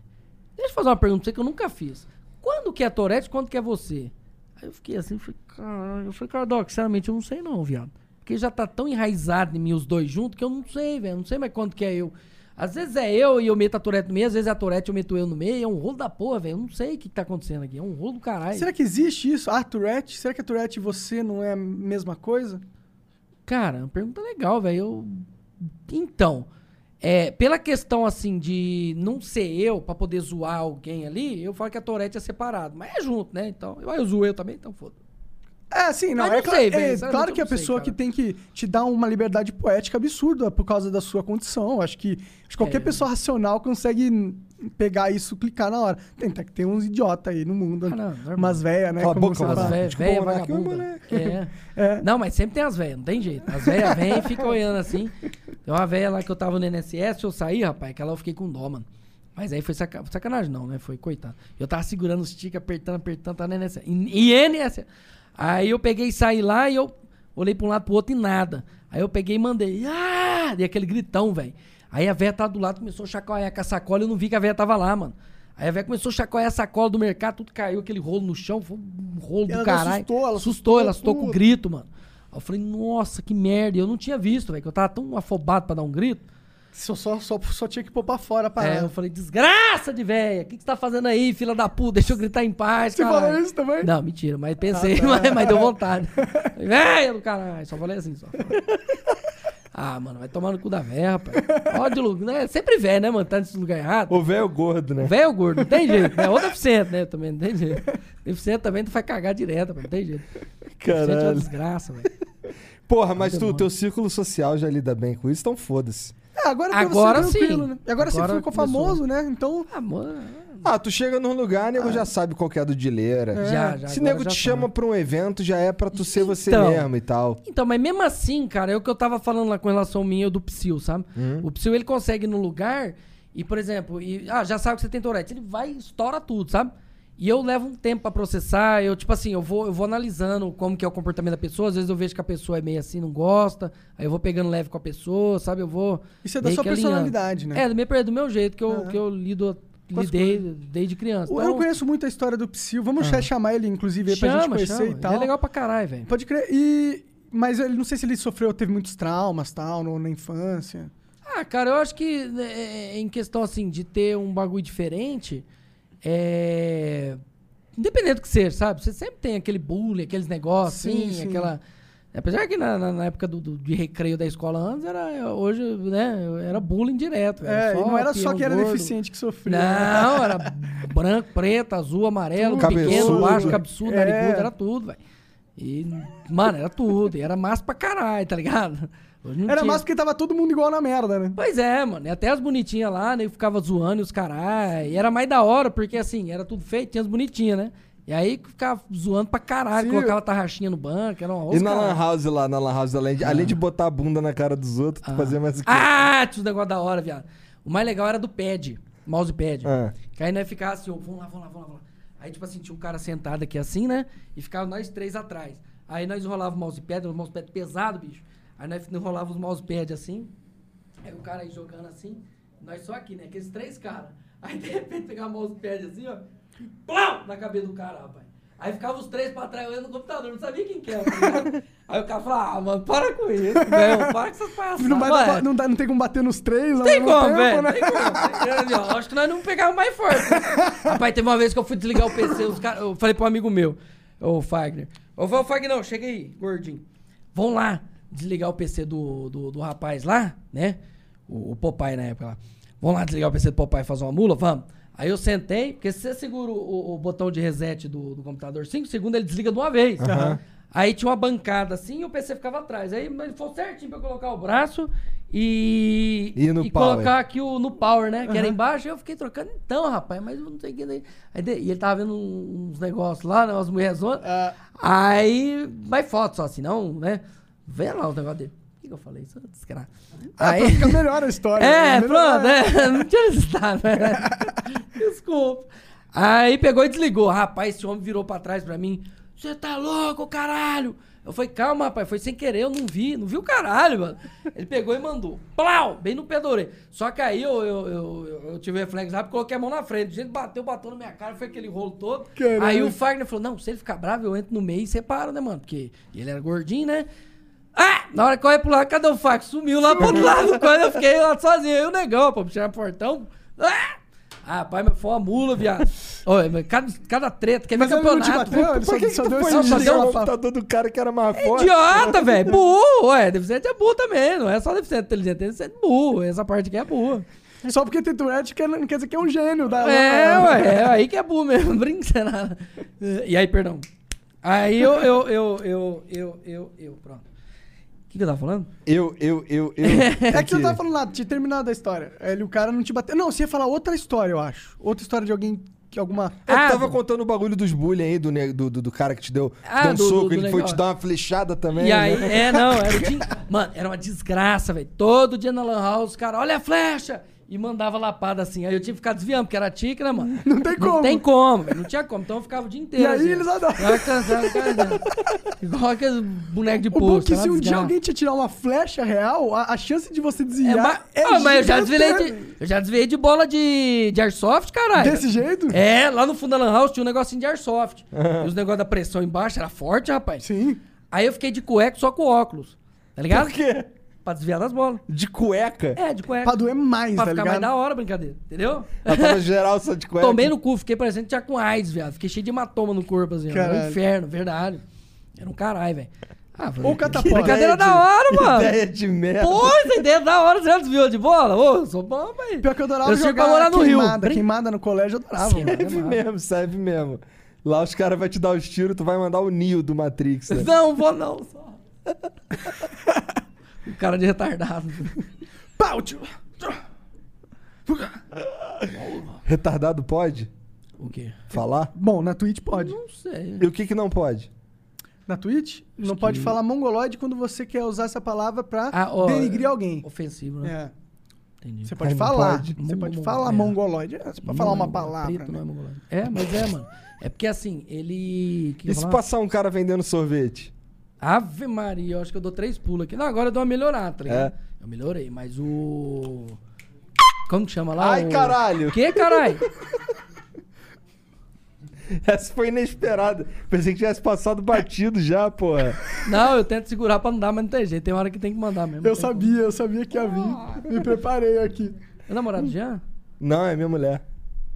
S3: Deixa eu fazer uma pergunta pra você que eu nunca fiz. Quando que é Torete, quando que é você? Aí eu fiquei assim, falei, caralho. Eu falei, cara, Doc, sinceramente eu não sei não, viado. Porque já tá tão enraizado em mim os dois juntos que eu não sei, velho. Não sei mais quando que é eu. Às vezes é eu e eu meto a Torete no meio, às vezes é a Torete e eu meto eu no meio. É um rolo da porra, velho. Eu não sei o que, que tá acontecendo aqui. É um rolo do caralho.
S4: Será que existe isso? Ah, Tourette? Será que a Tourette e você não é a mesma coisa?
S3: Cara, uma pergunta legal, velho. Eu- Então, é, pela questão assim de não ser eu pra poder zoar alguém ali, eu falo que a Torete é separado, mas é junto, né? Então, eu, eu zoei eu também, então foda.
S4: É, sim, não,
S3: Eu não
S4: é, cla-
S3: sei,
S4: é
S3: velho, sinceramente
S4: claro
S3: eu
S4: que a
S3: não sei,
S4: pessoa
S3: cara.
S4: que tem que te dar uma liberdade poética absurda por causa da sua condição. Acho que, acho que qualquer
S3: É.
S4: pessoa racional consegue n- pegar isso, clicar na hora. Tem, tem que ter uns idiota aí no mundo,
S3: Ah, não, normal.
S4: umas véia, né?
S11: Cala a
S4: como
S11: boca,
S4: você
S11: umas
S3: As
S4: fala.
S3: véias,
S11: desculpa,
S3: véia
S11: moleque, ô,
S3: vagabunda.
S11: moleque.
S3: É.
S4: É.
S3: Não, mas sempre tem as velhas, não tem jeito. As velhas vêm e ficam olhando assim. Tem uma velha lá que eu tava no NSS, eu saí, rapaz, que lá eu fiquei com dó, mano. Mas aí foi saca- sacanagem, não, né? Foi coitado. Eu tava segurando os tiques, apertando, apertando, tá no NSS. E NSS. Aí eu peguei e saí lá e eu olhei pra um lado pro outro e nada. Aí eu peguei e mandei. Ah! Dei aquele gritão, velho. Aí a velha tava do lado, começou a chacoalhar com a sacola e eu não vi que a velha tava lá, mano. Aí a velha começou a chacoalhar a sacola do mercado, tudo caiu, aquele rolo no chão, foi um rolo
S4: Ela
S3: do
S4: não
S3: caralho.
S4: assustou, ela
S3: assustou, ela
S4: assustou
S3: assustou com
S4: tudo.
S3: grito, mano. Aí eu falei, nossa, que merda. E Eu não tinha visto, velho, que eu tava tão afobado pra dar um grito.
S4: Só, só, só, só tinha que pôr pra fora a
S3: É,
S4: parada.
S3: eu falei, desgraça de véia, o que, que você tá fazendo aí, fila da puta? Deixa eu gritar em paz,
S4: Você
S3: caralho."
S4: falou isso também?
S3: Não, mentira, mas pensei, mas, mas deu vontade. Falei, Véia do caralho, só falei assim, só. Ah, mano, vai tomar no cu da véia, rapaz. Ó, de lugar, né? Sempre véia, né, mano? Tá nesse lugar errado.
S11: O velho gordo, né?
S3: Velho gordo, não tem jeito, né? Ou deficiente, né? Também não tem jeito. Deficiente também tu vai cagar direto, rapaz, não tem jeito. Deficiente é uma
S11: Caralho.
S3: desgraça, velho.
S11: Porra, mas tu,
S3: Ai, demônio.
S11: teu círculo social já lida bem com isso, então foda-se.
S4: É, agora tá
S3: Agora
S4: você tranquilo,
S3: sim.
S4: né? E Agora, você
S3: Agora
S4: ficou
S3: começou.
S4: famoso, né? Então.
S3: Ah, mano.
S11: Ah, tu chega num lugar,
S4: Ah.
S11: nego já sabe qual que é a do dileira.
S3: É. Já, já,
S11: Se
S3: agora
S11: nego
S3: já
S11: te
S3: sabe.
S11: chama pra um evento, já é pra tu ser você
S3: Então.
S11: mesmo e tal.
S3: Então, mas mesmo assim, cara, é o que eu tava falando lá com relação ao minha e do Psyll, sabe?
S4: Uhum.
S3: O Psyll, ele consegue ir no lugar e, por exemplo, e, ah, já sabe que você tem Tourette. Ele vai e estoura tudo, sabe? E eu levo um tempo pra processar, eu, tipo assim, eu vou, eu vou analisando como que é o comportamento da pessoa. Às vezes eu vejo que a pessoa é meio assim, não gosta. Aí eu vou pegando leve com a pessoa, sabe? Eu vou...
S4: Isso é da
S3: meio
S4: sua
S3: que alinhando.
S4: personalidade, né?
S3: É, do meu, do meu jeito, que eu, que eu lido,
S4: Com as
S3: lidei desde criança.
S4: Eu não conheço muito a história do Psyll. Vamos cha- chamar ele, inclusive, aí, pra gente
S3: Então- Ah. Chama,
S4: conhecer
S3: chama.
S4: e tal.
S3: Ele é legal pra caralho, velho.
S4: Pode crer. E. Mas ele não sei se ele sofreu, teve muitos traumas tal, no- na infância.
S3: Ah, cara, eu acho que né, é, em questão assim de ter um bagulho diferente, é. Independente do que seja, sabe? Você sempre tem aquele bullying, aqueles negócios,
S4: Sim,
S3: assim,
S4: sim.
S3: aquela. Apesar que na, na- na época do, do- de recreio da escola antes, era, é, hoje, né, era bullying direto.
S4: É, e não era só
S3: peão
S4: que era
S3: gordo.
S4: deficiente que sofria.
S3: Não, era branco, preto, azul, amarelo,
S11: Tudo.
S3: pequeno,
S11: Cabeçudo.
S3: baixo, cabeçudo,
S4: É.
S3: narigudo, era tudo, velho. E, mano, era tudo. E era massa pra caralho, tá ligado? Hoje não
S4: Era
S3: tinha.
S4: mais porque tava todo mundo igual na merda, né?
S3: Pois é, mano. E até as bonitinhas lá, né? Eu ficava zoando e os carai. E era mais da hora, porque assim, era tudo feito, tinha as bonitinhas, né? E aí ficava zoando pra caralho,
S11: Sim.
S3: colocava tarraxinha no banco, era uma
S11: e
S3: os
S11: na
S3: caralho.
S11: Lan House lá, na Lan House, além de, além
S4: Ah.
S11: de botar a bunda na cara dos outros, tu fazia mais o quê?
S3: Ah, tinha os negócios da hora, viado. O mais legal era do pad, mousepad.
S11: Ah.
S3: Que aí nós ficava assim, ó, vamos lá, vamos lá, vamos lá, vamos lá. Aí, tipo assim, tinha um cara sentado aqui assim, né? E ficava nós três atrás. Aí nós enrolava o mousepad, um mousepad pesado, bicho. Aí nós enrolava os mousepad assim. Aí o cara aí jogando assim, nós só aqui, né? Aqueles três caras. Aí de repente pegava o mousepad assim, ó. e Plau! Na cabeça do cara, rapaz. Aí ficava os três pra trás olhando no computador, não sabia quem que era. tá ligado? aí o cara falava, ah, mano, para com isso, velho. Para com essas palhaçadas.
S4: Não, vai dar
S3: mano.
S4: pra- não dá- não tem como bater nos três ao
S3: Tem
S4: mesmo
S3: como,
S4: tempo,
S3: velho.
S4: né?
S3: Tem como. Eu, eu acho que nós não pegávamos mais forte. Rapaz, teve uma vez que eu fui desligar o PC, os cara, eu falei pra um amigo meu, ô Fagner. Ô, vai, ô Fagner, chega aí, gordinho. Vão lá desligar o PC do, do, do rapaz lá, né? O, o Popeye na época lá. Vão lá desligar o PC do Popeye e fazer uma mula? Vamos. Aí eu sentei, porque se você segura o, o botão de reset do, do computador 5 segundos, ele desliga de uma vez. Aí tinha uma bancada assim e o PC ficava atrás. Aí mas ele falou certinho pra eu colocar o braço e,
S11: E no power.
S3: colocar aqui o, no power, né? Que era embaixo. Aí eu fiquei trocando. Então, rapaz, mas eu não sei o que... daí. Aí, de- e ele tava vendo um- uns negócios lá, né? Umas mulherzonas.
S11: Ah.
S3: Aí... Mas foto só, senão, né? Vê lá os negócios dele. O que, que eu falei? Isso é uma desgraça.
S11: Ah,
S4: Pra ficar melhor a história.
S3: É,
S4: né? Melhor-
S3: pronto, é. não tinha necessidade, né? Desculpa. Aí pegou e desligou. Rapaz, esse homem virou pra trás pra mim. Você tá louco, caralho? Eu falei, calma, rapaz, foi sem querer, eu não vi, não vi o caralho, mano. Ele pegou e mandou. Plau! Bem no pé da orelha. Só que aí eu, eu, eu, eu- eu tive reflexo rápido, coloquei a mão na frente. O jeito bateu, bateu na minha cara, foi aquele rolo todo.
S4: Caralho.
S3: Aí o Fagner falou: não, se ele ficar bravo, eu entro no meio e separo, né, mano? Porque ele era gordinho, né? Ah! Na hora que eu ia pro lado, cadê o Fagner? Sumiu lá pro outro lado. Quando eu fiquei lá sozinho, eu e o negão, pô, puxar portão. Ah! Ah, Rapaz, mas foi uma mula, viado. Olha, mas cada, cada treta, quer ver
S4: Mas ele não te
S3: campeonato?
S4: bateu, ele só,
S11: Por que, que
S4: só
S11: tu
S4: deu
S11: foi
S4: esse Tá
S3: só
S11: desligar
S3: deu
S11: o
S4: desligar pra-
S11: computador do Tá cara que era mais forte?
S3: Idiota, velho. Burro. Ué, deficiente é burro também. Não é só deficiente inteligente, é deficiente burro. Essa parte aqui é burra.
S4: Só porque tem Tourette quer, não quer dizer que é um gênio da.
S3: É,
S4: da-
S3: ué, é aí que é burro mesmo, brinca nada. E aí, perdão. Aí eu, eu, eu, eu, eu, eu, eu, pronto. O que, que eu tava falando?
S11: Eu, eu, eu, eu.
S4: É que você não tava falando nada, tinha terminado a história. Ele, o cara não te bateu. Não, você ia falar outra história, eu acho. Outra história de alguém alguma.
S2: Eu tava contando o bagulho dos bullying aí, do, ne- do, do, do cara que te deu, te
S3: Ah,
S2: deu um
S3: do- do-
S2: soco,
S3: do
S2: ele foi
S3: negócio.
S2: te dar uma flechada também.
S3: E aí,
S2: né?
S3: é, não, era o dia... Mano, era uma desgraça, velho. Todo dia na Lan House, os caras, olha a flecha! E mandava lapada assim. Aí eu tinha que ficar desviando, porque era tique, né, mano? Não tem
S4: como.
S3: Não tem como, velho. Não tinha como. Então eu ficava o dia inteiro.
S4: E aí
S3: assim,
S4: eles
S3: ó.
S4: adoram.
S3: Eu cansava, cansava. Igual aqueles bonecos de
S4: O bom é
S3: posto.
S4: que
S3: era
S4: se
S3: uma
S4: um dia
S3: desgraça.
S4: alguém te atirar uma flecha real, a, a chance de você
S3: É,
S4: desviar
S3: mas,
S4: é,
S3: Ah, mas eu já desviei
S4: gigantesca.
S3: de, eu já desviei de bola de, de airsoft, caralho.
S4: Desse jeito?
S3: É, lá no fundo da Lan House tinha um negocinho de airsoft. E os negócios da pressão embaixo era forte, rapaz.
S4: Sim.
S3: Aí eu fiquei de cueca só com óculos. Tá ligado? Por
S11: quê?
S3: Pra desviar das bolas.
S11: De cueca?
S3: É, de cueca.
S4: Pra doer mais,
S3: pra
S4: tá
S3: ficar
S4: ligado? É.
S3: mais da hora, a brincadeira. Entendeu?
S11: Ela tava geral só de cueca.
S3: Tomei no cu, fiquei parecendo que tinha com AIDS, viado. Fiquei cheio de hematoma no corpo, assim. ó. Era um
S11: Caralho.
S3: inferno, verdade. Era um caralho, velho. Ah, velho,
S11: Ou
S3: que
S11: catapora.
S3: Brincadeira
S11: Ideia
S3: da hora,
S11: de-
S3: mano.
S11: ideia de merda.
S3: Pô, essa ideia é da hora, você já desviou de bola? Ô, eu sou bom, velho.
S4: Pior que eu adorava
S3: Eu chego pra
S4: jogar
S3: morar no Rio.
S4: queimada,
S3: Brin-
S4: queimada no colégio, eu adorava. né? mano.
S11: Serve mesmo, serve mesmo. Lá os caras vão te dar os tiros, tu vai mandar o Neo do Matrix. né?
S3: Não, vou não, só. o cara de retardado. Pau, tio.
S11: Retardado pode?
S3: O quê?
S11: Falar?
S4: Bom, na Twitch pode.
S3: Não sei.
S11: E o que que não pode?
S4: Na Twitch, não pode falar mongoloide quando você quer usar essa palavra pra
S3: Ah, ó, É,
S4: denigrir alguém.
S3: Ofensivo,
S4: É.
S3: né? Entendi.
S4: Você pode
S11: Ai, não
S4: falar.
S11: pode.
S4: Você pode
S3: Mongo-
S4: falar
S3: é.
S4: mongoloide. É, Você pode falar uma
S3: Mongoloide,
S4: palavra.
S3: preto,
S4: né?
S3: não é mongoloide. É, mas é, mano. É porque assim, ele. que que eu
S11: E se
S3: ia falar?
S11: passar um cara vendendo sorvete?
S3: Ave Maria, eu acho que eu dou três pulos aqui. Não, agora eu dou uma melhorada, tá ligado?
S11: É.
S3: Eu melhorei, mas o. Como que chama lá?
S11: Ai,
S3: o...
S11: caralho.
S3: Que caralho?
S11: Essa foi inesperada. Pensei que tivesse passado batido já, porra.
S3: Não, eu tento segurar pra não dar, mas não tem jeito. Tem hora que tem que mandar mesmo.
S4: Eu
S3: Tem como.
S4: sabia, eu sabia que ia vir. Me preparei aqui.
S3: É namorado do Jean?
S11: Não, é minha mulher.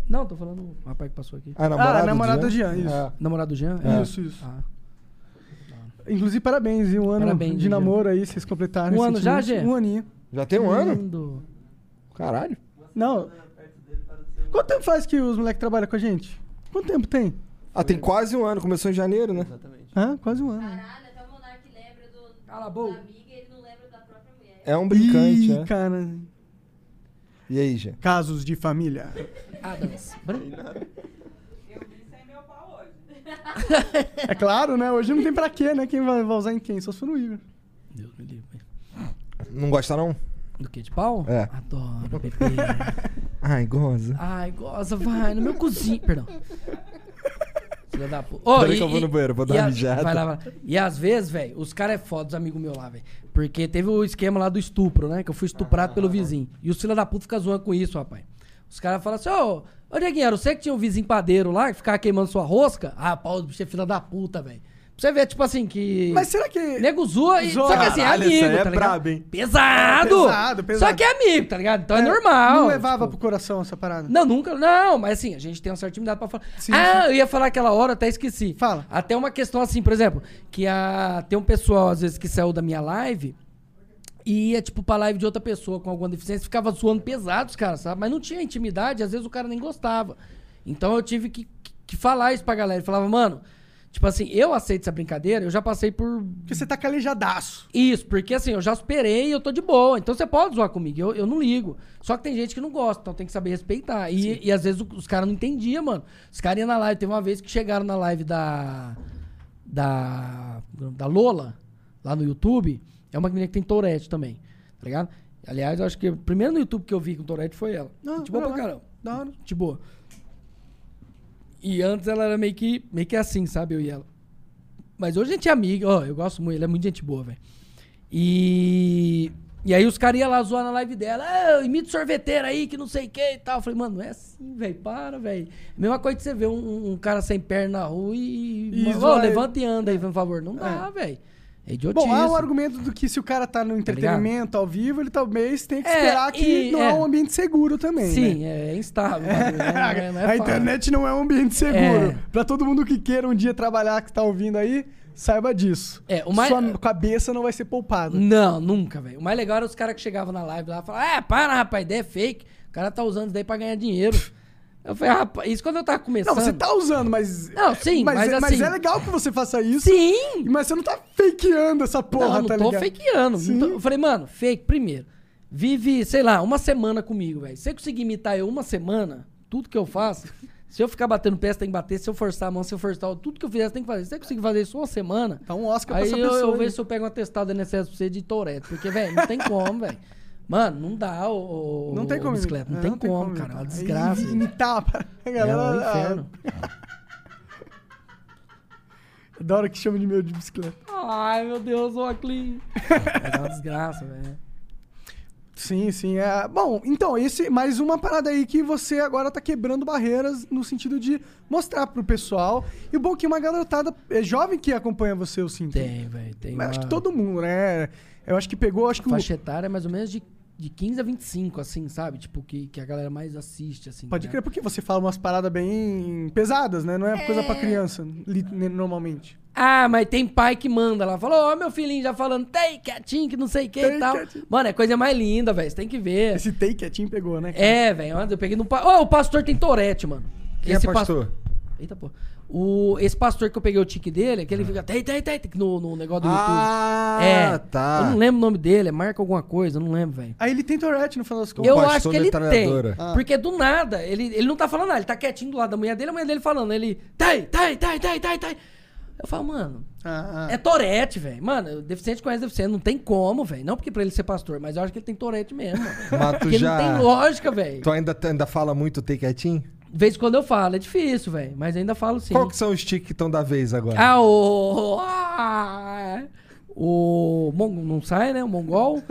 S3: Não, tô falando o rapaz que passou aqui.
S11: Ah, namorada
S4: ah, namorada do
S11: de
S4: Jean, isso.
S3: Namorado do Jean?
S11: É.
S4: Isso, isso.
S3: Ah.
S4: Inclusive, parabéns, viu? Um ano
S3: Parabéns,
S4: de
S3: Jean.
S4: namoro aí, vocês completaram.
S3: Um ano já,
S4: recentemente.
S3: Jean?
S4: Um aninho.
S11: Já tem um ano?
S3: Lindo.
S11: Caralho.
S4: Não. Quanto tempo faz que os moleques trabalham com a gente? Quanto tempo tem?
S11: Ah, tem quase um ano. Começou em janeiro, né?
S4: Hã? Quase um ano. né?
S3: Cala a boca.
S11: É um brincante,
S4: Ih,
S2: né?
S11: é.
S4: cara.
S11: E aí, Jean?
S4: Casos de família.
S3: Adams.
S4: É claro, né? Hoje não tem pra quê, né? Quem vai vai usar em quem? Só se for no Igor.
S3: Deus me livre.
S11: Não gosta, não?
S3: Do que? De pau?
S11: É.
S3: Adoro, bebê.
S11: Ai, goza.
S3: Ai, goza, vai, no meu cozinho. Perdão. Filha da puta. Ó,
S11: Peraí
S3: e-
S11: que eu vou
S3: e-
S11: no banheiro, vou
S3: e
S11: dar uma
S3: a-
S11: mijada.
S3: Vai lá, vai lá. E às vezes, velho, os caras é foda, os amigos meus lá, velho. Porque teve o esquema lá do estupro, né? Que eu fui estuprado
S11: Ah.
S3: pelo vizinho. E os filha da puta ficam zoando com isso, rapaz. Os caras falam assim, ô, ô Dieguinho, era você que tinha um vizinho padeiro lá, que ficava queimando sua rosca? Ah, pau, o bicho é filha da puta, velho. Pra você ver, tipo assim, que...
S4: Mas será que.
S3: Nego zoa e.
S4: Zoa.
S3: Só que assim, é
S11: Caralho,
S3: amigo,
S11: isso aí é
S3: tá ligado?
S11: brabo, hein?
S3: Pesado!
S4: É, pesado, pesado.
S3: Só que é amigo, tá ligado? Então é,
S4: É,
S3: normal.
S4: Não levava
S3: tipo.
S4: pro coração essa parada.
S3: Não, nunca. Não, mas assim, a gente tem uma certa intimidade pra falar.
S4: Sim,
S3: ah,
S4: sim.
S3: eu ia falar aquela hora, até esqueci.
S4: Fala.
S3: Até uma questão assim, por exemplo, que a, tem um pessoal, às vezes, que saiu da minha live e ia, tipo, pra live de outra pessoa com alguma deficiência, ficava zoando pesados, cara, sabe? Mas não tinha intimidade, às vezes o cara nem gostava. Então eu tive que, que- que falar isso pra galera. Eu falava, mano, tipo assim, eu aceito essa brincadeira, eu já passei por
S4: Porque você tá calejadaço.
S3: isso, porque assim, eu já superei e eu tô de boa. Então você pode zoar comigo, eu, eu não ligo. Só que tem gente que não gosta, então tem que saber respeitar. E, e às vezes o- os caras não entendiam, mano. Os caras iam na live. Teve uma vez que chegaram na live da. Da. Da Lola, lá no YouTube. É uma menina que tem Tourette também, tá ligado? Aliás, eu acho que o primeiro no YouTube que eu vi com Tourette foi ela.
S4: Ah,
S3: Gente boa
S4: olha
S3: pra
S4: lá.
S3: caramba.
S4: Da hora.
S3: Gente boa. E antes ela era meio que, meio que assim, sabe? Eu e ela. Mas hoje a gente é amiga, ó, eu gosto muito, ela é muito gente boa, velho. E. E aí os caras iam lá zoar na live dela, ah, imita o sorveteiro aí, que não sei o que e tal. Eu falei, mano, não é assim, velho, para, velho. É Mesma coisa que você vê um, um cara sem perna na rua e.
S4: E
S3: Mano,
S4: zoar
S3: ô,
S4: ele.
S3: levanta e anda aí, por favor. Não dá, velho. É idiotice.
S4: Bom, há o argumento do que se o cara tá no entretenimento ao vivo, ele talvez tenha que
S3: É,
S4: esperar que
S3: e-
S4: não é.
S3: é.
S4: um ambiente seguro também.
S3: Sim,
S4: né?
S3: é, instável. bagulho, né? Não é- não é
S4: a
S3: fácil.
S4: internet não é um ambiente seguro.
S3: É.
S4: Pra todo mundo que queira um dia trabalhar, que tá ouvindo aí, saiba disso.
S3: É, o mais-
S4: Sua cabeça não vai ser poupada.
S3: Não, nunca, velho. O mais legal era os caras que chegavam na live lá e falavam, é, para, rapaz, ideia é fake. O cara tá usando isso daí pra ganhar dinheiro. Eu falei, "Ah, rapaz, isso quando eu tava começando.
S4: Não, você tá usando, mas.
S3: Não, sim, mas
S4: é,
S3: assim-
S4: é legal que você faça isso.
S3: Sim!
S4: Mas você não tá fakeando essa
S3: Porra,
S4: porra,
S3: não,
S4: tá
S3: tô
S4: ligado?
S3: fakeando. Não
S4: Sim.
S3: tô- Eu falei, mano, fake, primeiro. Vive, sei lá, uma semana comigo, velho. Se você conseguir imitar eu uma semana, tudo que eu faço, Se eu ficar batendo pé, você tem que bater. Se eu forçar a mão, se eu forçar o- tudo que eu fizer, você tem que fazer. Se você conseguir fazer isso uma semana.
S4: Dá um Oscar pra
S3: aí
S4: essa
S3: eu,
S4: pessoa
S3: eu
S4: aí.
S3: vejo se eu pego uma testada necessária pra você de Tourette. Porque, velho, não tem como, velho. Mano, não dá, ô. ô-
S4: Não tem
S3: ô,
S4: como
S3: Bicicleta. Não,
S4: imitar.
S3: tem,
S4: Não tem
S3: como,
S4: como
S3: cara. É uma
S4: imitar.
S3: desgraça.
S4: Aí imitar pra- a
S3: é um
S4: galera- ah,
S3: inferno.
S4: Adoro que chama de meu de bicicleta.
S3: Ai, meu Deus, ô Aclin. É uma desgraça, velho.
S4: Sim, sim. É... Bom, então, esse mais uma parada aí que você agora tá quebrando barreiras no sentido de mostrar pro pessoal. E o bom que uma garotada é jovem que acompanha você, eu sinto.
S3: Tem, velho. Tem
S4: Mas acho que
S3: uma-
S4: todo mundo, né? Eu acho que pegou, acho que o-
S3: faixa etária é mais ou menos de, de 15 a 25, assim, sabe? Tipo, que, que a galera mais assiste, assim.
S4: Pode
S3: tá
S4: crer,
S3: ligado?
S4: porque você fala umas paradas bem pesadas, né? Não é, coisa pra criança, li- né, normalmente.
S3: Ah, mas tem pai que manda lá. Falou, ó, meu filhinho já falando, take quietinho, que não sei o que e
S4: Take
S3: tal.
S4: quietinho.
S3: Mano, é coisa mais linda, velho. Você tem que ver.
S4: Esse take quietinho pegou, né? cara?
S3: É, velho. olha, Eu peguei no. pa- Ó, o pastor tem Torete, mano.
S4: Quem é
S3: pas-
S4: pastor?
S3: Eita, pô. O, esse pastor que eu peguei o tique dele,
S4: Ah.
S3: aquele fica. Tem, tem, tem, tem", no, no negócio do
S2: Ah,
S3: YouTube. É.
S2: tá.
S3: Eu não lembro o nome dele, é marca alguma coisa, eu não lembro, velho.
S4: Aí ele tem Tourette no final das contas.
S3: Eu acho que ele tem.
S4: Ah.
S3: Porque do nada, ele, ele não tá falando nada. Ele tá quietinho do lado da mulher dele, a mulher dele falando. Ele. Tai, tai, tai, tai, tai, tai. Eu falo, mano.
S4: Ah, ah.
S3: É Torete, velho. Mano, deficiente conhece deficiente. Não tem como, velho. Não porque pra ele ser pastor, mas eu acho que ele tem Torete mesmo. mano.
S2: Mas tu
S3: porque
S2: já-
S3: não tem lógica, velho.
S2: Tu ainda, tu ainda fala muito take quietinho?
S3: De vez em quando eu falo, é difícil, velho. Mas ainda falo sim.
S2: Qual que são os tiques que estão da vez agora?
S3: Ah, o. ah, O. Mon- Não sai, né? O mongol.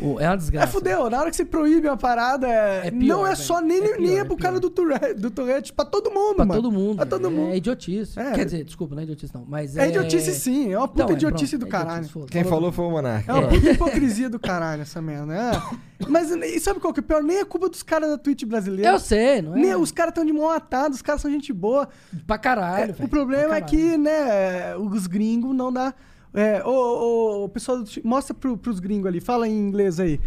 S3: O- É uma
S4: É
S3: desgraça.
S4: fudeu, na hora que você proíbe uma parada, é-
S3: É pior,
S4: não é
S3: velho.
S4: só nem,
S3: É
S4: nem
S3: pior,
S4: é
S3: é
S4: pro cara do Tourette, do Tourette, pra todo mundo,
S3: Pra
S4: mano.
S3: todo mundo.
S4: Pra todo
S3: velho.
S4: mundo.
S3: É idiotice.
S4: É.
S3: Quer dizer, desculpa, não é idiotice não. Mas é,
S4: É idiotice sim, é uma puta
S3: Não, é,
S4: idiotice
S3: pronto,
S4: do
S3: é
S4: caralho.
S3: idiotice, foda-se.
S2: Quem falou foi o Monark.
S4: É uma
S2: Ó.
S4: puta hipocrisia do caralho essa merda, né? Mas e sabe qual que é o pior? Nem é culpa dos caras da Twitch brasileira.
S3: Eu sei, não é?
S4: Nem- os caras estão de mão atada, os caras são gente boa.
S3: Pra caralho,
S4: o
S3: velho.
S4: problema
S3: pra
S4: é que, né, os gringos não dá. É, ô, ô, o pessoal, do Twitch, mostra pro, pros gringos ali, fala em inglês aí.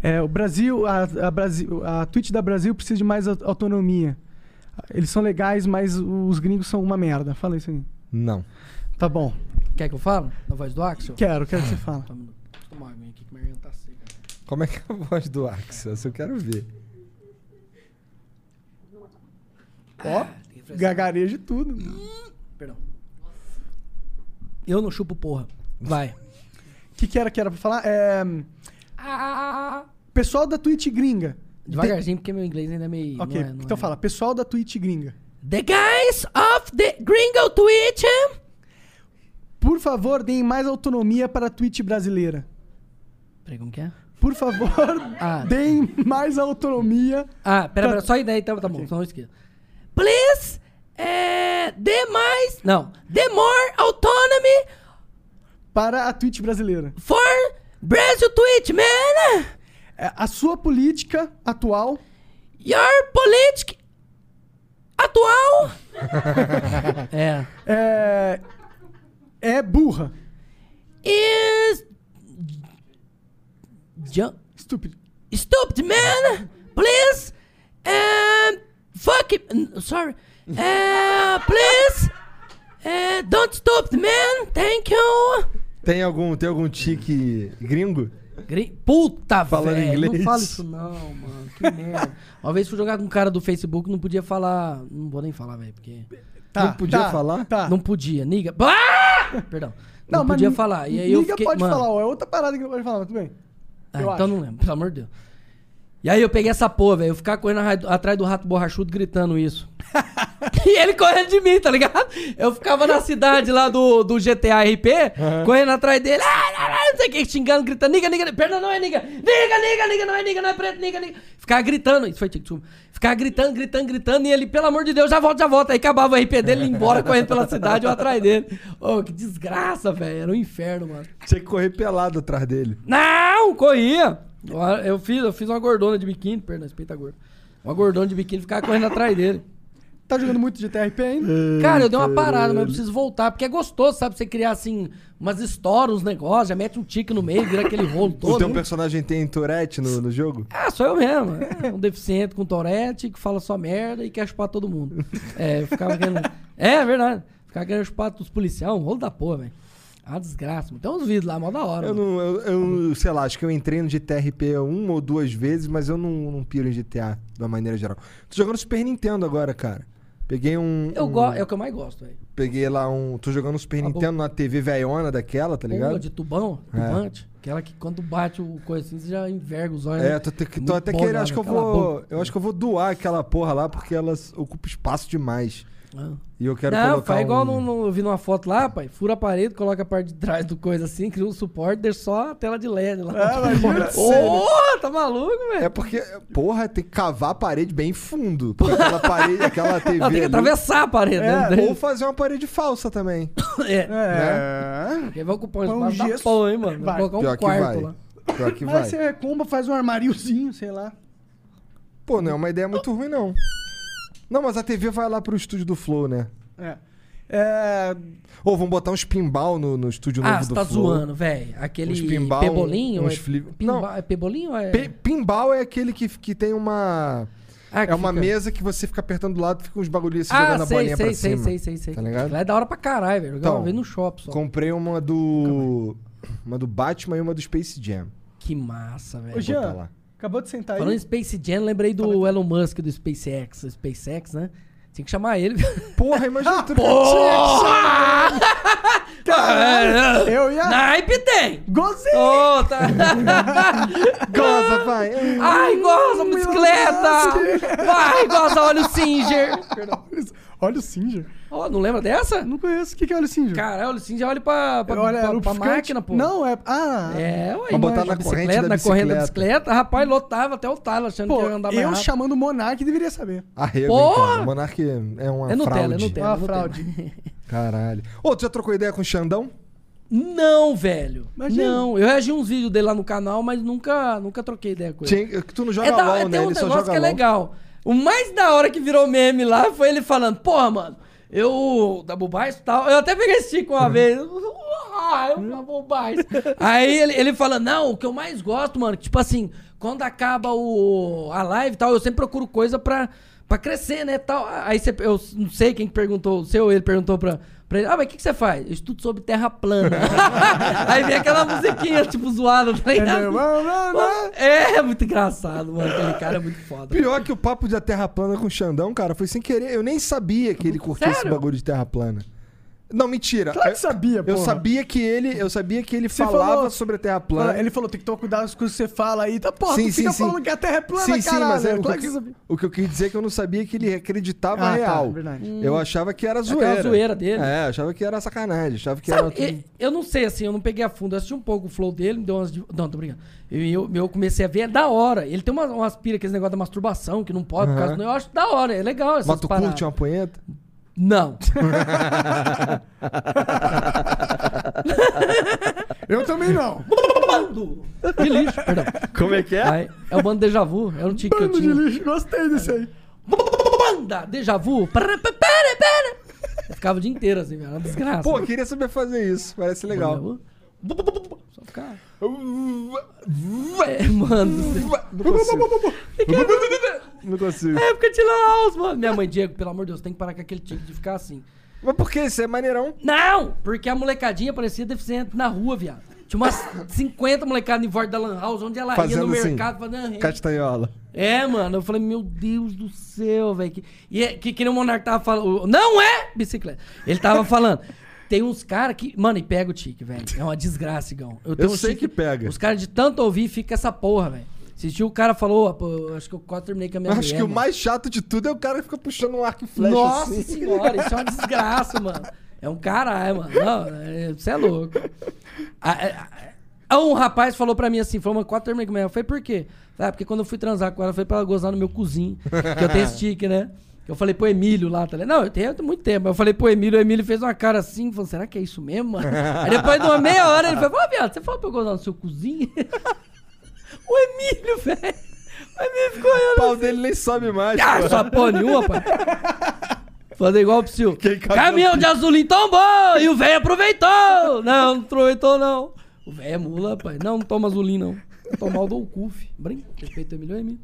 S4: É, o Brasil, a, a, Brasil, a Twitch da Brasil precisa de mais au- autonomia. Eles são legais, mas os gringos são uma merda. Fala isso aí.
S2: Não.
S4: Tá bom.
S3: Quer que eu fale? Na voz do Axel?
S4: Quero, quero que você fala.
S3: Deixa eu tomar uma aguinha aqui que minha garganta tá seca.
S2: Como é que é a voz do Axel? Isso eu quero ver.
S4: Ó, gagarejo e tudo.
S3: Perdão. Eu não chupo porra. Vai.
S4: O que, que era que era pra falar? É, ah, pessoal da Twitch gringa.
S3: Devagarzinho, porque meu inglês ainda é meio.
S4: Ok,
S3: não é- não
S4: então
S3: é.
S4: fala, pessoal da Twitch gringa.
S3: The guys of the Gringo Twitch.
S4: Por favor, deem mais autonomia para a Twitch brasileira.
S3: Peraí, como que é?
S4: Por favor,
S3: Ah.
S4: deem mais autonomia.
S3: Ah, pera,
S4: Tá.
S3: pera, só a ideia então, tá bom, senão eu esqueço. Please, é, dê mais. Não, dê more autonomy
S4: Para a Twitch brasileira.
S3: for Brazil Twitch, man.
S4: É, A sua política atual
S3: Your politic atual. é.
S4: é, é burra.
S3: Is. Jump.
S4: Estúpido.
S3: Stupid man, please. Um, fuck it. n- Sorry. Uh, please. Uh, don't stop, man. Thank you.
S2: Tem algum, tem algum tique gringo?
S3: Gri- Puta,
S2: Falando
S3: velho.
S2: inglês.
S3: Não fala isso não, mano. Que merda. Uma vez fui jogar com um cara do Facebook, não podia falar... Não vou nem falar, velho, porque...
S4: Tá,
S2: Não podia
S4: tá,
S2: falar?
S4: Tá.
S3: Não podia, niga. Ah! Perdão. Não,
S4: mas
S3: podia
S4: ni-
S3: falar. E aí eu
S4: niga
S3: fiquei...
S4: pode
S3: mano,
S4: falar, ó, é outra parada que não pode falar, mas tudo bem.
S3: Ah,
S4: eu
S3: então
S4: acho.
S3: não lembro, pelo amor de Deus. E aí eu peguei essa porra, velho. Eu ficar correndo arra- atrás do rato borrachudo gritando isso. e ele correndo de mim, tá ligado? Eu ficava na cidade lá do, do GTA RP, correndo atrás dele. Ah, não, não, não sei o que, xingando, gritando. Niga, niga, niga, perna não é niga. Niga, niga, niga, não é niga, não é preto, niga, niga. Ficava gritando. Isso foi tique Ficava gritando, gritando, gritando. E ele, pelo amor de Deus, já volta, já volta. Aí acabava o RP dele, ele ia embora correndo pela cidade, eu atrás dele. Ô, que desgraça, velho. Era um inferno, mano.
S2: Tinha que correr pelado atrás dele.
S3: Não, corria. Eu- Eu fiz, eu fiz uma gordona de biquíni, perdão, respeita a gorda. Uma gordona de biquíni ficava correndo atrás dele.
S4: Tá jogando muito de TRP ainda?
S3: Cara, eu dei uma parada, mas eu preciso voltar, porque é gostoso, sabe? Você criar assim umas histórias, uns negócios, já mete um tique no meio, vira aquele rolo
S2: O
S3: todo.
S2: teu personagem tem Tourette no, no jogo?
S3: Ah, sou eu mesmo. É, um deficiente com torete que fala só merda e quer chupar todo mundo. É, eu ficava querendo. É, verdade. Ficava querendo chupar os policiais, um rolo da porra, velho. Ah, desgraça. mano. Tem uns vídeos lá, mó da hora.
S2: Eu
S3: mano.
S2: não, eu, eu, sei lá, acho que eu entrei no GTRP uma ou duas vezes, mas eu não, não piro em GTA de uma maneira geral. Tô jogando Super Nintendo agora, cara. Peguei um.
S3: Eu
S2: um-
S3: go... É o que eu mais gosto, velho.
S2: Peguei lá um. Tô jogando Super
S3: Acabou.
S2: Nintendo na TV velhona daquela, tá ligado?
S3: Bomba de tubão,
S2: É.
S3: tubante. Aquela que quando bate o coisa assim, você já enverga os olhos. né?
S2: É, tô, te- tô até querendo. Acho que eu vou. Eu acho que eu vou doar aquela porra lá, porque elas ocupa espaço demais.
S3: Ah.
S2: E eu quero
S3: não,
S2: colocar.
S3: faz igual
S2: um...
S3: no, no- eu vi numa foto lá, pai. Fura a parede, coloca a parte de trás do coisa assim, cria um suporte, deixa só a tela de LED lá.
S2: Ah, imagina,
S3: Porra, tá maluco, velho?
S2: né? É porque, porra, tem que cavar a parede bem fundo. Porque aquela parede, aquela TV.
S3: Não, tem que
S2: ali-
S3: atravessar a parede, né?
S2: É,
S3: Não tem-
S2: ou fazer uma parede falsa também.
S3: É.
S2: Né?
S3: Porque vai ocupar
S4: Põe um
S3: um espaço da
S4: gesso.
S3: porra, hein, mano? Vai
S4: Vai.
S3: colocar um
S2: Pior que
S3: quarto
S2: vai.
S3: lá.
S2: Pior que
S4: Aí
S2: vai.
S3: é-
S4: você comba, faz um armáriozinho, sei lá.
S2: Pô, não é uma ideia muito ruim, não. Não, mas a TV vai lá pro estúdio do Flow, né?
S4: É. É,
S2: Ou vão botar uns pinball no, no estúdio
S3: Ah,
S2: novo
S3: você
S2: do
S3: tá
S2: Flow. Um
S3: zoando, velho. Aquele
S2: Uns pinball,
S3: pebolinho?
S2: uns
S3: é...
S2: flip-
S3: pinball- é pebolinho ou é...
S2: Pe- pinball é aquele que, que tem uma.
S3: Ah, que
S2: é uma
S3: fica-
S2: mesa que você fica apertando do lado e fica uns bagulhinhos se
S3: Ah,
S2: jogando a
S3: sei,
S2: bolinha
S3: sei,
S2: pra
S3: sei,
S2: cima.
S3: sei, sei, sei.
S2: Tá ligado?
S3: Lá é da hora pra caralho, velho. Jogava
S2: Então,
S3: uma vez no shopping só.
S2: Comprei uma do. Uma do Batman e uma do Space Jam.
S3: Que massa,
S4: Ô,
S3: velho.
S4: Jean,
S2: botar lá.
S4: acabou de sentar
S3: Falando
S4: aí.
S3: em Space Jam, lembrei do Elon Musk do SpaceX, SpaceX, né? Tinha que chamar ele.
S2: Porra,
S3: Ah,
S2: imagina tudo
S4: Caralho, eu ia-
S3: Naipe tem!
S4: Gozei!
S3: Ô, tá...
S2: Goza, vai. É um
S3: Ai, goza, bicicleta! Vai, goza, olha o Singer!
S4: Olha o Singer.
S3: Ó, não lembra dessa?
S4: Não conheço. O que, que é olha o Singer?
S3: Caralho, olha o Singer, olha pra, pra,
S4: Olha,
S3: pra-
S4: era o
S3: pra
S4: ficante.
S3: máquina, pô.
S4: Não, é. Ah,
S3: É, ué.
S2: Pra botar
S3: manja,
S2: na corrente da
S3: Na corrente da
S2: bicicleta.
S3: bicicleta, rapaz, lotava até o talo, achando
S4: Pô,
S3: que ia andar mais
S4: eu
S3: rápido.
S4: chamando o Monark deveria saber.
S2: Arrego, hein,
S3: Porra!
S2: cara. O Monark é uma fraude.
S3: É Nutella, é Nutella.
S4: Uma
S3: é Nutella.
S4: fraude.
S2: Caralho. Ô, tu já trocou ideia com o Xandão?
S3: Não, velho.
S4: Imagina.
S3: Não, eu reagi uns vídeos dele lá no canal, mas nunca, nunca troquei ideia com ele.
S2: Tinha- tu não joga
S3: é da,
S2: LOL,
S3: tem
S2: né?
S3: um
S2: Ele só
S3: negócio
S2: joga
S3: que é
S2: LOL.
S3: legal. O mais da hora que virou meme lá foi ele falando, porra, mano, eu da Bubais e tal. Eu até peguei esse tico uma vez. Ah, eu da Bubais. Aí ele, ele fala, não, o que eu mais gosto, mano, que, tipo assim, quando acaba o, a live e tal, eu sempre procuro coisa pra, pra crescer, né, tal. Aí você, eu não sei quem que perguntou, o seu, ele perguntou pra... pra ele, ah, mas o que, que você faz? Eu estudo sobre terra plana. Aí vem aquela musiquinha, tipo, zoada, tá ligado?
S4: Entendeu? Não, não, não.
S3: É, muito engraçado, mano. Aquele cara é muito foda.
S2: Pior que o papo da Terra plana com o Xandão, cara, foi sem querer. Eu nem sabia que ele curtia esse
S3: Sério?
S2: bagulho de Terra plana. Não, mentira.
S4: Claro
S2: Eu-
S4: que sabia, pô.
S2: Eu sabia que ele, eu sabia que ele
S4: Você
S2: falava
S4: falou-
S2: sobre a Terra
S4: Plana.
S2: plana.
S4: Ele falou, tem que tomar cuidado com as coisas que você fala aí. Tá, porra,
S2: Sim,
S4: tu fica
S2: sim, sim.
S4: falando que a Terra é plana,
S2: sim,
S4: caralho.
S2: sim, mas é, o, que,
S4: claro que você
S2: eu
S4: sabia.
S2: que- o que eu quis dizer é que eu não sabia que ele acreditava
S4: Ah, tá,
S2: real.
S4: verdade.
S2: Eu achava que era
S3: Aquela
S2: zoeira.
S3: zoeira dele.
S2: É, eu achava que era sacanagem, achava que era um
S3: Sabe,
S2: tudo...
S3: e- eu não sei, assim, eu não peguei a fundo. Eu assisti um pouco o flow dele, me deu umas. de- Não, tô brincando. E eu, eu comecei a ver, é da hora. Ele tem uma- umas pira, aquele negócio da masturbação, que não pode, por causa do. Eu acho da hora, é legal essas
S2: Mas tu
S3: paradas.
S2: curte uma punheta?
S3: Não.
S4: Eu também não.
S3: Bando de lixo, perdão.
S5: Como é que é?
S3: Aí, é o bando Deja Vu, era um tique que eu
S4: Mano de
S3: tinha.
S4: lixo, gostei desse aí.
S3: Banda Deja Vu. Pera, pera, pera. Eu ficava o dia inteiro assim, velho. Era uma desgraça.
S2: Pô, eu queria saber fazer isso, parece legal.
S3: Só ficar. É, mano.
S2: Não consigo. Não consigo.
S3: É porque tira house, mano. Minha mãe, Diego, pelo amor de Deus, tem que parar com aquele tique de ficar assim.
S2: Mas por que? Isso é maneirão.
S3: Não! Porque a molecadinha parecia deficiente na rua, viado. Tinha umas 50 molecadas em volta da Lan House, onde ela ia
S2: Fazendo
S3: no
S2: assim.
S3: mercado fazendo rede.
S2: Castanhola.
S3: É, mano, eu falei, meu Deus do céu, velho. Que, e é- que, que nem o Monark tava falando. Não é bicicleta. Ele tava falando. Tem uns caras que. Mano, e pega o tique, velho. É uma desgraça, Igão. tenho um
S2: sei que pega.
S3: Os caras de tanto ouvir fica essa porra, velho. Assistiu o cara falou, "Ó, pô, eu acho que eu quase terminei com a minha
S2: Acho
S3: mulher, né?"
S2: que o
S3: mano."
S2: mais chato de tudo é o cara que fica puxando um arco e flecha
S3: Nossa
S2: assim.
S3: senhora, isso é uma desgraça, mano. É um caralho, mano. Não, você é louco. Ah, ah, ah, Um rapaz falou pra mim assim, falou, mano, quatro terminei com ela. Eu falei, por quê? Ah, porque quando eu fui transar com ela, foi pra ela gozar no meu cozinho. Que eu tenho esse tique, né? Eu falei pro Emílio lá, tá ligado? Não, eu tenho muito tempo. Eu falei pro Emílio, o Emílio fez uma cara assim, falou, será que é isso mesmo, mano? Aí depois de uma meia hora ele falou, ô, viado, você falou pra eu gozar no seu cozinho? o Emílio, velho. O Emílio ficou olhando
S2: O pau dele nem sobe mais.
S3: ah,
S2: pô.
S3: sua porra nenhuma, pai. Fazer igual pro senhor.
S2: Quem caiu
S3: Caminhão de azulim tombou e o velho aproveitou. Não, não aproveitou, não. O velho é mula, pai. Não, não toma azulim, não. Vou Tomar o Dolcuf. Brinca, respeito o milhão e mil.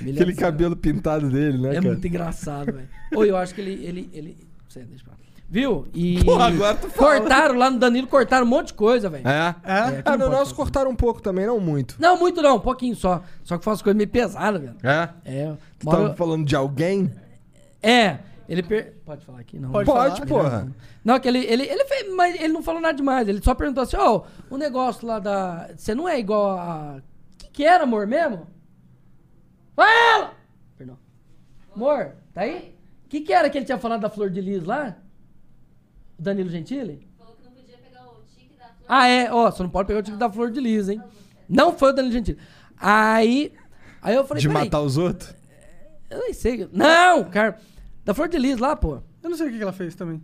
S3: Emílio é
S2: Aquele
S3: bizarro.
S2: cabelo pintado dele, né,
S3: É
S2: cara?
S3: muito engraçado, velho. Ou eu acho que ele. ele, ele... Sei, deixa pra lá. Viu? E.
S2: Porra, agora tu fala.
S3: Cortaram lá no Danilo, cortaram um monte de coisa, velho.
S2: É?
S3: É, que
S2: Ah, no
S3: não pode
S2: nosso
S3: fazer.
S2: cortaram um pouco também, não muito.
S3: Não, muito não, um pouquinho só. Só que faz coisa meio pesada, velho.
S2: É?
S3: É. uma hora
S2: Tava
S3: eu-
S2: falando de alguém?
S3: É, ele per... Pode falar aqui, não.
S2: Pode Pode, falar. porra.
S3: Não, que ele, ele, ele fez, mas ele não falou nada demais. Ele só perguntou assim, ó, o negócio lá da... Você não é igual a... O que que era, amor, mesmo? Fala! Perdão. Amor, tá aí? O que que era que ele tinha falado da Flor de Lis lá? O Danilo Gentili? Ah, é, ó, você não pode pegar o título da Flor de Lis, hein? Não foi o Danilo Gentili. Aí, aí eu falei,
S2: De
S3: "Peraí,
S2: matar os outros?
S3: eu nem sei. Não, cara. Da Flor de Lis lá, pô.
S4: Eu não sei o que que ela fez também.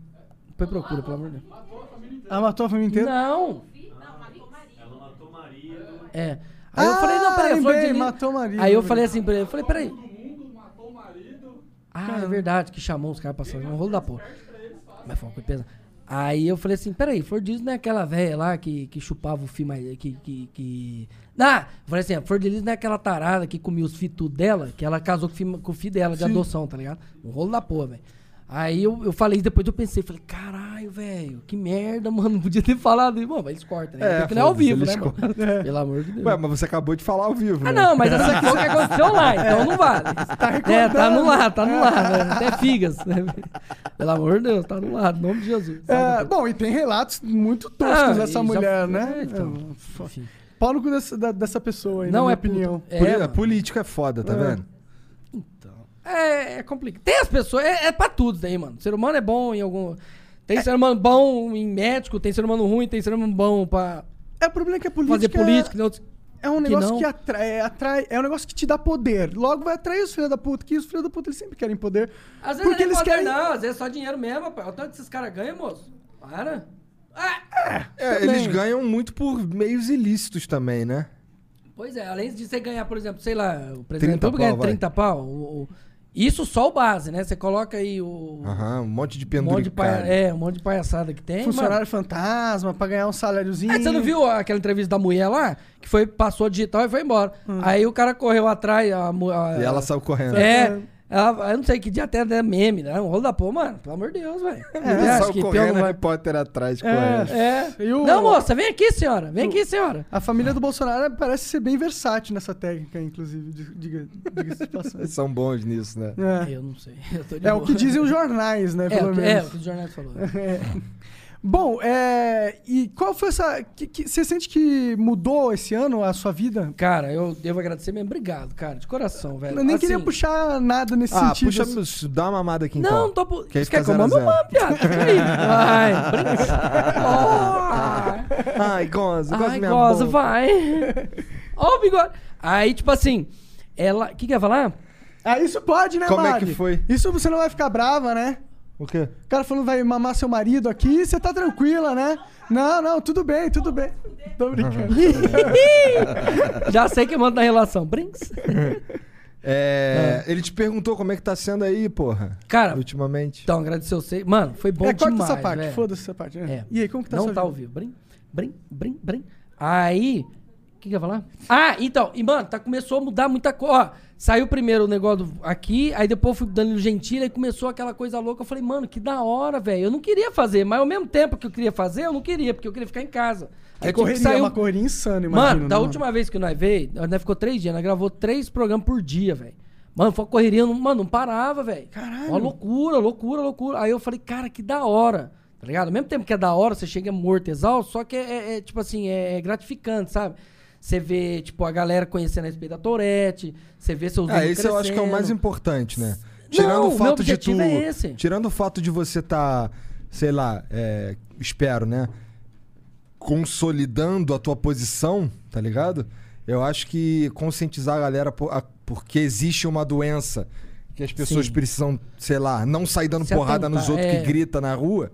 S3: Depois procura, pelo amor de Deus.
S4: Ela matou a família inteira?
S3: Não. É. Aí eu
S4: Ah,
S3: falei, não, peraí, a Flor
S4: lembrei,
S3: de Lis.
S4: matou o marido. né?
S3: Aí eu falei assim pra ele, eu falei, peraí. Ah, é verdade, que chamou os caras pra sair. Um rolo da porra. Mas foi uma coisa pesada. Aí eu falei assim, peraí, Flor de Lis não é aquela velha lá que, que chupava o fio mais... Que, que, que... Ah, eu falei assim, a Flor de Lis não é aquela tarada que comia os fios tudo dela, que ela casou com o filho, com o filho dela, de adoção, tá ligado? Um rolo da porra, velho. Aí eu, eu falei, depois eu pensei, falei, caralho, velho, que merda, mano, podia ter falado. E, Bom, mas eles cortam, né? Porque não é ao
S2: foda-se,
S3: vivo, né,
S2: eles
S3: mano?
S2: cortam. É.
S3: Pelo amor de Deus.
S2: Ué, mas você acabou de falar ao vivo.
S3: Ah,
S2: né?
S3: não, mas essa foi o que aconteceu lá, então não vale. Tá é, tá no lá, tá no lá. Né? Até figas. Né? Pelo amor de Deus, tá no lá, em nome de Jesus.
S4: É, bom, e tem relatos muito toscos
S3: Ah,
S4: dessa
S3: e já-
S4: mulher, né?
S3: É, então,
S4: É, fo- Pau no cu dessa, da- dessa pessoa aí, na
S3: Não
S4: minha
S3: é puta,
S4: opinião.
S3: é,
S2: Poli-
S3: mano.
S2: político é foda, tá
S4: É.
S2: vendo?
S3: É, é complicado. Tem as pessoas, é, é pra tudo daí, mano. Ser humano é bom em algum. Tem ser humano bom em médico, tem ser humano ruim, tem ser humano bom pra
S4: É, o problema é que a política...
S3: fazer política. né? tem outros-
S4: É um
S3: que
S4: negócio que,
S3: não.
S4: atrai, é, atrai- é um negócio que te dá poder. Logo vai atrair os filhos da puta, que os filhos da puta eles sempre querem poder.
S3: Às vezes
S4: porque
S3: não é
S4: eles
S3: poder,
S4: querem.
S3: não, às vezes é só dinheiro mesmo, rapaz. Olha o tanto que esses caras ganham, moço. Para.
S2: É, eles ganham muito por meios ilícitos também, né?
S3: Pois é, além de você ganhar, por exemplo, sei lá, o
S2: 30
S3: presidente da República ganha
S2: pau, vai.
S3: 30 pau. o- o- isso só o base, né? Você coloca aí o.
S2: Aham, um monte de
S3: um monte de
S2: penduricário.
S3: paia- é, um monte de palhaçada que tem.
S4: Funcionário fantasma, pra ganhar um saláriozinho.
S3: mano. Ah, você não viu aquela entrevista da mulher lá? Que foi, passou digital e foi embora.
S4: Hum.
S3: Aí o cara correu atrás. A, mu- a-
S2: E ela né? saiu correndo.
S3: É. Ela, eu não sei que dia até é meme, né? Um rolo da porra, mano. Pelo amor de Deus, velho. Você
S2: Ela
S3: acha
S2: saiu
S3: É, que
S2: correndo,
S3: peão não
S2: Harry Potter atrás
S4: É,
S2: correndo.
S3: É.
S4: E o-
S3: Não, moça, vem aqui, senhora. Vem aqui, senhora.
S4: A família do Bolsonaro parece ser bem versátil nessa técnica, inclusive, diga- diga- diga-se de passagem.
S2: Eles são bons nisso, né?
S4: É.
S3: Eu não sei. Eu tô de
S4: É o
S3: boa.
S4: que dizem os jornais, né?
S3: É,
S4: Pelo
S3: o que- é, o
S4: menos.
S3: que o jornal falou.
S4: É. Bom, é, e qual foi essa. que- que- você sente que mudou esse ano a sua vida?
S3: Cara, eu devo agradecer mesmo. Obrigado, cara, de coração, velho.
S4: Eu nem
S3: Assim,
S4: queria puxar nada nesse
S2: Ah,
S4: sentido. assim.
S2: puxa, dá uma mamada aqui então.
S3: Não, tô. Pu...
S2: Que aí
S3: Você quer
S2: fica
S3: que eu mame
S2: zero a
S3: uma, piada? Fica aí. Vai, brinca.
S2: Ai, gozo, gozo
S3: Ai,
S2: minha
S3: goza,
S2: boca.
S3: vai. Ó, o bigode. Aí, tipo assim, ela. O que quer falar?
S4: Ah, isso pode, né,
S2: Como é
S4: Mari?
S2: que foi?
S4: Isso você não vai ficar brava, né?
S2: O quê?
S4: O cara falando vai mamar seu marido aqui, você tá tranquila, né? Não, não, tudo bem, tudo bem. Tô brincando.
S3: é Já sei que manda na relação. Brinks.
S2: É, Ele te perguntou como é que tá sendo aí, porra.
S3: Cara,
S2: Ultimamente.
S3: então agradecer você. Mano, foi bom
S4: é, corta
S3: demais.
S4: essa parte,
S3: velho.
S4: foda-se essa parte. né?
S3: É.
S4: E aí, como que tá
S3: Não
S4: sua
S3: tá ao
S4: vida?
S3: vivo. Brim, brim, brim, brim. Aí. O que, que eu ia falar? Ah, então. E, mano, tá, começou a mudar muita coisa. Ó, saiu primeiro o negócio do- aqui, aí depois eu fui pro Danilo Gentili, aí começou aquela coisa louca. Eu falei, mano, que da hora, velho. Eu não queria fazer, mas ao mesmo tempo que eu queria fazer, eu não queria, porque eu queria ficar em casa.
S4: É
S3: Aí tive que
S4: correria,
S3: sair
S4: é
S3: um-
S4: uma correria insana, imagina.
S3: Mano, da
S4: né,
S3: última vez que nós veio, nós ficou três dias, nós gravou três programas por dia, velho. Mano, foi uma correria, eu não- mano, não parava, velho. Caralho. Uma loucura, loucura, loucura. Aí eu falei, cara, que da hora. Tá ligado? Ao mesmo tempo que é da hora, você chega morto, exausto, só que é, é- é, tipo assim, é, é gratificante, sabe? Você vê, tipo, a galera conhecendo a respeito da Torete, você vê seus
S2: É,
S3: números
S2: esse eu acho que é o mais
S3: crescendo.
S2: importante, né?
S3: Não,
S2: Tirando o
S3: meu
S2: fato de tu.
S3: objetivo é esse.
S2: Tirando o fato de você tá, sei lá, é, espero, né? Consolidando a tua posição, tá ligado? Eu acho que conscientizar a galera por- a- porque existe uma doença que as pessoas
S3: Sim.
S2: precisam, sei lá, não sair dando
S3: Se
S2: porrada
S3: atentar,
S2: nos outros
S3: é.
S2: que grita na rua,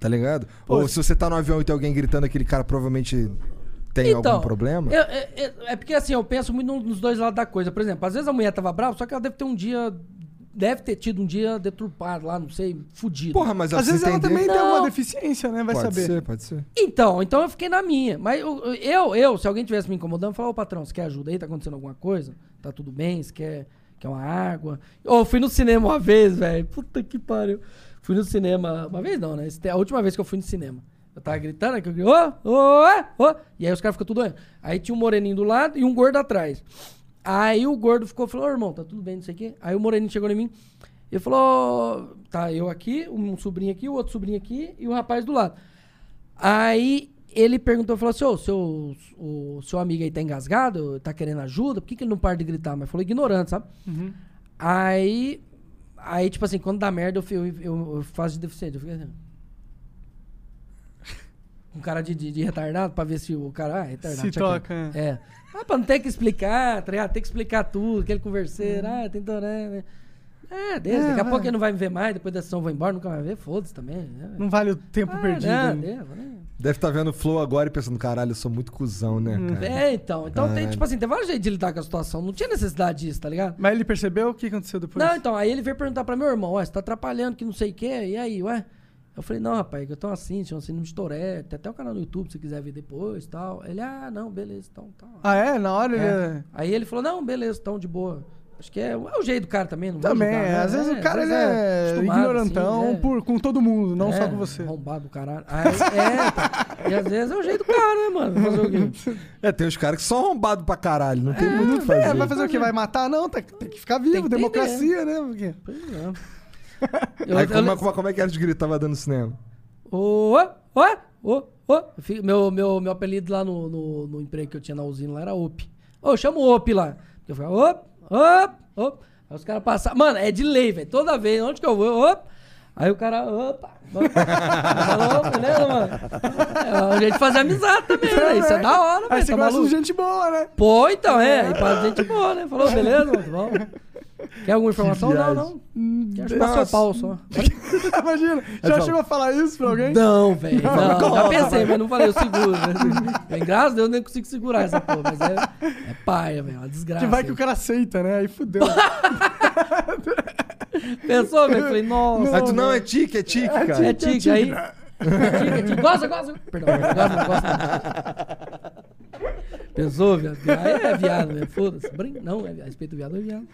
S2: tá ligado? Ou se você tá no avião e tem alguém gritando, aquele cara provavelmente tem algum problema.
S3: Então, eu- eu- eu- é porque assim, eu penso muito no- nos dois lados da coisa. Por exemplo, às vezes a mulher tava brava, só que ela deve ter um dia. Deve ter tido um dia deturpado lá, não sei, fudido.
S2: Porra, mas assim,
S4: Às vezes ela
S2: entender...
S4: também tem
S3: Não.
S4: alguma deficiência, né? Vai
S2: Pode
S4: saber.
S2: ser, pode ser.
S3: Então, então eu fiquei na minha. Mas eu, eu, eu, se alguém tivesse me incomodando, eu falava, ô patrão, você quer ajuda aí? Tá acontecendo alguma coisa? Tá tudo bem? Você quer, quer uma água? Ô, Eu fui no cinema uma vez, velho. Puta que pariu. Fui no cinema. Uma vez não, né? Esse é A última vez que eu fui no cinema. Eu tava gritando, que eu gritei, ô, ô, é, ô. E aí os caras ficam tudo olhando. Aí tinha um moreninho do lado e um gordo atrás. Aí o gordo ficou, falou, ô irmão, tá tudo bem, não sei o quê. Aí o moreninho chegou em mim. Ele falou: "Ó, tá, eu aqui, um sobrinho aqui, o outro sobrinho aqui e o rapaz do lado. Aí ele perguntou, falou assim, ô, seu, o seu amigo aí tá engasgado, tá querendo ajuda, por que, que ele não para de gritar? Mas falou ignorante, sabe?
S4: Uhum.
S3: Aí, aí, tipo assim, quando dá merda, eu, fi- eu, eu- eu faço de deficiente. Eu fico assim. Um cara de, de, de retardado pra ver se o cara. Ah, é retardado.
S4: Se
S3: tinha que-
S4: toca, é.
S3: É. Ah, pra não ter que explicar, tá ligado? Tem que explicar tudo, aquele converseiro, ah, tem toré, né? É, desde,
S4: Uhum. É,
S3: daqui a
S4: vai.
S3: pouco ele não vai me ver mais, depois da sessão eu vou embora, nunca vai ver, foda-se também. né?
S4: Não vale o tempo
S3: Ah,
S4: perdido. né?
S3: não, Deus, né?
S2: Deve estar vendo o Flow agora e pensando, caralho, eu sou muito cuzão, né, cara?
S3: É, então. Então tem,
S2: Caralho.
S3: tipo assim, tem vários jeitos de lidar com a situação. Não tinha necessidade disso, tá ligado?
S4: Mas ele percebeu o que aconteceu depois?
S3: Não, então, aí ele veio perguntar pra meu irmão, ué, você tá atrapalhando que não sei o quê, e aí, ué? Eu falei, não, rapaz, que eu tô assim, chama assim, não me estouré, tem até o canal no YouTube se quiser ver depois e tal. Ele, ah, não, beleza, então, tal.
S4: Ah, é? Na hora ele.
S3: É. Aí ele falou, não, beleza, então, de boa. Acho que é, é o jeito do cara também, não vou
S4: Também,
S3: julgar,
S4: é,
S3: né?
S4: às vezes o cara
S3: às
S4: ele é,
S3: acostumado,
S4: ignorantão
S3: assim, é.
S4: por, com todo mundo, não
S3: É,
S4: só com você.
S3: Arrombado do caralho. Aí, é, pá. e às vezes é o jeito do cara, né, mano? Fazer o quê?
S2: É, tem uns caras que são arrombados pra caralho, não tem muito o que
S4: É,
S2: fazer.
S4: vai fazer o que? Vai matar? Não, tá- tem que ficar
S3: Tem
S4: vivo,
S3: que ter
S4: democracia, né? Porque...
S3: Pois é.
S2: Aí
S3: Eu-
S2: como,
S3: eu-
S2: como- como é que eles gritavam dando cinema?
S3: Ô, ô, ô, ô, ô. Fi- Meu, meu, meu apelido lá no, no, no emprego que eu tinha na usina lá era OP. Ô, chama o OP lá. Eu ficava OP, OP, OP. Aí os caras passavam. Mano, é de lei, velho. Toda vez, onde que eu vou, OP. Aí o cara, opa, opa. Falou, opa, né, mano? É um jeito de fazer amizade também, né? Isso é da hora,
S4: Ah, Aí
S3: velho.
S4: você um
S3: Tá
S4: gosta de
S3: maluco?
S4: gente boa, né?
S3: Pô, então, é. Aí pra gente boa, né? Falou, beleza, mano, tudo bom? Quer alguma informação? Não, não. Quer chupar seu
S2: Nossa.
S3: pau só.
S4: Imagina, já
S3: É
S2: fala-
S4: chegou a falar isso pra alguém?
S2: Não, velho.
S3: Não, já pensei, mas não falei, eu seguro. Né? Bem, graças a Deus, eu nem consigo segurar essa porra. Mas é, é paia, velho. é Uma desgraça.
S4: Que vai que o cara aceita, né? Aí fudeu.
S3: Pensou, velho? Falei, nossa.
S2: Aí tu, não, é tique, é tique, cara.
S3: é tique aí. É tique, é tique. Gosta, gosta. Perdão, gosta, não gosta. não. Pensou, velho? Aí é viado, velho. Foda-se. Brin- Não, é viado. respeito o viado, é viado.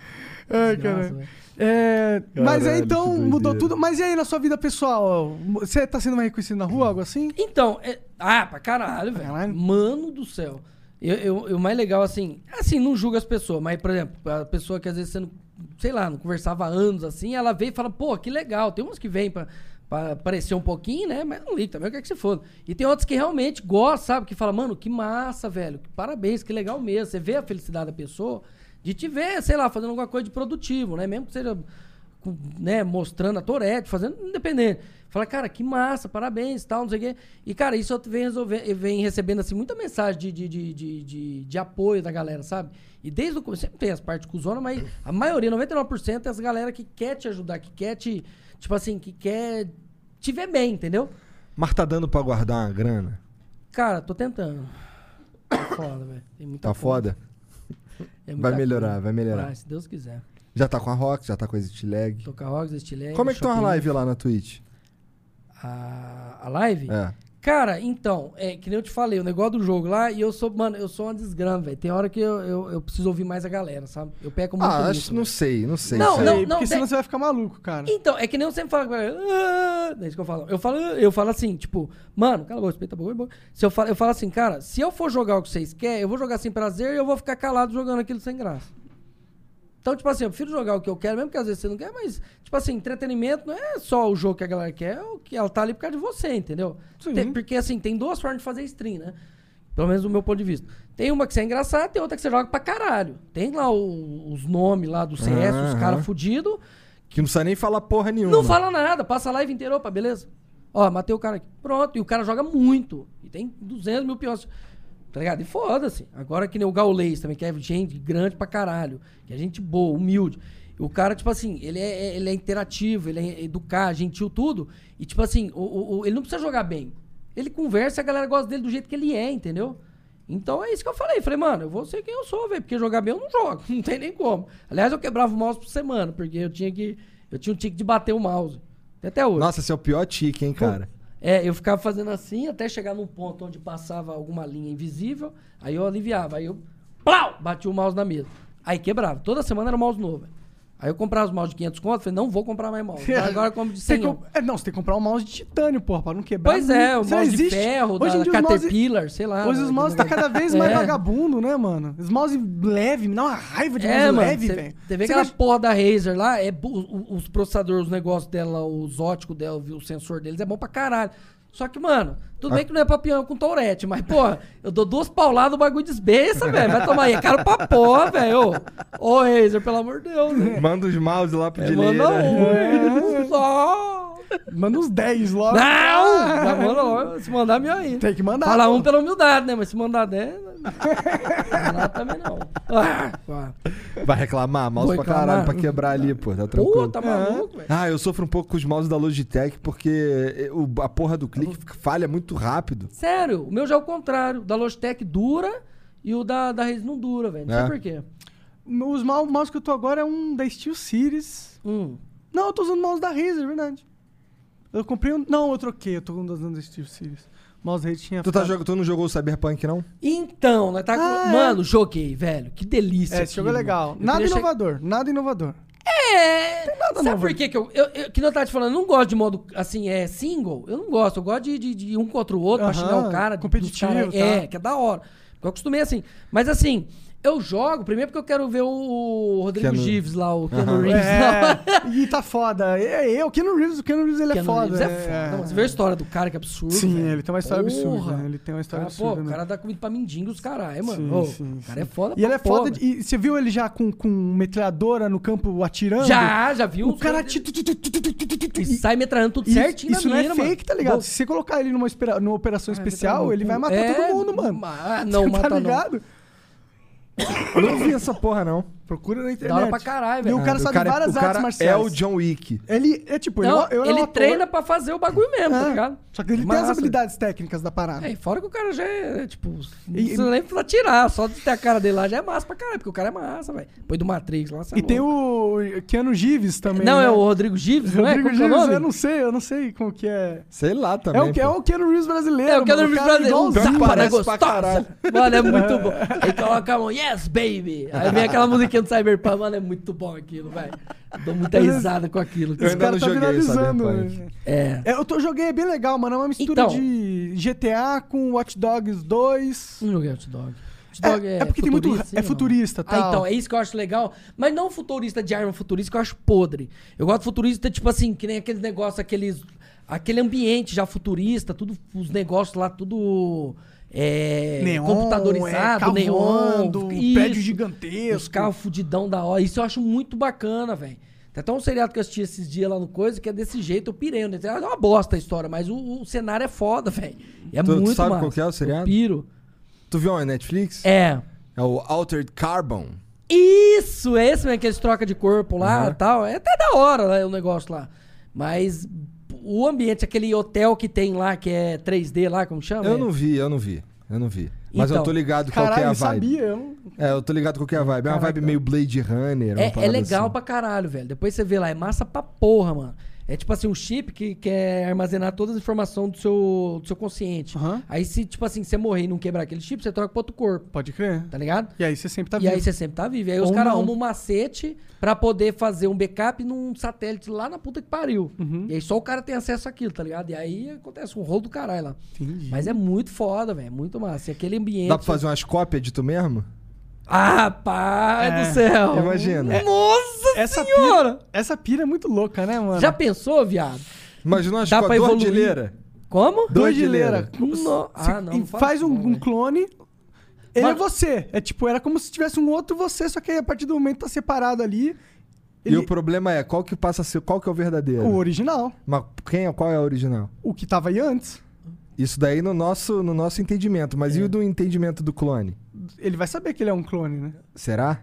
S4: É,
S3: Desgraça,
S4: cara.
S3: velho.
S4: É, mas aí
S2: Caralho, que
S4: então mudou
S2: doideira.
S4: tudo. Mas e aí na sua vida pessoal? Você tá sendo mais reconhecido na rua, algo assim?
S3: Então, é- ah, pra caralho,
S4: Caralho.
S3: velho. Mano do céu. Eu, eu, eu- o mais legal, assim, assim, não julgo as pessoas, mas, por exemplo, a pessoa que às vezes você não, sei lá, não conversava há anos, assim, ela vem e fala, pô, que legal. Tem uns que vêm pra, pra aparecer um pouquinho, né? Mas não liga também, eu quero que se foda. E tem outros que realmente gostam, sabe? Que fala, mano, que massa, velho. Que parabéns, que legal mesmo. Você vê a felicidade da pessoa de te ver, sei lá, fazendo alguma coisa de produtivo, né? Mesmo que seja com- né, mostrando a Torete, fazendo independente. Fala, cara, que massa, parabéns tal, não sei o quê. E, cara, isso eu venho, resolver, eu venho recebendo, assim, muita mensagem de, de, de, de, de- de apoio da galera, sabe? E desde o começo, sempre tem as partes cuzona, mas a maioria, 99%, é as galera que quer te ajudar, que quer te, tipo assim, que quer te ver bem, entendeu?
S2: Mas tá dando pra guardar uma grana?
S3: Cara, tô tentando. Tá foda, velho. Tem muita
S2: Tá
S3: coisa.
S2: foda?
S3: É
S2: Vai
S3: muita
S2: melhorar,
S3: coisa.
S2: vai melhorar.
S3: Vai, se Deus quiser.
S2: Já tá com a Rock, já tá com a Exit Lag.
S3: Tocar Rocks, Estilete.
S2: Como é que tá
S3: Shopping.
S2: uma live lá na Twitch?
S3: A, a live?
S2: É.
S3: Cara, então, é que nem eu te falei, o negócio do jogo lá, e eu sou, mano, eu sou uma desgrama, velho. Tem hora que eu, eu, eu preciso ouvir mais a galera, sabe? Eu pego muito
S2: Ah,
S3: nisso,
S2: acho, não
S3: velho.
S2: sei, não sei.
S3: né? Não,
S2: Isso aí-
S3: não.
S4: Sei, porque senão
S3: tem-
S4: você vai ficar maluco, cara.
S3: Então, é que nem eu sempre falo com a galera, "Ah", é isso que eu falo. Eu falo, eu falo assim, tipo, mano, cala a boca, respeita a boca, boca. Se eu falo, eu falo assim, cara, se eu for jogar o que vocês querem, eu vou jogar sem prazer e eu vou ficar calado jogando aquilo sem graça. Então, tipo assim, eu prefiro jogar o que eu quero, mesmo que às vezes você não quer, mas, tipo assim, entretenimento não é só o jogo que a galera quer, é o que ela tá ali por causa de você, entendeu?
S4: Sim.
S3: Tem- porque, assim, tem duas formas de fazer stream, né? Pelo menos do meu ponto de vista. Tem uma que você é engraçada, tem outra que você joga pra caralho. Tem lá o- os nomes lá do CS, os
S2: Aham.
S3: caras fudidos.
S2: Que não precisa nem falar porra nenhuma.
S3: Não fala nada, passa a live inteira, opa, beleza? Ó, matei o cara aqui. Pronto, e o cara joga muito. E tem 200 mil piores. Tá ligado? E foda-se. Agora que nem o Gaulês também, que é gente grande pra caralho. Que é gente boa, humilde. E o cara, tipo assim, ele é, é- ele é interativo, ele é educar, gentil, tudo. E tipo assim, o- o- o- ele não precisa jogar bem. Ele conversa e a galera gosta dele do jeito que ele é, entendeu? Então é isso que eu falei. Falei, mano, eu vou ser quem eu sou, velho. Porque jogar bem eu não jogo. Não tem nem como. Aliás, eu quebrava o mouse por semana, porque eu tinha que. Eu tinha um tique de bater o mouse. Tem Até hoje.
S2: Nossa, esse é o pior tique, hein, cara?
S3: É, eu ficava fazendo assim até chegar num ponto onde passava alguma linha invisível, aí eu aliviava, aí eu plau, bati o mouse na mesa. Aí quebrava. Toda semana era mouse novo. velho. Aí eu comprava os mouse de 500 conto, falei, não vou comprar mais mouse.
S4: É.
S3: Agora eu compro de
S4: Você
S3: 100
S4: tem que comp- é, Não, você tem que comprar um mouse de titânio, porra, pra não quebrar.
S3: Pois é, o
S4: Isso não
S3: mouse de
S4: existe.
S3: ferro,
S4: Hoje em
S3: da
S4: dia os mouse-
S3: Caterpillar, sei lá.
S4: Hoje os
S3: aquele
S4: mouse tá
S3: negócio.
S4: cada vez mais
S3: É.
S4: vagabundo, né, mano? Os mouse leve, me dá uma raiva de
S3: É,
S4: mouse
S3: mano,
S4: leve,
S3: cê-
S4: velho.
S3: Você vê
S4: Você
S3: aquela
S4: acha-
S3: porra da Razer lá, é, bu- o- os processadores, os negócios dela, os óticos dela, o sensor deles é bom pra caralho. Só que, mano, tudo bem que não é papião com tourette, mas, porra, eu dou duas pauladas, o bagulho desbeça, velho. Vai tomar aí, é caro pra porra, velho. Ô, ô, Razer, pelo amor de Deus, né?
S2: Manda os mouse lá pro
S3: É,
S2: dileira.
S3: manda um, só.
S4: Manda uns 10 logo. Ah,
S3: Não! Já manda logo, se mandar, meu aí.
S4: Tem que mandar.
S3: Fala um
S4: pô.
S3: pela humildade, né? Mas se mandar 10, não dá também não. Ah, pá.
S2: Vai reclamar, mouse
S3: Vou
S2: pra
S3: reclamar.
S2: caralho, pra quebrar ali, pô, tá
S3: Pô,
S2: tranquilo.
S3: tá maluco, velho.
S2: Ah, eu sofro um pouco com os mouse da Logitech porque eh, o- a porra do clique
S4: Uhum.
S2: fica- falha muito rápido.
S3: Sério, o meu já é o contrário. O da Logitech dura e o da, da Reis não dura, velho. Não
S2: É.
S3: sei por quê. um-
S4: Os ma- o mouse que eu tô agora é um da Steel Series.
S3: Hum.
S4: Não, eu tô usando o mouse da Razer, é verdade. Eu comprei um. Não, eu troquei, eu tô usando o Steel Series. O mouse da Razer tinha.
S2: Tu, tá
S4: ficado-
S2: jogando, tu não jogou o Cyberpunk, não?
S3: Então, nós tá com...
S4: Ah, é.
S3: Mano, joguei, velho. Que delícia.
S4: É, esse jogo é
S3: aquilo.
S4: legal.
S3: Eu
S4: Nada
S3: queria che-
S4: inovador, nada inovador.
S3: É. Sabe
S4: novo
S3: por que que eu, eu, eu- Que não tá te falando, eu não gosto de modo assim, é single. Eu não gosto. Eu gosto de, de, de um contra o outro pra
S4: Aham,
S3: xingar o cara. dos
S4: competitivo,
S3: cara-
S4: tá.
S3: É, que é da hora. Eu acostumei assim. Mas assim, eu jogo, primeiro porque eu quero ver o Rodrigo
S2: Keanu-
S3: Gives lá, o Keanu
S2: Aham.
S3: Reeves lá.
S4: É, e tá foda. É, é, o Keanu Reeves, o Keanu Reeves ele é
S3: Keanu
S4: foda.
S3: Reeves é foda. Você vê a história do cara que é absurdo.
S4: Sim,
S3: velho.
S4: ele tem uma história absurda.
S3: Porra.
S4: né? Ele tem uma história
S3: Cara,
S4: absurda.
S3: pô, o
S4: né?
S3: cara dá comida pra mendigos, caralho, mano.
S4: Sim,
S3: Ô,
S4: sim,
S3: o cara
S4: sim.
S3: é foda
S4: E
S3: pra
S4: ele é foda.
S3: porra.
S4: de- e você viu ele já com, com metralhadora no campo atirando?
S3: Já, já viu?
S4: O
S3: os
S4: cara.
S3: caras-
S4: ti- tu- tu- tu- tu- tu- tu- tu- tu- tu-
S3: E
S4: e-
S3: sai metralhando tudo
S4: Isso,
S3: certinho
S4: isso
S3: na
S4: não é
S3: mina,
S4: fake,
S3: mano.
S4: tá ligado?
S3: Pô,
S4: Se você colocar ele numa, espera- numa operação
S3: vai
S4: especial,
S3: tomar tá no
S4: ele
S3: cu.
S4: vai matar
S3: É,
S4: todo mundo, mano.
S3: ma- não,
S4: tá
S3: mata não.
S4: ligado?
S2: Eu não vi essa porra, não.
S4: Procura na internet.
S3: É Da hora pra caralho,
S4: E
S3: velho.
S4: o cara
S2: Ah,
S4: sabe
S2: é-
S4: várias
S2: o cara
S4: artes marciais.
S2: É o John Wick.
S4: Ele é tipo, ele
S3: Não,
S4: é- ele, é um
S3: ele
S4: ator.
S3: treina pra fazer o bagulho mesmo, tá
S4: É.
S3: ligado?
S4: Só que ele tem as
S3: Massa.
S4: habilidades técnicas da parada.
S3: É, e fora que o cara já é, tipo, não
S4: E-
S3: precisa nem pra tirar, só de ter a cara dele lá já é massa pra caralho, porque o cara é massa, velho. Depois do Matrix lá, você é
S4: e tem
S3: louco.
S4: o Keanu Gives também.
S3: Não,
S4: né?
S3: é o Rodrigo Gives, não é?
S4: Rodrigo
S3: Como que é o
S4: Gives,
S3: nome?
S4: eu não sei, eu não sei como que é.
S2: Sei lá
S4: É
S2: também.
S4: o, que- é
S2: pô.
S4: o Keanu Reeves brasileiro.
S3: É, o Keanu
S4: mano,
S3: Reeves
S4: cara
S3: brasileiro. Um
S4: igualzinho.
S3: zapa, né?
S2: parece pra
S3: Gostosa.
S2: caralho.
S3: Mano, é muito bom. Aí coloca a mão, yes, baby. Aí vem aquela musiquinha do Cyberpunk. Mano, é muito bom aquilo, velho. Dou muita risada com aquilo.
S2: Eu
S4: Esse
S2: ainda
S4: cara
S2: não
S4: tá
S2: joguei
S4: viralizando.
S2: Cyberpunk.
S4: né?
S3: É.
S4: É, eu tô, joguei, é bem legal, mano. É uma mistura
S3: Então.
S4: de GTA com Watch Dogs 2.
S3: Não joguei Hot Dog. Hot
S4: É-
S3: Dog é,
S4: é porque tem muito-
S3: futurista,
S4: é
S3: sim,
S4: futurista,
S3: não?
S4: tal.
S3: Ah, então, é isso que eu acho legal. Mas não futurista de arma futurista, que eu acho podre. Eu gosto de futurista, tipo assim, que nem aquele negócio, aqueles, aquele ambiente já futurista, tudo, os negócios lá, tudo. É,
S4: Neon, é,
S3: computadorizado,
S4: carro
S3: neon,
S4: voando, um
S3: isso.
S4: prédio gigantesco.
S3: Os carros fudidão da hora. Isso eu acho muito bacana, velho. Tem até um seriado que eu assisti esses dias lá no Coisa que é desse jeito, eu pirei. né? É uma bosta a história, mas o, o cenário é foda, velho. É
S2: Tu- tu
S3: muito
S2: sabe
S3: massa.
S2: qual que é o seriado?
S3: Eu piro.
S2: Tu viu na Netflix?
S3: É.
S2: É o Altered Carbon.
S3: Isso, é esse mesmo que eles trocam de corpo lá e
S2: Aham.
S3: tal. É até da hora né, o negócio lá. Mas o ambiente, aquele hotel que tem lá, que é 3D lá, como chama?
S2: Eu não vi, eu não vi. Eu não vi. Mas eu
S3: Então.
S2: tô ligado qual que é
S4: Caralho,
S2: a
S4: eu
S2: vibe.
S4: sabia. Eu não...
S2: É, eu tô ligado qual que é a vibe. É uma vibe meio Blade Runner. uma
S3: É, é
S2: parada
S3: legal
S2: assim.
S3: pra caralho, velho. Depois você vê lá, é massa pra porra, mano. É tipo assim, um chip que quer armazenar todas as informações do seu, do seu consciente.
S4: Aham.
S3: Aí se, tipo assim, você morrer e não quebrar aquele chip, você troca pro outro corpo,
S4: Pode crer.
S3: tá ligado?
S4: E aí você sempre tá
S3: e
S4: vivo.
S3: aí você sempre tá vivo. E aí
S4: Ou
S3: os caras
S4: não.
S3: arrumam um macete pra poder fazer um backup num satélite lá na puta que pariu.
S2: Uhum.
S3: E aí só o cara tem acesso àquilo, tá ligado? E aí acontece um rolo do caralho lá.
S4: Entendi.
S3: Mas é muito foda, velho. é Muito massa. E aquele ambiente.
S2: Dá pra fazer um- umas cópias de tu mesmo?
S3: Ah, pai do céu!
S2: É, Imagina.
S3: Nossa
S4: Essa
S3: senhora!
S4: pira, essa pira é muito louca, né, mano?
S3: Já pensou, viado?
S2: Imagina umas
S3: Dá pra
S2: cópias de
S3: evoluir.
S2: artilheira.
S3: Como?
S4: Doidileira.
S3: No- Ah, não, não fala
S4: faz
S3: isso
S4: um,
S3: não,
S4: um
S3: velho.
S4: clone. Ele é
S3: Mas-
S4: você. É tipo, era como se tivesse um outro você, só que aí a partir do momento tá separado ali.
S2: E
S4: Ele-
S2: o problema é, qual que passa a ser, qual que é o verdadeiro?
S4: O original.
S2: Mas quem é, qual é o original?
S4: O que tava aí antes.
S2: Isso daí no nosso, no nosso entendimento. Mas e o do entendimento do clone?
S4: Ele vai saber que ele é um clone, né?
S2: Será?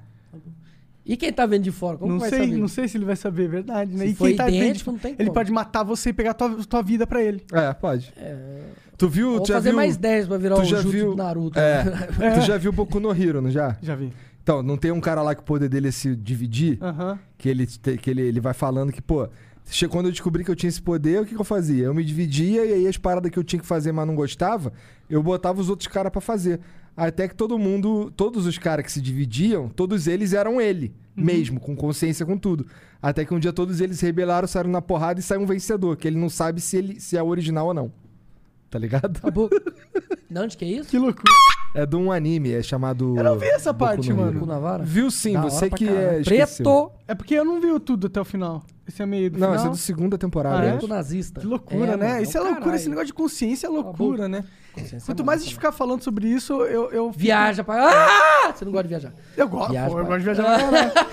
S3: E quem tá vendo de fora? Como
S4: não
S3: que vai
S4: sei,
S3: saber?
S4: não sei se ele vai saber, é verdade, né?
S3: Se for
S4: tá
S3: idêntico,
S4: idêntico,
S3: não tem
S4: Ele
S3: como.
S4: pode matar você e pegar tua, tua vida pra ele.
S2: É, pode. Tu viu...
S3: Vou
S2: tu já
S3: fazer
S2: viu,
S3: mais 10 pra virar
S2: tu
S3: o
S2: já
S3: Jutsu
S2: viu-
S3: do Naruto.
S2: É. Tu já viu Boku no Hero, não já?
S4: Já vi.
S2: Então, não tem um cara lá que o poder dele é se dividir?
S4: Aham.
S2: Que ele, te- que ele, ele vai falando que, pô, che- quando eu descobri que eu tinha esse poder, o que, que eu fazia? Eu me dividia e aí as paradas que eu tinha que fazer, mas não gostava, eu botava os outros caras pra fazer. Até que todo mundo, todos os caras que se dividiam, todos eles eram ele.
S4: Uhum.
S2: Mesmo, com consciência, com tudo. Até que um dia todos eles se rebelaram, saíram na porrada e saiu um vencedor, que ele não sabe se, ele, se é original ou não. Tá ligado?
S3: De onde que é isso?
S4: Que loucura.
S2: É de um anime, é chamado.
S4: Eu não vi essa
S2: Boku
S4: parte,
S2: no
S4: mano.
S2: Hero. Viu sim,
S4: Da hora
S2: você
S4: pra
S2: que
S4: caralho.
S2: é.
S4: Preto! É porque eu não vi tudo até o final. Esse é meio do
S2: Não,
S4: final.
S2: esse é do segunda temporada, né?
S4: Ah, é?
S2: eu acho.
S3: nazista.
S4: Que loucura,
S2: É,
S4: né?
S2: mano,
S3: um
S2: é
S4: isso é
S2: o
S4: loucura,
S2: caralho.
S4: esse negócio de consciência é loucura, né? Quanto
S3: é
S4: mais a gente ficar falando sobre isso, eu. eu fico-
S3: Viaja pra. Ah! Você não gosta de viajar.
S4: Eu gosto,
S3: Viaja
S4: pô, eu
S3: pra-
S4: gosto de viajar pra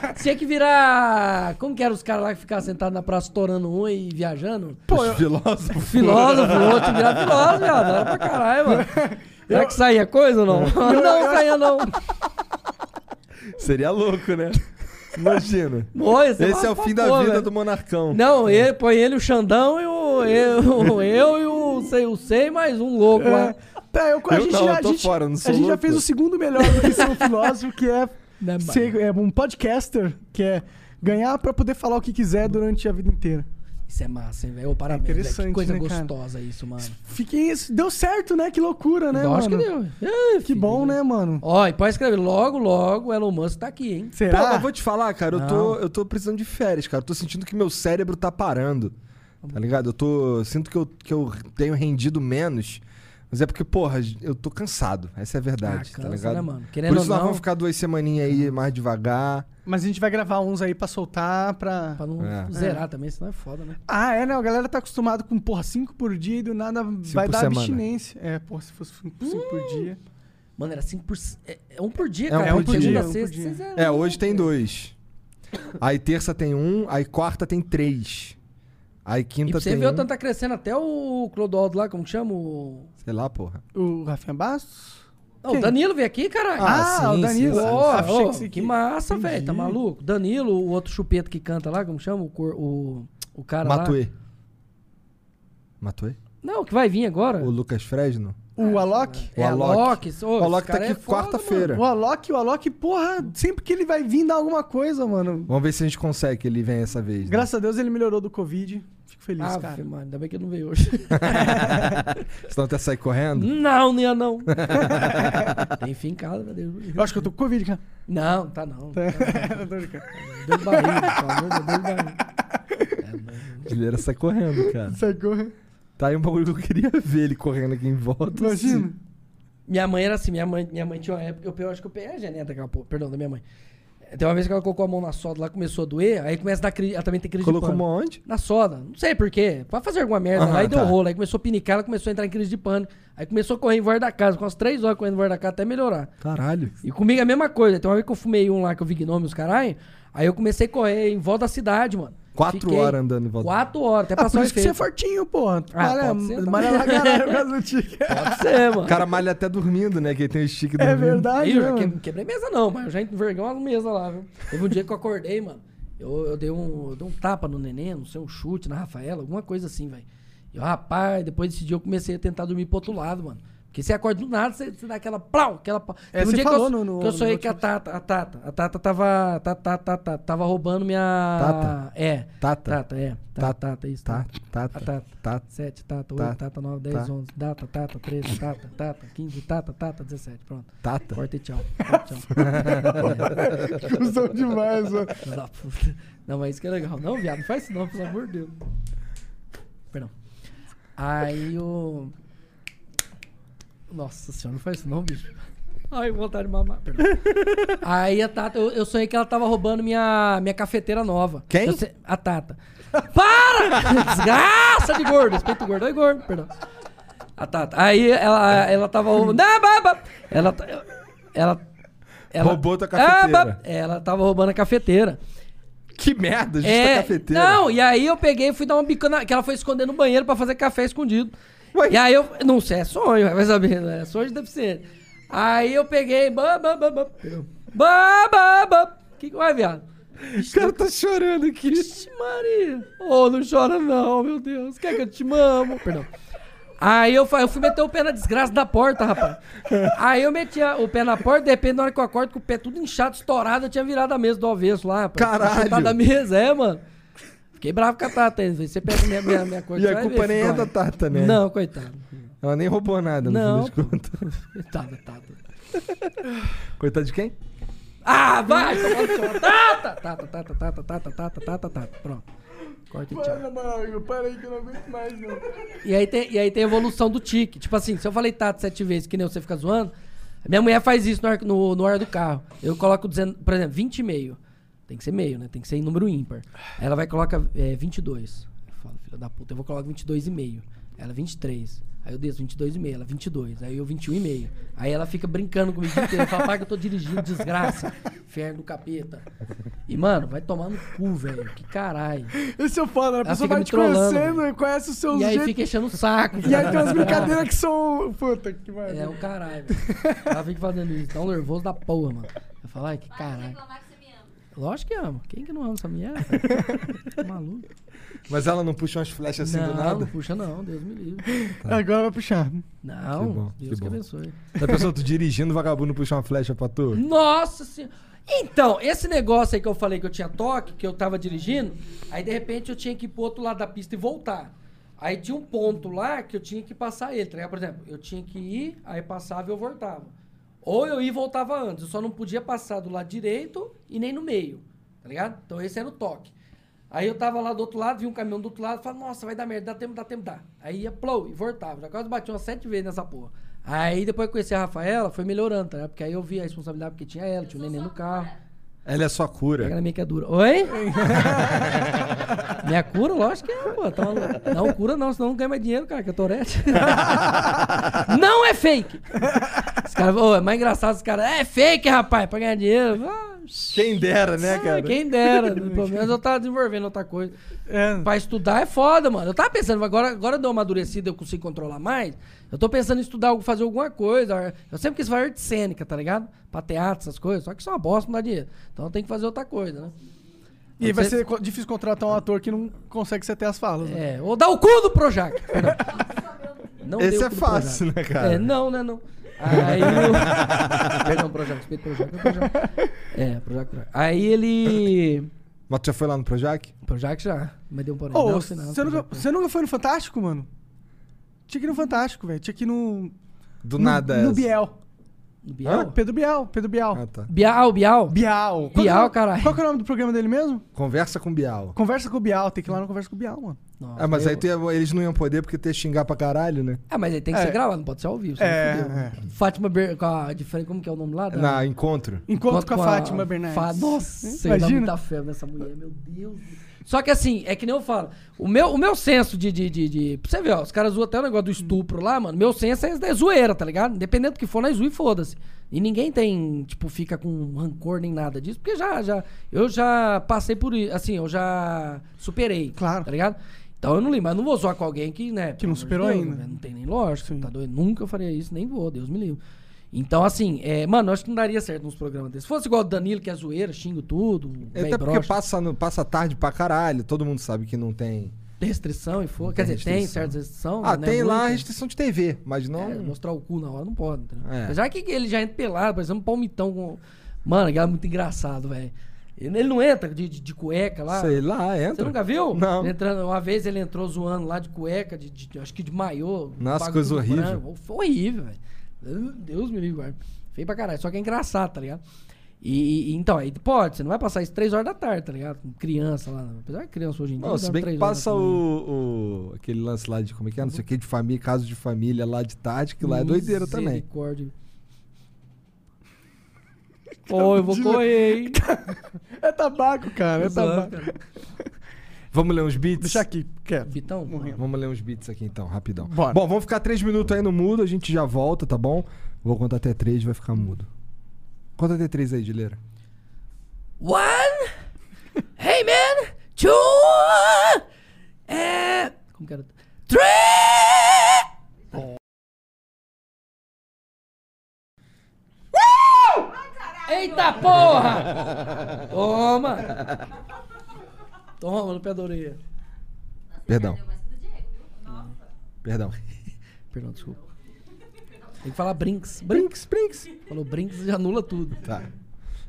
S4: caralho.
S3: Tinha que virar. Como que eram os caras lá que ficavam sentados na praça estourando um e viajando?
S4: Pô, eu-
S2: Filósofo.
S3: Filósofo, outro virar filósofo, viado. Era pra caralho, mano. Será que saía coisa ou não? não, saía não.
S2: Seria louco, né? Imagina.
S3: Pô, ia ser
S2: Esse é o
S3: uma
S2: fim da
S3: boa,
S2: vida
S3: velho.
S2: do monarcão.
S3: Não, ele, põe ele, o Xandão e o. Eu, eu e o sei, o sei mais um louco lá.
S4: Tá, eu, a
S2: Eu
S4: gente
S2: não,
S4: já,
S2: eu
S4: a
S2: tô
S4: gente,
S2: fora, eu não sou
S4: a gente já
S2: louco.
S4: fez o segundo melhor do que ser um filósofo, que é, ser, é um podcaster, que é ganhar pra poder falar o que quiser durante a vida inteira.
S3: Isso é massa, hein, velho? Ô, Parabéns,
S4: É
S3: velho. Que
S4: interessante,
S3: coisa
S4: né, cara?
S3: gostosa isso, mano.
S4: Fiquei, isso- deu certo, né? Que loucura, né,
S3: Lógico
S4: mano?
S3: que deu.
S4: que bom, né, mano?
S3: Ó, e pode escrever, logo, logo, o Elon Musk tá aqui, hein?
S2: Pô,
S4: Será?
S2: mas vou te falar, cara, eu tô, eu tô precisando de férias, cara. Eu tô sentindo que meu cérebro tá parando. Tá ligado? Eu tô. Sinto que eu, que eu tenho rendido menos. Mas é porque, porra, eu tô cansado. Essa é a verdade,
S3: Ah,
S2: tá
S3: cansa,
S2: ligado?
S3: né, mano?
S2: Por
S3: Querendo
S2: isso nós
S3: ou não- Uhum.
S2: vamos ficar duas semaninhas aí mais devagar.
S4: Mas a gente vai gravar uns aí pra soltar, pra...
S3: Pra não
S2: É.
S3: zerar também, senão é foda, né?
S4: Ah, é, né? A galera tá acostumado com, porra, cinco por dia e do nada vai
S2: por
S4: dar
S2: semana.
S4: abstinência. É, porra, se fosse cinco cinco por dia...
S3: Mano, era 5 por. É, é um por dia,
S2: É um
S3: cara.
S2: por dia,
S3: Segunda,
S2: é um por
S3: sexta,
S4: dia.
S3: vocês eram-
S2: É, hoje tem dois. Aí terça tem um, aí quarta tem três. Aí
S3: E
S2: quinta
S3: pra você
S2: tem.
S3: vê o
S2: Um,
S3: tanto tá crescendo até o Clodoaldo lá, como que chama? O,
S2: Sei lá, porra.
S4: O Rafinha Bastos?
S3: Não, o
S4: Quem?
S3: Danilo veio aqui, caralho.
S4: Ah, o Danilo.
S3: Pô,
S4: Ah, achei
S3: ô,
S4: que você-
S3: que massa,
S4: Entendi.
S3: velho. Tá maluco? Danilo, o outro chupeto que canta lá, como chama? O, cor- o, o cara lá.
S2: Matuê. Matuê?
S3: Não, que vai vir agora.
S2: O Lucas Fresno?
S4: O Alok?
S2: O
S3: é
S2: Alok.
S3: Alok.
S2: O
S3: Ô, esse
S2: Alok tá
S3: cara
S2: aqui
S3: é foda,
S2: quarta-feira.
S4: O Alok, o Alok, porra, sempre que ele vai vir dar alguma coisa, mano.
S2: Vamos ver se a gente consegue que ele venha essa vez. né?
S4: Graças a Deus ele melhorou do Covid. Fico Ah, feliz,
S3: mano. Ave,
S4: cara.
S3: mano, ainda bem que ele não veio hoje.
S2: Senão até sair
S4: Hum?
S2: correndo.
S3: não, não ia não. Tem fim em casa, meu Deus.
S4: Eu acho que eu tô com Covid, cara.
S3: Não, tá não. Tá.
S4: Eu tô brincando.
S3: Deu de barriga, pelo amor de Deus, deu um de barriga.
S2: Guilherme sai correndo, cara.
S4: Sacou?
S2: Tá aí um bagulho que eu queria ver ele correndo aqui em volta. assim.
S4: Imagina.
S3: Minha mãe era assim, minha mãe, minha mãe tinha uma época. Eu, eu acho que eu peguei a genética daquela porra, perdão, da minha mãe. Tem uma vez que ela colocou a mão na soda lá, começou a doer, aí começa a dar crise. Ela também tem crise
S2: Colocou
S3: de
S2: uma
S3: pânico.
S2: onde?
S3: Na soda, não sei porquê. Pra fazer alguma merda.
S2: Aham,
S3: aí deu
S2: tá.
S3: rolo, aí começou a pinicar, ela começou a entrar em crise de pânico. Aí começou a correr em volta da casa, com umas três horas correndo em volta da casa até melhorar.
S2: Caralho.
S3: E comigo é a mesma coisa. Tem uma vez que eu fumei um lá que eu vi gnome os caralho. Aí eu comecei a correr em volta da cidade, mano.
S2: Quatro
S3: Fiquei
S2: horas andando em volta.
S3: Quatro horas, até
S4: Ah,
S3: passar
S4: por
S3: o
S4: isso que você é
S3: efeito.
S4: fortinho, porra. Tu
S3: Ah,
S4: malha,
S3: pode ser também.
S4: malha lá, caralho, por causa do tique.
S3: Pode ser, mano.
S2: O cara malha até dormindo, né? Que ele tem o stick
S4: É
S2: dormindo.
S4: verdade,
S3: Aí eu
S4: né,
S3: já que-
S4: mano?
S3: quebrei mesa não, mas eu já enverguei uma mesa lá, viu? Teve um dia que eu acordei, mano. Eu, eu dei um, eu dei um tapa no neném, não sei, um chute na Rafaela, alguma coisa assim, velho. E o rapaz, depois desse dia eu comecei a tentar dormir pro outro lado, mano. Porque você acorda do nada, você, você dá aquela plau, aquela pau.
S4: É,
S3: Teve um
S4: você
S3: que eu-
S4: falou
S3: que eu,
S4: no- no-
S3: sonhei
S4: no
S3: que a Tata, a Tata, a Tata tava, a Tata, a Tata, a Tata, tava roubando minha...
S2: Tata?
S3: É.
S2: Tata.
S3: Tata, é. Tata,
S2: Tata.
S3: Tata, isso.
S2: Tá, tá,
S3: A
S2: tá,
S3: Tata.
S2: tá.
S3: 7, Tata, 8, Tata, 9, 10,
S2: Tá.
S3: 11, Data, Tata, 13, Tata, Tata, 15, Tata, Tata, 17, pronto.
S2: Tata.
S3: Corta e tchau. Corta e tchau.
S4: Cusão demais, mano.
S3: Filho da puta. Não, mas isso que é legal. Não, viado, não faz isso não, pelo amor de Deus. Perdão. Aí o... Nossa senhora, não faz isso não, bicho. Ai, vontade de mamar. Perdão. Aí a Tata, eu, eu sonhei que ela tava roubando minha, minha cafeteira nova.
S2: Quem?
S3: Eu sei- a Tata. Para! Desgraça de gordo. Respeito o gordo. Oi, gordo. Perdão. A Tata. Aí ela, ela tava roubando... Não, baba! Ela... Ela... ela
S2: Roubou tua
S3: Ah,
S2: cafeteira.
S3: ba- Ela tava roubando a cafeteira.
S2: Que merda, tá justa
S3: É,
S2: cafeteira.
S3: Não, e aí eu peguei e fui dar uma bicana. Que ela foi esconder no banheiro pra fazer café escondido.
S2: Ué.
S3: E aí eu. Não sei, é sonho, vai saber, né? É sonho de deficiente. Aí eu peguei. Bam, bam, bam, bam. Bam, bam, bam. Que que vai, viado?
S2: O cara tá chorando aqui.
S3: Ixi, Maria. Ô, não chora não, meu Deus. Quer que eu te mamo? Perdão. Aí eu, fa- eu fui meter o pé na desgraça da porta, rapaz. Aí eu meti a- o pé na porta, de repente, na hora que eu acordo, com o pé tudo inchado, estourado, eu tinha virado a mesa do avesso lá, rapaz.
S2: Caralho.
S3: Chutado a mesa, é, mano. Fiquei bravo com a Tata. hein? Você pega minha, minha, minha coisa.
S2: E
S3: você
S2: a
S3: vai
S2: culpa
S3: ver,
S2: nem é
S3: filho.
S2: da Tata, né?
S3: Não, coitado.
S2: Ela nem roubou nada, no
S3: Não.
S2: fim das contas.
S3: Coitada, Tata.
S2: Coitado de quem?
S3: Ah, vai! tomar no seu- Tata, tata, tata, tata, tata, tata, tata, tata. Pronto. Corta e tchau.
S4: Mano, mano, para aí que eu não aguento mais, não.
S3: E aí, tem, e aí tem a evolução do tique. Tipo assim, se eu falei tato sete vezes, que nem você fica zoando, minha mulher faz isso no, ar- no, no horário do carro. Eu coloco, dezen- por exemplo, 20 e meio. Tem que ser meio, né? Tem que ser em número ímpar. Aí Ela vai e coloca é, 22. Eu falo, filha da puta, eu vou colocar 22 e meio. Ela 23. Aí eu desço 22 e meio, ela 22. Aí eu 21 e meio. Aí ela fica brincando comigo o dia inteiro. Fala, pai, que eu tô dirigindo, desgraça. Inferno do capeta. E, mano, vai tomar no cu, velho. Que caralho.
S4: Esse é o foda, né? A
S3: Ela
S4: pessoa
S3: fica
S4: vai
S3: me
S4: te
S3: trollando,
S4: conhecendo,
S3: velho.
S4: conhece os seus
S3: E aí
S4: jeitos.
S3: fica enchendo o saco.
S4: É E aí tem umas
S3: velho.
S4: brincadeiras que são. Puta que maravilha.
S3: É o caralho, velho. Ela fica fazendo isso, tá um nervoso da porra, mano. Eu falo, ai, que caralho. Lógico que amo. Quem que não ama essa mulher? Tá Maluco.
S11: Mas ela não puxa umas flechas assim
S3: não,
S11: do nada?
S3: não puxa não, Deus me livre.
S4: Agora vai puxar.
S3: Não,
S11: Que bom,
S3: Deus
S11: que
S3: que,
S11: bom.
S3: abençoe.
S11: Já pensou, tu dirigindo, o vagabundo puxa uma flecha pra tu?
S3: Nossa senhora. Então, esse negócio aí que eu falei que eu tinha toque, que eu tava dirigindo, aí de repente eu tinha que ir pro outro lado da pista e voltar. Aí tinha um ponto lá que eu tinha que passar ele, tá ligado? Por exemplo, eu tinha que ir, aí passava e eu voltava. Ou eu ia e voltava antes, eu só não podia passar do lado direito e nem no meio, tá ligado? Então esse era o toque. Aí eu tava lá do outro lado, vi um caminhão do outro lado, falei, nossa, vai dar merda, dá tempo, dá tempo, dá. Aí ia, plou, e voltava. Já quase bati umas sete vezes nessa porra. Aí depois que eu conheci a Rafaela, foi melhorando, tá ligado? Porque aí eu vi a responsabilidade, porque tinha ela, tinha o neném no carro.
S11: Ela é sua cura.
S3: Ela meio que é dura. Oi? Minha cura, lógico que é, pô. Tá maluco. não cura não, senão não ganha mais dinheiro, cara, que é Torete. não é fake! Os caras, ô, é mais engraçado os caras, é fake, rapaz, pra ganhar dinheiro. Ah,
S11: Quem dera, né,
S3: ah,
S11: cara?
S3: Quem dera. Pelo menos eu tava desenvolvendo outra coisa. Pra estudar é foda, mano. Eu tava pensando, agora, agora eu dou uma amadurecida, eu consigo controlar mais. Eu tô pensando em estudar, algo, fazer alguma coisa. Eu sempre quis fazer arte cênica, tá ligado? Pra teatro, essas coisas. Só que isso é uma bosta, não dá dinheiro. Então eu tenho que fazer outra coisa, né?
S4: E aí vai
S3: Você-
S4: ser co- difícil contratar um ator que não consegue ser até as falas. né?
S3: É, ou dá o cu do Projac. Perdão. Não
S4: Esse
S3: dê o
S4: é
S3: cu do
S4: fácil,
S3: Projac.
S4: né, cara?
S3: É, não, né, não. Aí o... Perdão, Projac, respeito Projac. é Projac. É, Projac, Projac. Aí ele...
S11: Mas tu já foi lá no Projac?
S3: Projac já, mas deu um porém.
S4: Ô,
S3: não,
S4: você,
S3: sinal,
S4: nunca, você nunca foi no Fantástico, mano? Tinha que ir no Fantástico, velho. Tinha que ir no.
S11: Do
S4: no-
S11: nada
S4: No
S11: essa.
S4: Biel.
S3: No Biel?
S4: Hã? Pedro Biel, Pedro Biel. Ah,
S11: tá.
S3: Bial, Bial.
S11: Bial,
S4: Bial. Qual que é o-
S11: caralho.
S4: Qual que é o nome do programa dele mesmo?
S11: Conversa com Bial.
S4: Conversa com o Bial. Tem que ir lá no Conversa com o Bial, mano.
S11: ah, mas aí tu ia- eles não iam poder porque tu ia xingar pra caralho, né?
S3: Ah, mas aí tem que
S4: É.
S3: ser gravado, não pode ser ao vivo. senão
S4: É,
S3: fudeu.
S4: é.
S3: Fátima Ber... com a de Fran- Como que é o nome lá? da-
S11: Na encontro.
S4: Encontro com a Fátima Bernardes.
S3: Fa- Nossa, eu dá
S4: Imagina.
S3: muita fé nessa mulher, meu Deus. Só que assim, é que nem eu falo. O meu, o meu senso de, de, de, de- Pra você ver, ó, os caras zoam até o negócio do estupro lá, mano. Meu senso é, é zoeira, tá ligado? Independente do que for, nós zoe, foda-se. E ninguém tem, tipo, fica com rancor nem nada disso, porque já, já. Eu já passei por isso. Assim, eu já superei. Claro. Tá ligado? Então eu não lembro, mas não vou zoar com alguém que, né? Que
S4: não superou ainda.
S3: Não tem nem lógica, tá doido? Nunca eu faria isso, nem vou, Deus me livre. Então, assim, é, mano, eu acho que não daria certo nos programas desses. Se fosse igual o Danilo, que é zoeira, xingo tudo,
S11: É, Até
S3: véi
S11: porque
S3: broxa,
S11: passa, no- passa tarde pra caralho, todo mundo sabe que não tem.
S3: restrição e for.
S11: Não
S3: Quer
S11: tem
S3: dizer, tem
S11: restrição.
S3: certas restrições.
S11: Ah,
S3: né,
S11: tem lá
S3: muita.
S11: a restrição de TV, mas não.
S3: É, mostrar o cu na hora não pode, entendeu?
S11: É.
S3: Apesar que ele já entra pelado, por exemplo, um palmitão com. Mano, aquele é muito engraçado, velho. Ele ele não entra de, de, de cueca lá.
S11: Sei lá, entra.
S3: Você nunca viu?
S11: Não.
S3: Ele entrando, uma vez ele entrou zoando lá de cueca, de, de- acho que de maiô.
S11: Nossa,
S3: bagulho
S11: coisa horrível.
S3: branco. Foi horrível, velho. Deus me livre, guarda. Feio pra caralho. Só que é engraçado, tá ligado? E, e- então, aí pode, você não vai passar isso três horas da tarde, tá ligado? Com criança lá. Apesar que criança hoje em dia.
S11: Não, se
S3: dorme
S11: bem que
S3: três horas
S11: passa
S3: da né? manhã.
S11: o, o- aquele lance lá de como é que é, não sei o que, de família, caso de família lá de tarde, que lá é doideira também.
S3: Misericórdia. Pô, eu vou correr, hein?
S4: É tabaco, cara.
S11: Tá
S4: É
S3: Tô zoando,
S4: tabaco.
S11: Vamos ler uns beats?
S4: Deixa aqui, quieto.
S3: Vitão?
S11: Vamos ler uns beats aqui então, rapidão.
S4: Bora.
S11: Bom, vamos ficar três minutos aí no mudo, a gente já volta, tá bom? Vou contar até três, vai ficar mudo. Conta até três aí, Dileira.
S3: One! Hey man! Two! É. Como que era? Three! Uau! Eita porra! Toma! Toma, no pé da orelha.
S11: Perdão. Perdão.
S3: Perdão, desculpa. Tem que falar brinks. Brinks,
S11: brinks.
S3: Falou brinks e anula tudo.
S11: Tá.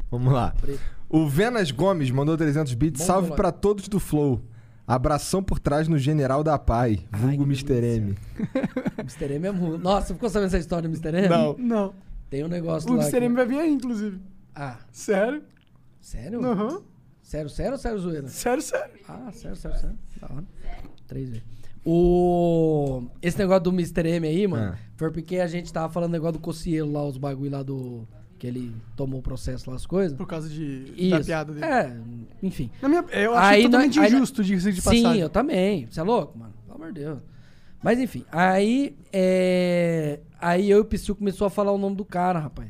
S11: Vamos lá.
S3: Preto.
S11: O Venas Gomes mandou 300 bits.
S3: Bom
S11: Salve
S3: relógio.
S11: pra todos do Flow. Abração por trás no General da Pai, vulgo Mr. M.
S3: Mr. M é muito. Nossa, ficou sabendo essa história do Mr. M?
S11: Não.
S4: Não.
S3: Tem um negócio
S4: O é
S3: lá.
S4: Mr.
S3: que-
S4: M vai vir aí, inclusive.
S3: Ah.
S4: Sério?
S3: Sério?
S4: Aham.
S3: Sério, sério ou sério zoeira?
S4: Sério, sério.
S3: Ah, sério, sério, sério. Da hora. Três vezes. O... Esse negócio do Mr. M aí, mano,
S4: Ah.
S3: foi porque a gente tava falando negócio do Cocielo lá, os bagulho lá do... Que ele tomou o processo lá, as coisas.
S4: Por causa de... da
S3: Isso.
S4: Tá piada dele.
S3: É, enfim.
S4: Na minha- eu achei totalmente
S3: nós-
S4: injusto, diga-se de
S3: Sim,
S4: passagem.
S3: eu também. Você é louco, mano? Pelo amor de Deus. Mas enfim, aí... é, Aí eu e o Psyu começou a falar o nome do cara, rapaz.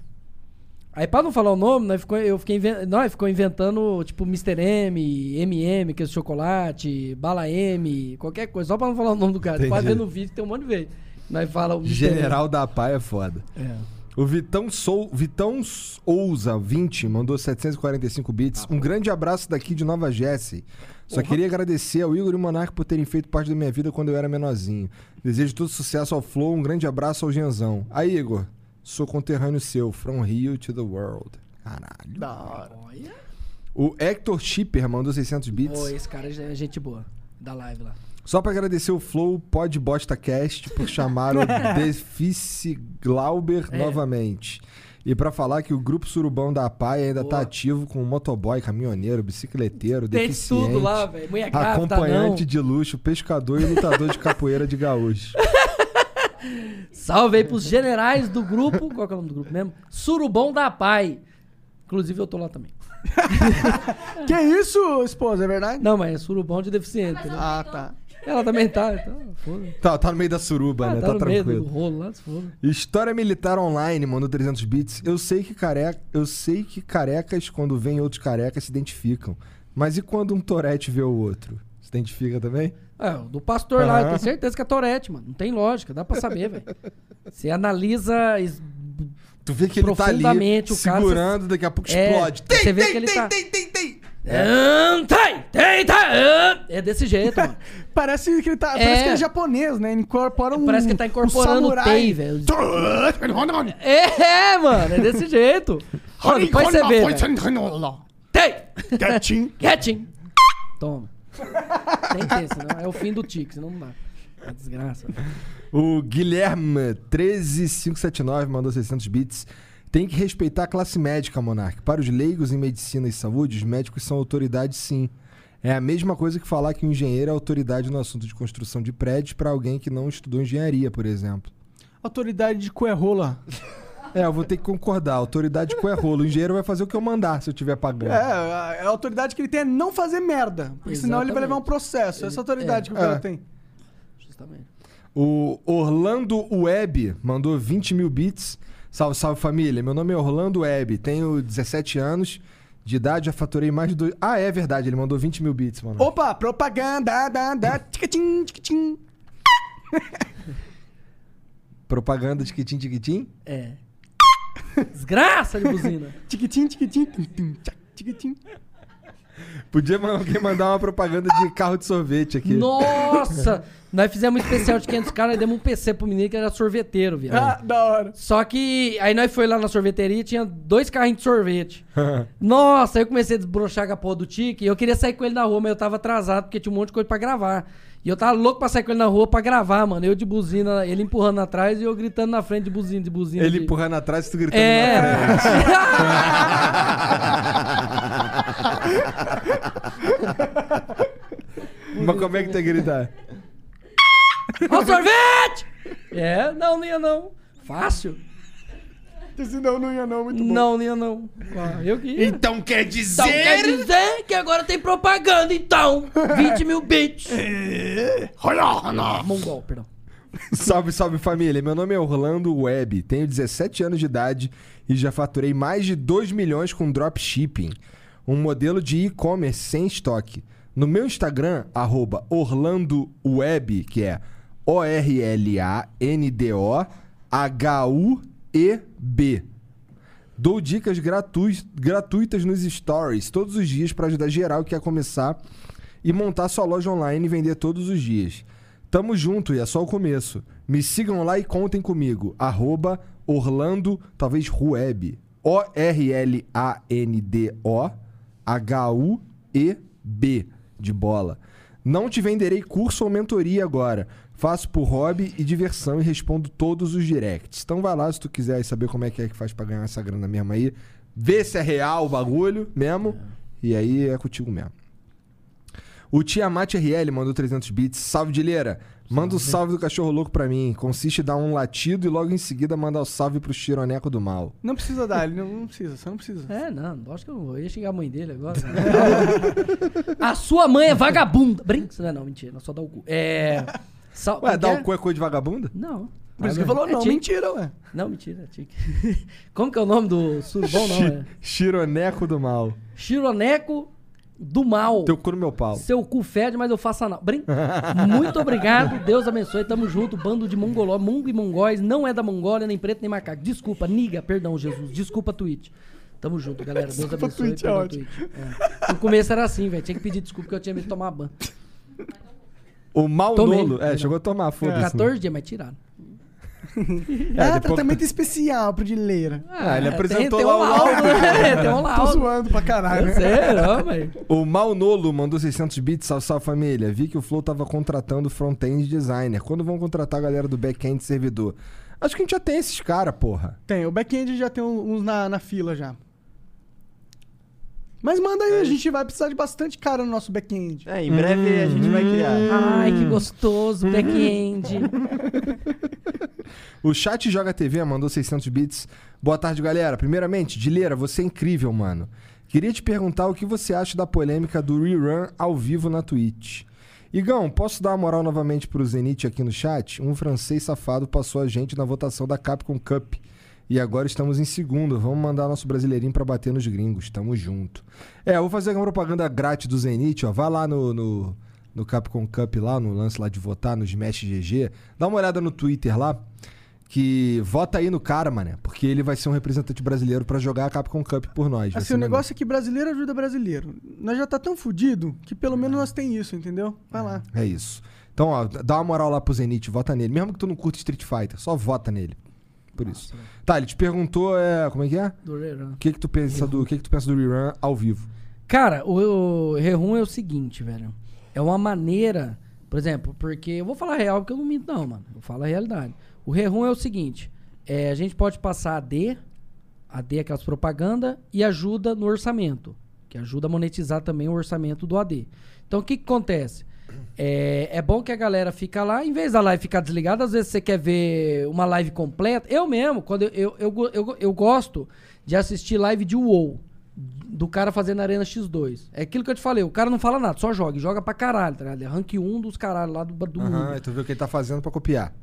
S3: Aí pra não falar o nome, nós ficou, eu fiquei inven- nós ficou inventando, tipo, Mr. M, MM, que é chocolate, Bala M, qualquer coisa, só pra não falar o nome do cara.
S2: Entendi.
S3: Pode ver no vídeo, tem um monte de vez. Nós fala o Mr. M.
S2: General da Pai é foda.
S3: É.
S2: O Vitão, Sou, Vitão Souza, 20, mandou 745 bits. Um grande abraço daqui de Nova Jersey. Só queria agradecer ao Igor e Monark por terem feito parte da minha vida quando eu era menorzinho. Desejo todo sucesso ao Flow, um grande abraço ao Genzão. Aí, Igor, sou conterrâneo seu, from Rio to the world. Caralho.
S4: Da hora.
S2: O Hector Schipper mandou 600 bits.
S3: Ô, esse cara é gente boa, da live lá.
S2: Só pra agradecer o Flow Pod Bosta Cast por chamar o Defici Glauber
S3: É.
S2: novamente. E pra falar que o grupo Surubão da PAI ainda tá ativo com motoboy, caminhoneiro, bicicleteiro,
S3: Tem
S2: deficiente,
S3: tudo lá, velho. Mulher grávida,
S2: acompanhante
S3: não.
S2: de luxo, pescador e lutador de capoeira de gaúcho.
S3: Salve aí pros generais do grupo. Qual que é o nome do grupo mesmo? Surubão da Pai. Inclusive eu tô lá também.
S4: Que isso, esposa, é verdade?
S3: Não, mas é surubão de deficiente. né?
S4: Ah, tá.
S3: Ela também tá, então, foda.
S2: Tá, tá no meio da suruba,
S3: Ah,
S2: né?
S3: tá,
S2: Tá,
S3: no meio
S2: tranquilo.
S3: do rolo lá, se foda.
S2: História Militar Online mandou 300 bits. Eu sei que careca, eu sei que carecas quando veem outros carecas se identificam. Mas e quando um Torete vê o outro? Se identifica também?
S3: É, o do pastor lá, eu
S2: Aham.
S3: tenho certeza que é Torete, mano. Não tem lógica, dá pra saber, velho. Você analisa es-
S2: Tu vê que ele tá ali
S3: Profundamente, o cara-
S2: segurando, daqui a pouco explode.
S3: É,
S2: Tem,
S3: você vê
S2: tem,
S3: que ele
S2: tem,
S3: tá-
S2: tem, tem, tem.
S3: Ahn, Tem, tem, tem. ahn. É desse jeito, mano.
S4: Parece que ele tá.
S3: É.
S4: Parece que é japonês, né? Incorpora um.
S3: Parece que tá
S4: um
S3: incorporando o
S4: samurai.
S3: Tei, velho. É, mano, é desse jeito. Mano, depois você vê. né? velho. Tem!
S4: Quietinho.
S3: Quietinho. Toma. Tem que ter, senão é o fim do tique, senão não dá. É desgraça.
S2: O Guilherme 13579 mandou 600 bits. Tem que respeitar a classe médica, Monark. Para os leigos em medicina e saúde, os médicos são autoridade sim. É a mesma coisa que falar que o engenheiro é autoridade no assunto de construção de prédios para alguém que não estudou engenharia, por exemplo.
S4: Autoridade de Cuerrola.
S2: É, eu vou ter que concordar. Autoridade com é rolo. O engenheiro vai fazer o que eu mandar se eu tiver pagando.
S4: É, a- a autoridade que ele tem é não fazer merda. Porque senão ele vai
S3: Exatamente.
S4: levar um processo. Essa autoridade
S2: é.
S4: que o cara
S2: É.
S4: tem.
S3: Justamente.
S2: O Orlando Web mandou 20 mil bits. Salve, salve família. Meu nome é Orlando Web, tenho 17 anos de idade, já faturei mais de. Dois... Ah, é verdade, ele mandou 20 mil bits, mano.
S4: Opa, propaganda, da, da, tchicatim, tchicatim.
S2: Propaganda de quitim, de quitim.
S3: É. Desgraça de buzina.
S4: Tchiquitim, tchiquitim, tum, tum, tchac, tchiquitim.
S3: É.
S2: Podia man- alguém mandar uma propaganda de carro de sorvete aqui.
S3: Nossa! Nós fizemos um especial de 500 caras e demos um PC pro menino que era sorveteiro,
S4: Ah,
S3: viado.
S4: da hora.
S3: Só que aí nós foi lá na sorveteria e tinha dois carrinhos de sorvete. Nossa, aí eu comecei a desbrochar com a porra do Tique. e Eu queria sair com ele na rua, mas eu tava atrasado porque tinha um monte de coisa pra gravar. E eu tava louco pra sair com ele na rua pra gravar, mano. Eu de buzina, ele empurrando atrás e eu gritando na frente de buzina, de buzina.
S2: Ele
S3: de...
S2: empurrando atrás e tu gritando
S3: É.
S2: na frente. Mas como é que tu ia gritar?
S3: Ó o sorvete! É, não, não ia não. Fácil?
S4: Esse não, não ia não, muito bom.
S3: Não, não ia não. Ah, Eu que ia.
S2: Então quer
S3: Então quer dizer que agora tem propaganda, então. 20 mil bits. Mongol, perdão.
S2: Salve, salve família. Meu nome é Orlando Web, tenho 17 anos de idade e já faturei mais de 2 milhões com dropshipping, um modelo de e-commerce sem estoque. No meu Instagram, arroba Orlando Web, que é O-R-L-A-N-D-O-H-U-E-B. Dou dicas gratuis- gratuitas nos stories todos os dias para ajudar geral que quer começar e montar sua loja online e vender todos os dias. Tamo junto e é só o começo. Me sigam lá e contem comigo. Arroba Orlando, talvez Rueb. O-R-L-A-N-D-O H-U-E-B de bola. Não te venderei curso ou mentoria agora. Faço por hobby e diversão e respondo todos os directs. Então vai lá se tu quiser aí saber como é que é que faz pra ganhar essa grana mesmo aí. vê se é real o bagulho mesmo. E aí é contigo mesmo. O Tiamat RL mandou 300 bits. Salve, Dileira. Manda o salve do cachorro louco pra mim. Consiste em dar um latido e logo em seguida mandar o salve pro Chironeco do Mal.
S4: Não precisa dar, ele não, não precisa, você não precisa.
S3: É, não, lógico que eu não vou. Eu ia xingar a mãe dele agora. né? a sua mãe é vagabunda. Brinks, não é não, mentira. Não, só dá o cu. É. Sal...
S2: Ué,
S3: como
S2: dá
S3: que
S2: o cu é coisa de vagabunda?
S3: Não.
S4: Por isso que ele falou,
S3: É
S4: não,
S3: tique.
S4: mentira, ué.
S3: Não, mentira, é tique. Como que é o nome do surubom, não? É?
S2: Chironeco do Mal.
S3: Chironeco do mal.
S2: Teu cu no meu pau.
S3: Seu cu fede, mas eu faço anal. Brin... Muito obrigado, Deus abençoe, tamo junto, bando de mongoló, mongo e mongóis, não é da Mongólia, nem preto, nem macaco. Desculpa, niga, perdão, Jesus, desculpa, Twitch. Tamo junto, galera, Deus
S4: Desculpa,
S3: abençoe.
S4: Twitch, é
S3: perdão,
S4: ótimo.
S3: É. No começo era assim, velho, tinha que pedir desculpa que eu tinha medo de tomar ban.
S2: O Mal
S3: Tomei.
S2: Nolo. É, chegou a tomar, foda-se.
S3: 14 dias, mas tiraram.
S2: É,
S4: ah,
S2: depois-
S4: tratamento especial pro Dileira.
S2: Ah, ele
S3: tem-
S2: apresentou
S3: tem
S2: lá
S3: um
S2: o
S3: laudo,
S2: laudo.
S3: né? Tem um laudo. É
S4: Tô zoando pra caralho.
S3: Eu sei, não, mas...
S2: O Mal Nolo mandou 600 bits, salve, salve família. Vi que o Flow tava contratando front-end designer. Quando vão contratar a galera do back-end servidor? Acho que a gente já tem esses caras, porra.
S4: Tem, o back-end já tem uns na, na fila já. Mas manda aí, a gente vai precisar de bastante cara no nosso back-end.
S5: É, em breve a gente vai
S2: Hum.
S5: criar.
S3: Ai, que gostoso, back-end.
S2: O Chat Joga TV mandou 600 bits. Boa tarde, galera. Primeiramente, Dileira, você é incrível, mano. Queria te perguntar o que você acha da polêmica do rerun ao vivo na Twitch. Igão, posso dar uma moral novamente pro Zenit aqui no chat? Um francês safado passou a gente na votação da Capcom Cup. E agora estamos em segundo. Vamos mandar nosso brasileirinho pra bater nos gringos. Tamo junto. É, eu vou fazer uma propaganda grátis do Zenit, ó. Vai lá no, no, no Capcom Cup lá, no lance lá de votar, no Smash GG. Dá uma olhada no Twitter lá que vota aí no cara, mané, porque ele vai ser um representante brasileiro pra jogar a Capcom Cup por nós. vai
S4: Assim,
S2: ser
S4: o
S2: maneiro.
S4: negócio é que brasileiro ajuda brasileiro. Nós já tá tão fudido que pelo menos nós tem isso, entendeu? Vai lá.
S2: É isso. Então, ó, dá uma moral lá pro Zenit, vota nele. Mesmo que tu não curte Street Fighter, só vota nele. Por isso.
S4: né?
S2: Tá, ele te perguntou, é, como é que é?
S3: Do rerun.
S2: O que que tu pensa do, o que que tu pensa do rerun ao vivo?
S3: Cara, o, o Rerun é o seguinte, velho. É uma maneira, por exemplo, porque eu vou falar real porque eu não minto, não, mano. Eu falo a realidade. O Rerun é o seguinte: é, a gente pode passar AD, AD é aquelas propagandas, e ajuda no orçamento. Que ajuda a monetizar também o orçamento do AD. Então o que, que acontece? É, é bom que a galera fica lá, em vez da live ficar desligada, às vezes você quer ver uma live completa. Eu mesmo, quando eu, eu, eu, go- eu, go- eu gosto de assistir live de WoW do cara fazendo Arena X2. É aquilo que eu te falei, o cara não fala nada, só joga. e Joga pra caralho, tá ligado? É rank 1 dos caralho lá do, do mundo.
S2: Aham, e tu vê o que ele tá fazendo pra copiar.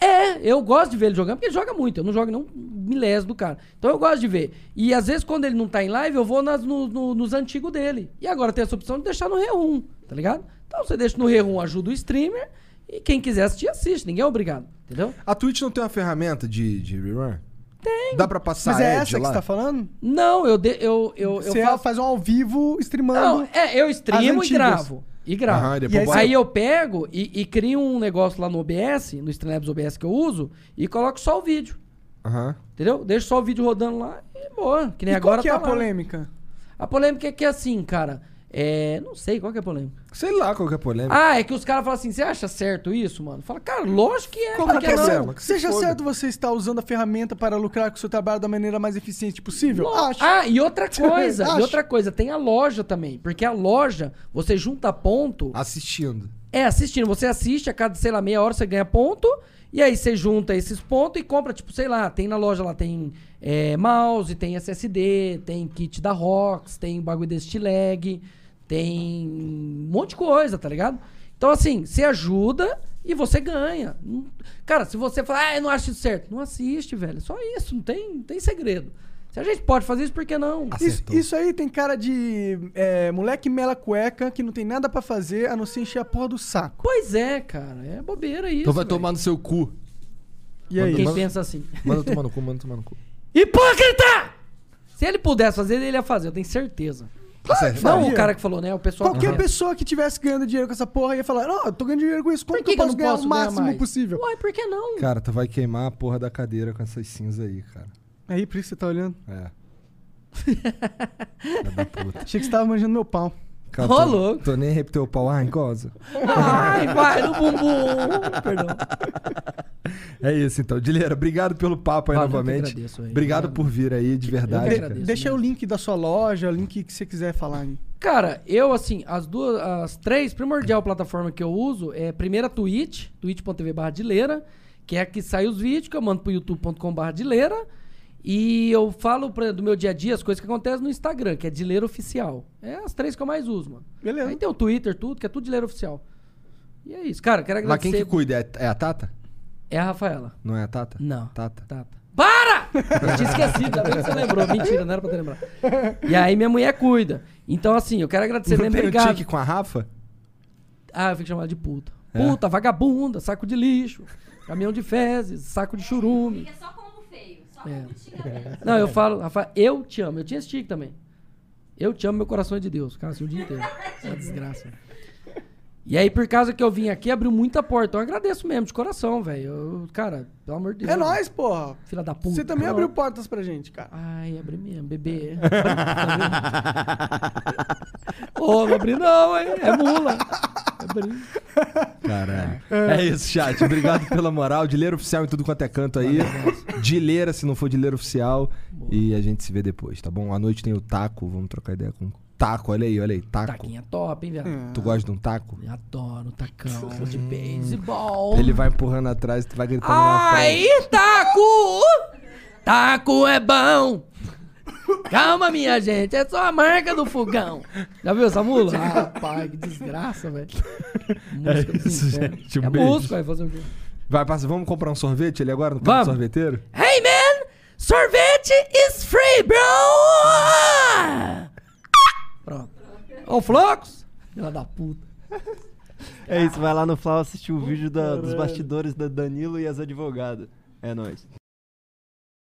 S3: É, eu gosto de ver ele jogando, porque ele joga muito. Eu não jogo nem um milésimo do cara. Então eu gosto de ver. E às vezes, quando ele não tá em live, eu vou nas- no- no- nos antigos dele. E agora tem essa opção de deixar no Rerun, tá ligado? Então você deixa no Rerun, ajuda o streamer. E quem quiser assistir, assiste. Ninguém é obrigado, entendeu?
S2: A Twitch não tem uma ferramenta de, de rerun? Tem. Dá pra passar
S4: Mas é
S2: ad
S4: essa que
S2: lá?
S4: você tá falando?
S3: Não, eu, de- eu, eu, eu
S4: você
S3: faço-
S4: faz um ao vivo streamando.
S3: Não, é, eu streamo e
S4: antigas.
S3: gravo. E gravo.
S2: Aham, e
S4: E
S2: depois
S4: aí
S2: bota-
S3: Aí eu pego e, e crio um negócio lá no OBS, no Streamlabs OBS que eu uso, e coloco só o vídeo.
S2: Aham.
S3: Entendeu? Deixo só o vídeo rodando lá e boa. Que nem
S4: E
S3: agora
S4: qual que é
S3: tá
S4: a
S3: lá.
S4: polêmica?
S3: A polêmica é que é assim, cara. É. Não sei qual que é a polêmica.
S2: Sei lá qual que é a polêmica.
S3: Ah, é que os caras falam assim: você acha certo isso, mano? Fala, cara, lógico que é.
S2: Como
S3: cara,
S2: que
S3: que
S2: é
S3: não?"
S2: certo? que se
S4: Seja
S2: foda.
S4: certo você estar usando a ferramenta para lucrar com o seu trabalho da maneira mais eficiente possível?
S3: Lo-
S4: Acho.
S3: Ah, e outra coisa, e
S4: Acho.
S3: outra coisa, tem a loja também. Porque a loja, você junta ponto.
S2: Assistindo.
S3: É, assistindo. Você assiste a cada, sei lá, meia hora você ganha ponto. E aí você junta esses pontos e compra, tipo, sei lá, tem na loja lá, tem é, mouse, tem SSD, tem kit da ROX, tem um bagulho desse lag, tem um monte de coisa, tá ligado? Então, assim, você ajuda e você ganha. Não- Cara, se você falar, ah, eu não acho isso certo, não assiste, velho. Só isso, não tem, não tem segredo. Se a gente pode fazer isso, por que não?
S4: Isso,
S2: Acertou.
S4: isso aí tem cara de é, moleque mela cueca que não tem nada pra fazer a não ser encher a porra do saco.
S3: Pois é, cara, é bobeira isso.
S2: Então vai
S3: velho.
S2: tomar no seu cu.
S4: E aí?
S3: Quem
S2: Manda-
S3: pensa assim.
S2: Manda tomar no cu, manda tomar no cu.
S3: Hipócrita! Se ele pudesse fazer, ele ia fazer, eu tenho certeza.
S2: Tá Certo.
S3: Não
S4: faria.
S3: o cara que falou, né? O pessoal
S4: Qualquer
S3: que pensa.
S4: pessoa que tivesse ganhando dinheiro com essa porra ia falar: Não, eu tô ganhando dinheiro com isso, como
S3: Por
S4: que, eu posso ganhar
S3: não
S4: o máximo
S3: mais?
S4: possível?
S3: Uai, por que não?
S2: Cara, tu vai queimar a porra da cadeira com essas cinzas aí, cara.
S4: Aí, por isso que você tá olhando.
S2: É. Filha da puta.
S4: Achei que você tava manjando meu pau.
S2: Cara,
S3: Ô,
S2: tô,
S3: louco.
S2: Tô nem rep teu pau arrancosa.
S3: Ai, vai, no bumbum. Perdão.
S2: É isso então. Dileira, obrigado pelo papo aí
S3: Valeu, eu que
S2: novamente.
S3: agradeço aí.
S2: obrigado por vir aí, de
S3: Ah,
S2: verdade.
S4: De-
S2: cara.
S3: né?
S4: deixa o link da sua loja, o link que você quiser falar. hein?
S3: Cara, eu assim, as duas, as três primordial plataforma que eu uso é primeira a Twitch, twitch.tv barra dileira, que é a que sai os vídeos, que eu mando pro youtube.com barra dileira, e eu falo pra- do meu dia a dia as coisas que acontecem no Instagram, que é dileira oficial. É as três que eu mais uso, mano.
S4: Beleza.
S3: Aí tem o Twitter, tudo, que é tudo dileira oficial. E é isso, cara, quero
S2: Mas
S3: agradecer.
S2: quem que cuida? É- É a Tata?
S3: É a Rafaela.
S2: Não é a Tata?
S3: Não.
S2: Tata.
S3: Tata. Para! Eu tinha esquecido, já bem que você lembrou. Mentira, não era pra ter lembrado. E aí minha mulher cuida. Então, assim, eu quero agradecer
S2: Não
S3: mesmo.
S2: tem o
S3: Obrigado.
S2: tique com a Rafa?
S3: Ah, eu fico chamado de puta.
S2: É?
S3: Puta, vagabunda, saco de lixo, caminhão de fezes, saco de churume.
S6: É só combo feio. Só
S3: É.
S6: combo tinha mesmo.
S3: Não, eu falo, Rafa, eu te amo. Eu tinha esse tique também. Eu te amo, meu coração é de Deus. Cara, assim, o dia inteiro. É uma desgraça. E aí, por causa que eu vim aqui, abriu muita porta. Então, eu agradeço mesmo, de coração, velho. Eu- Cara, pelo amor de Deus.
S4: É nóis, porra.
S3: Filha da puta.
S4: Você também
S3: Não.
S4: abriu portas pra gente, cara.
S3: Ai, abri mesmo, bebê. Tá Ô, não abri não, hein? É mula. Abri.
S2: Caralho. É isso, chat. Obrigado pela moral. Dileira oficial em tudo quanto é canto aí. Dileira, se não for dileira oficial. E a gente se vê depois, tá bom? À noite tem o taco. Vamos trocar ideia com o taco. Olha aí, olha aí. Taco.
S3: Taquinha top, hein, viado?
S2: Tu gosta de um taco?
S3: Adoro um tacão de beisebol.
S2: Hum. Ele vai empurrando atrás e tu vai gritando na frente.
S3: Aí, taco! Taco é bom! Calma, minha gente, é só a marca do fogão. Já viu essa mula? Rapaz, que desgraça, velho. Música
S2: É isso,
S3: dos infernos.
S2: gente. Um
S3: é
S2: beijo.
S3: música, vai fazer o quê?
S2: Vai, passa, vamos comprar um sorvete ali agora no canto do sorveteiro?
S3: Hey, man! Sorvete is free, bro! Pronto. Ô, Flocos! Filha da puta.
S5: É isso, vai lá no Flau assistir o vídeo da- dos bastidores da Danilo e as advogadas. É nóis.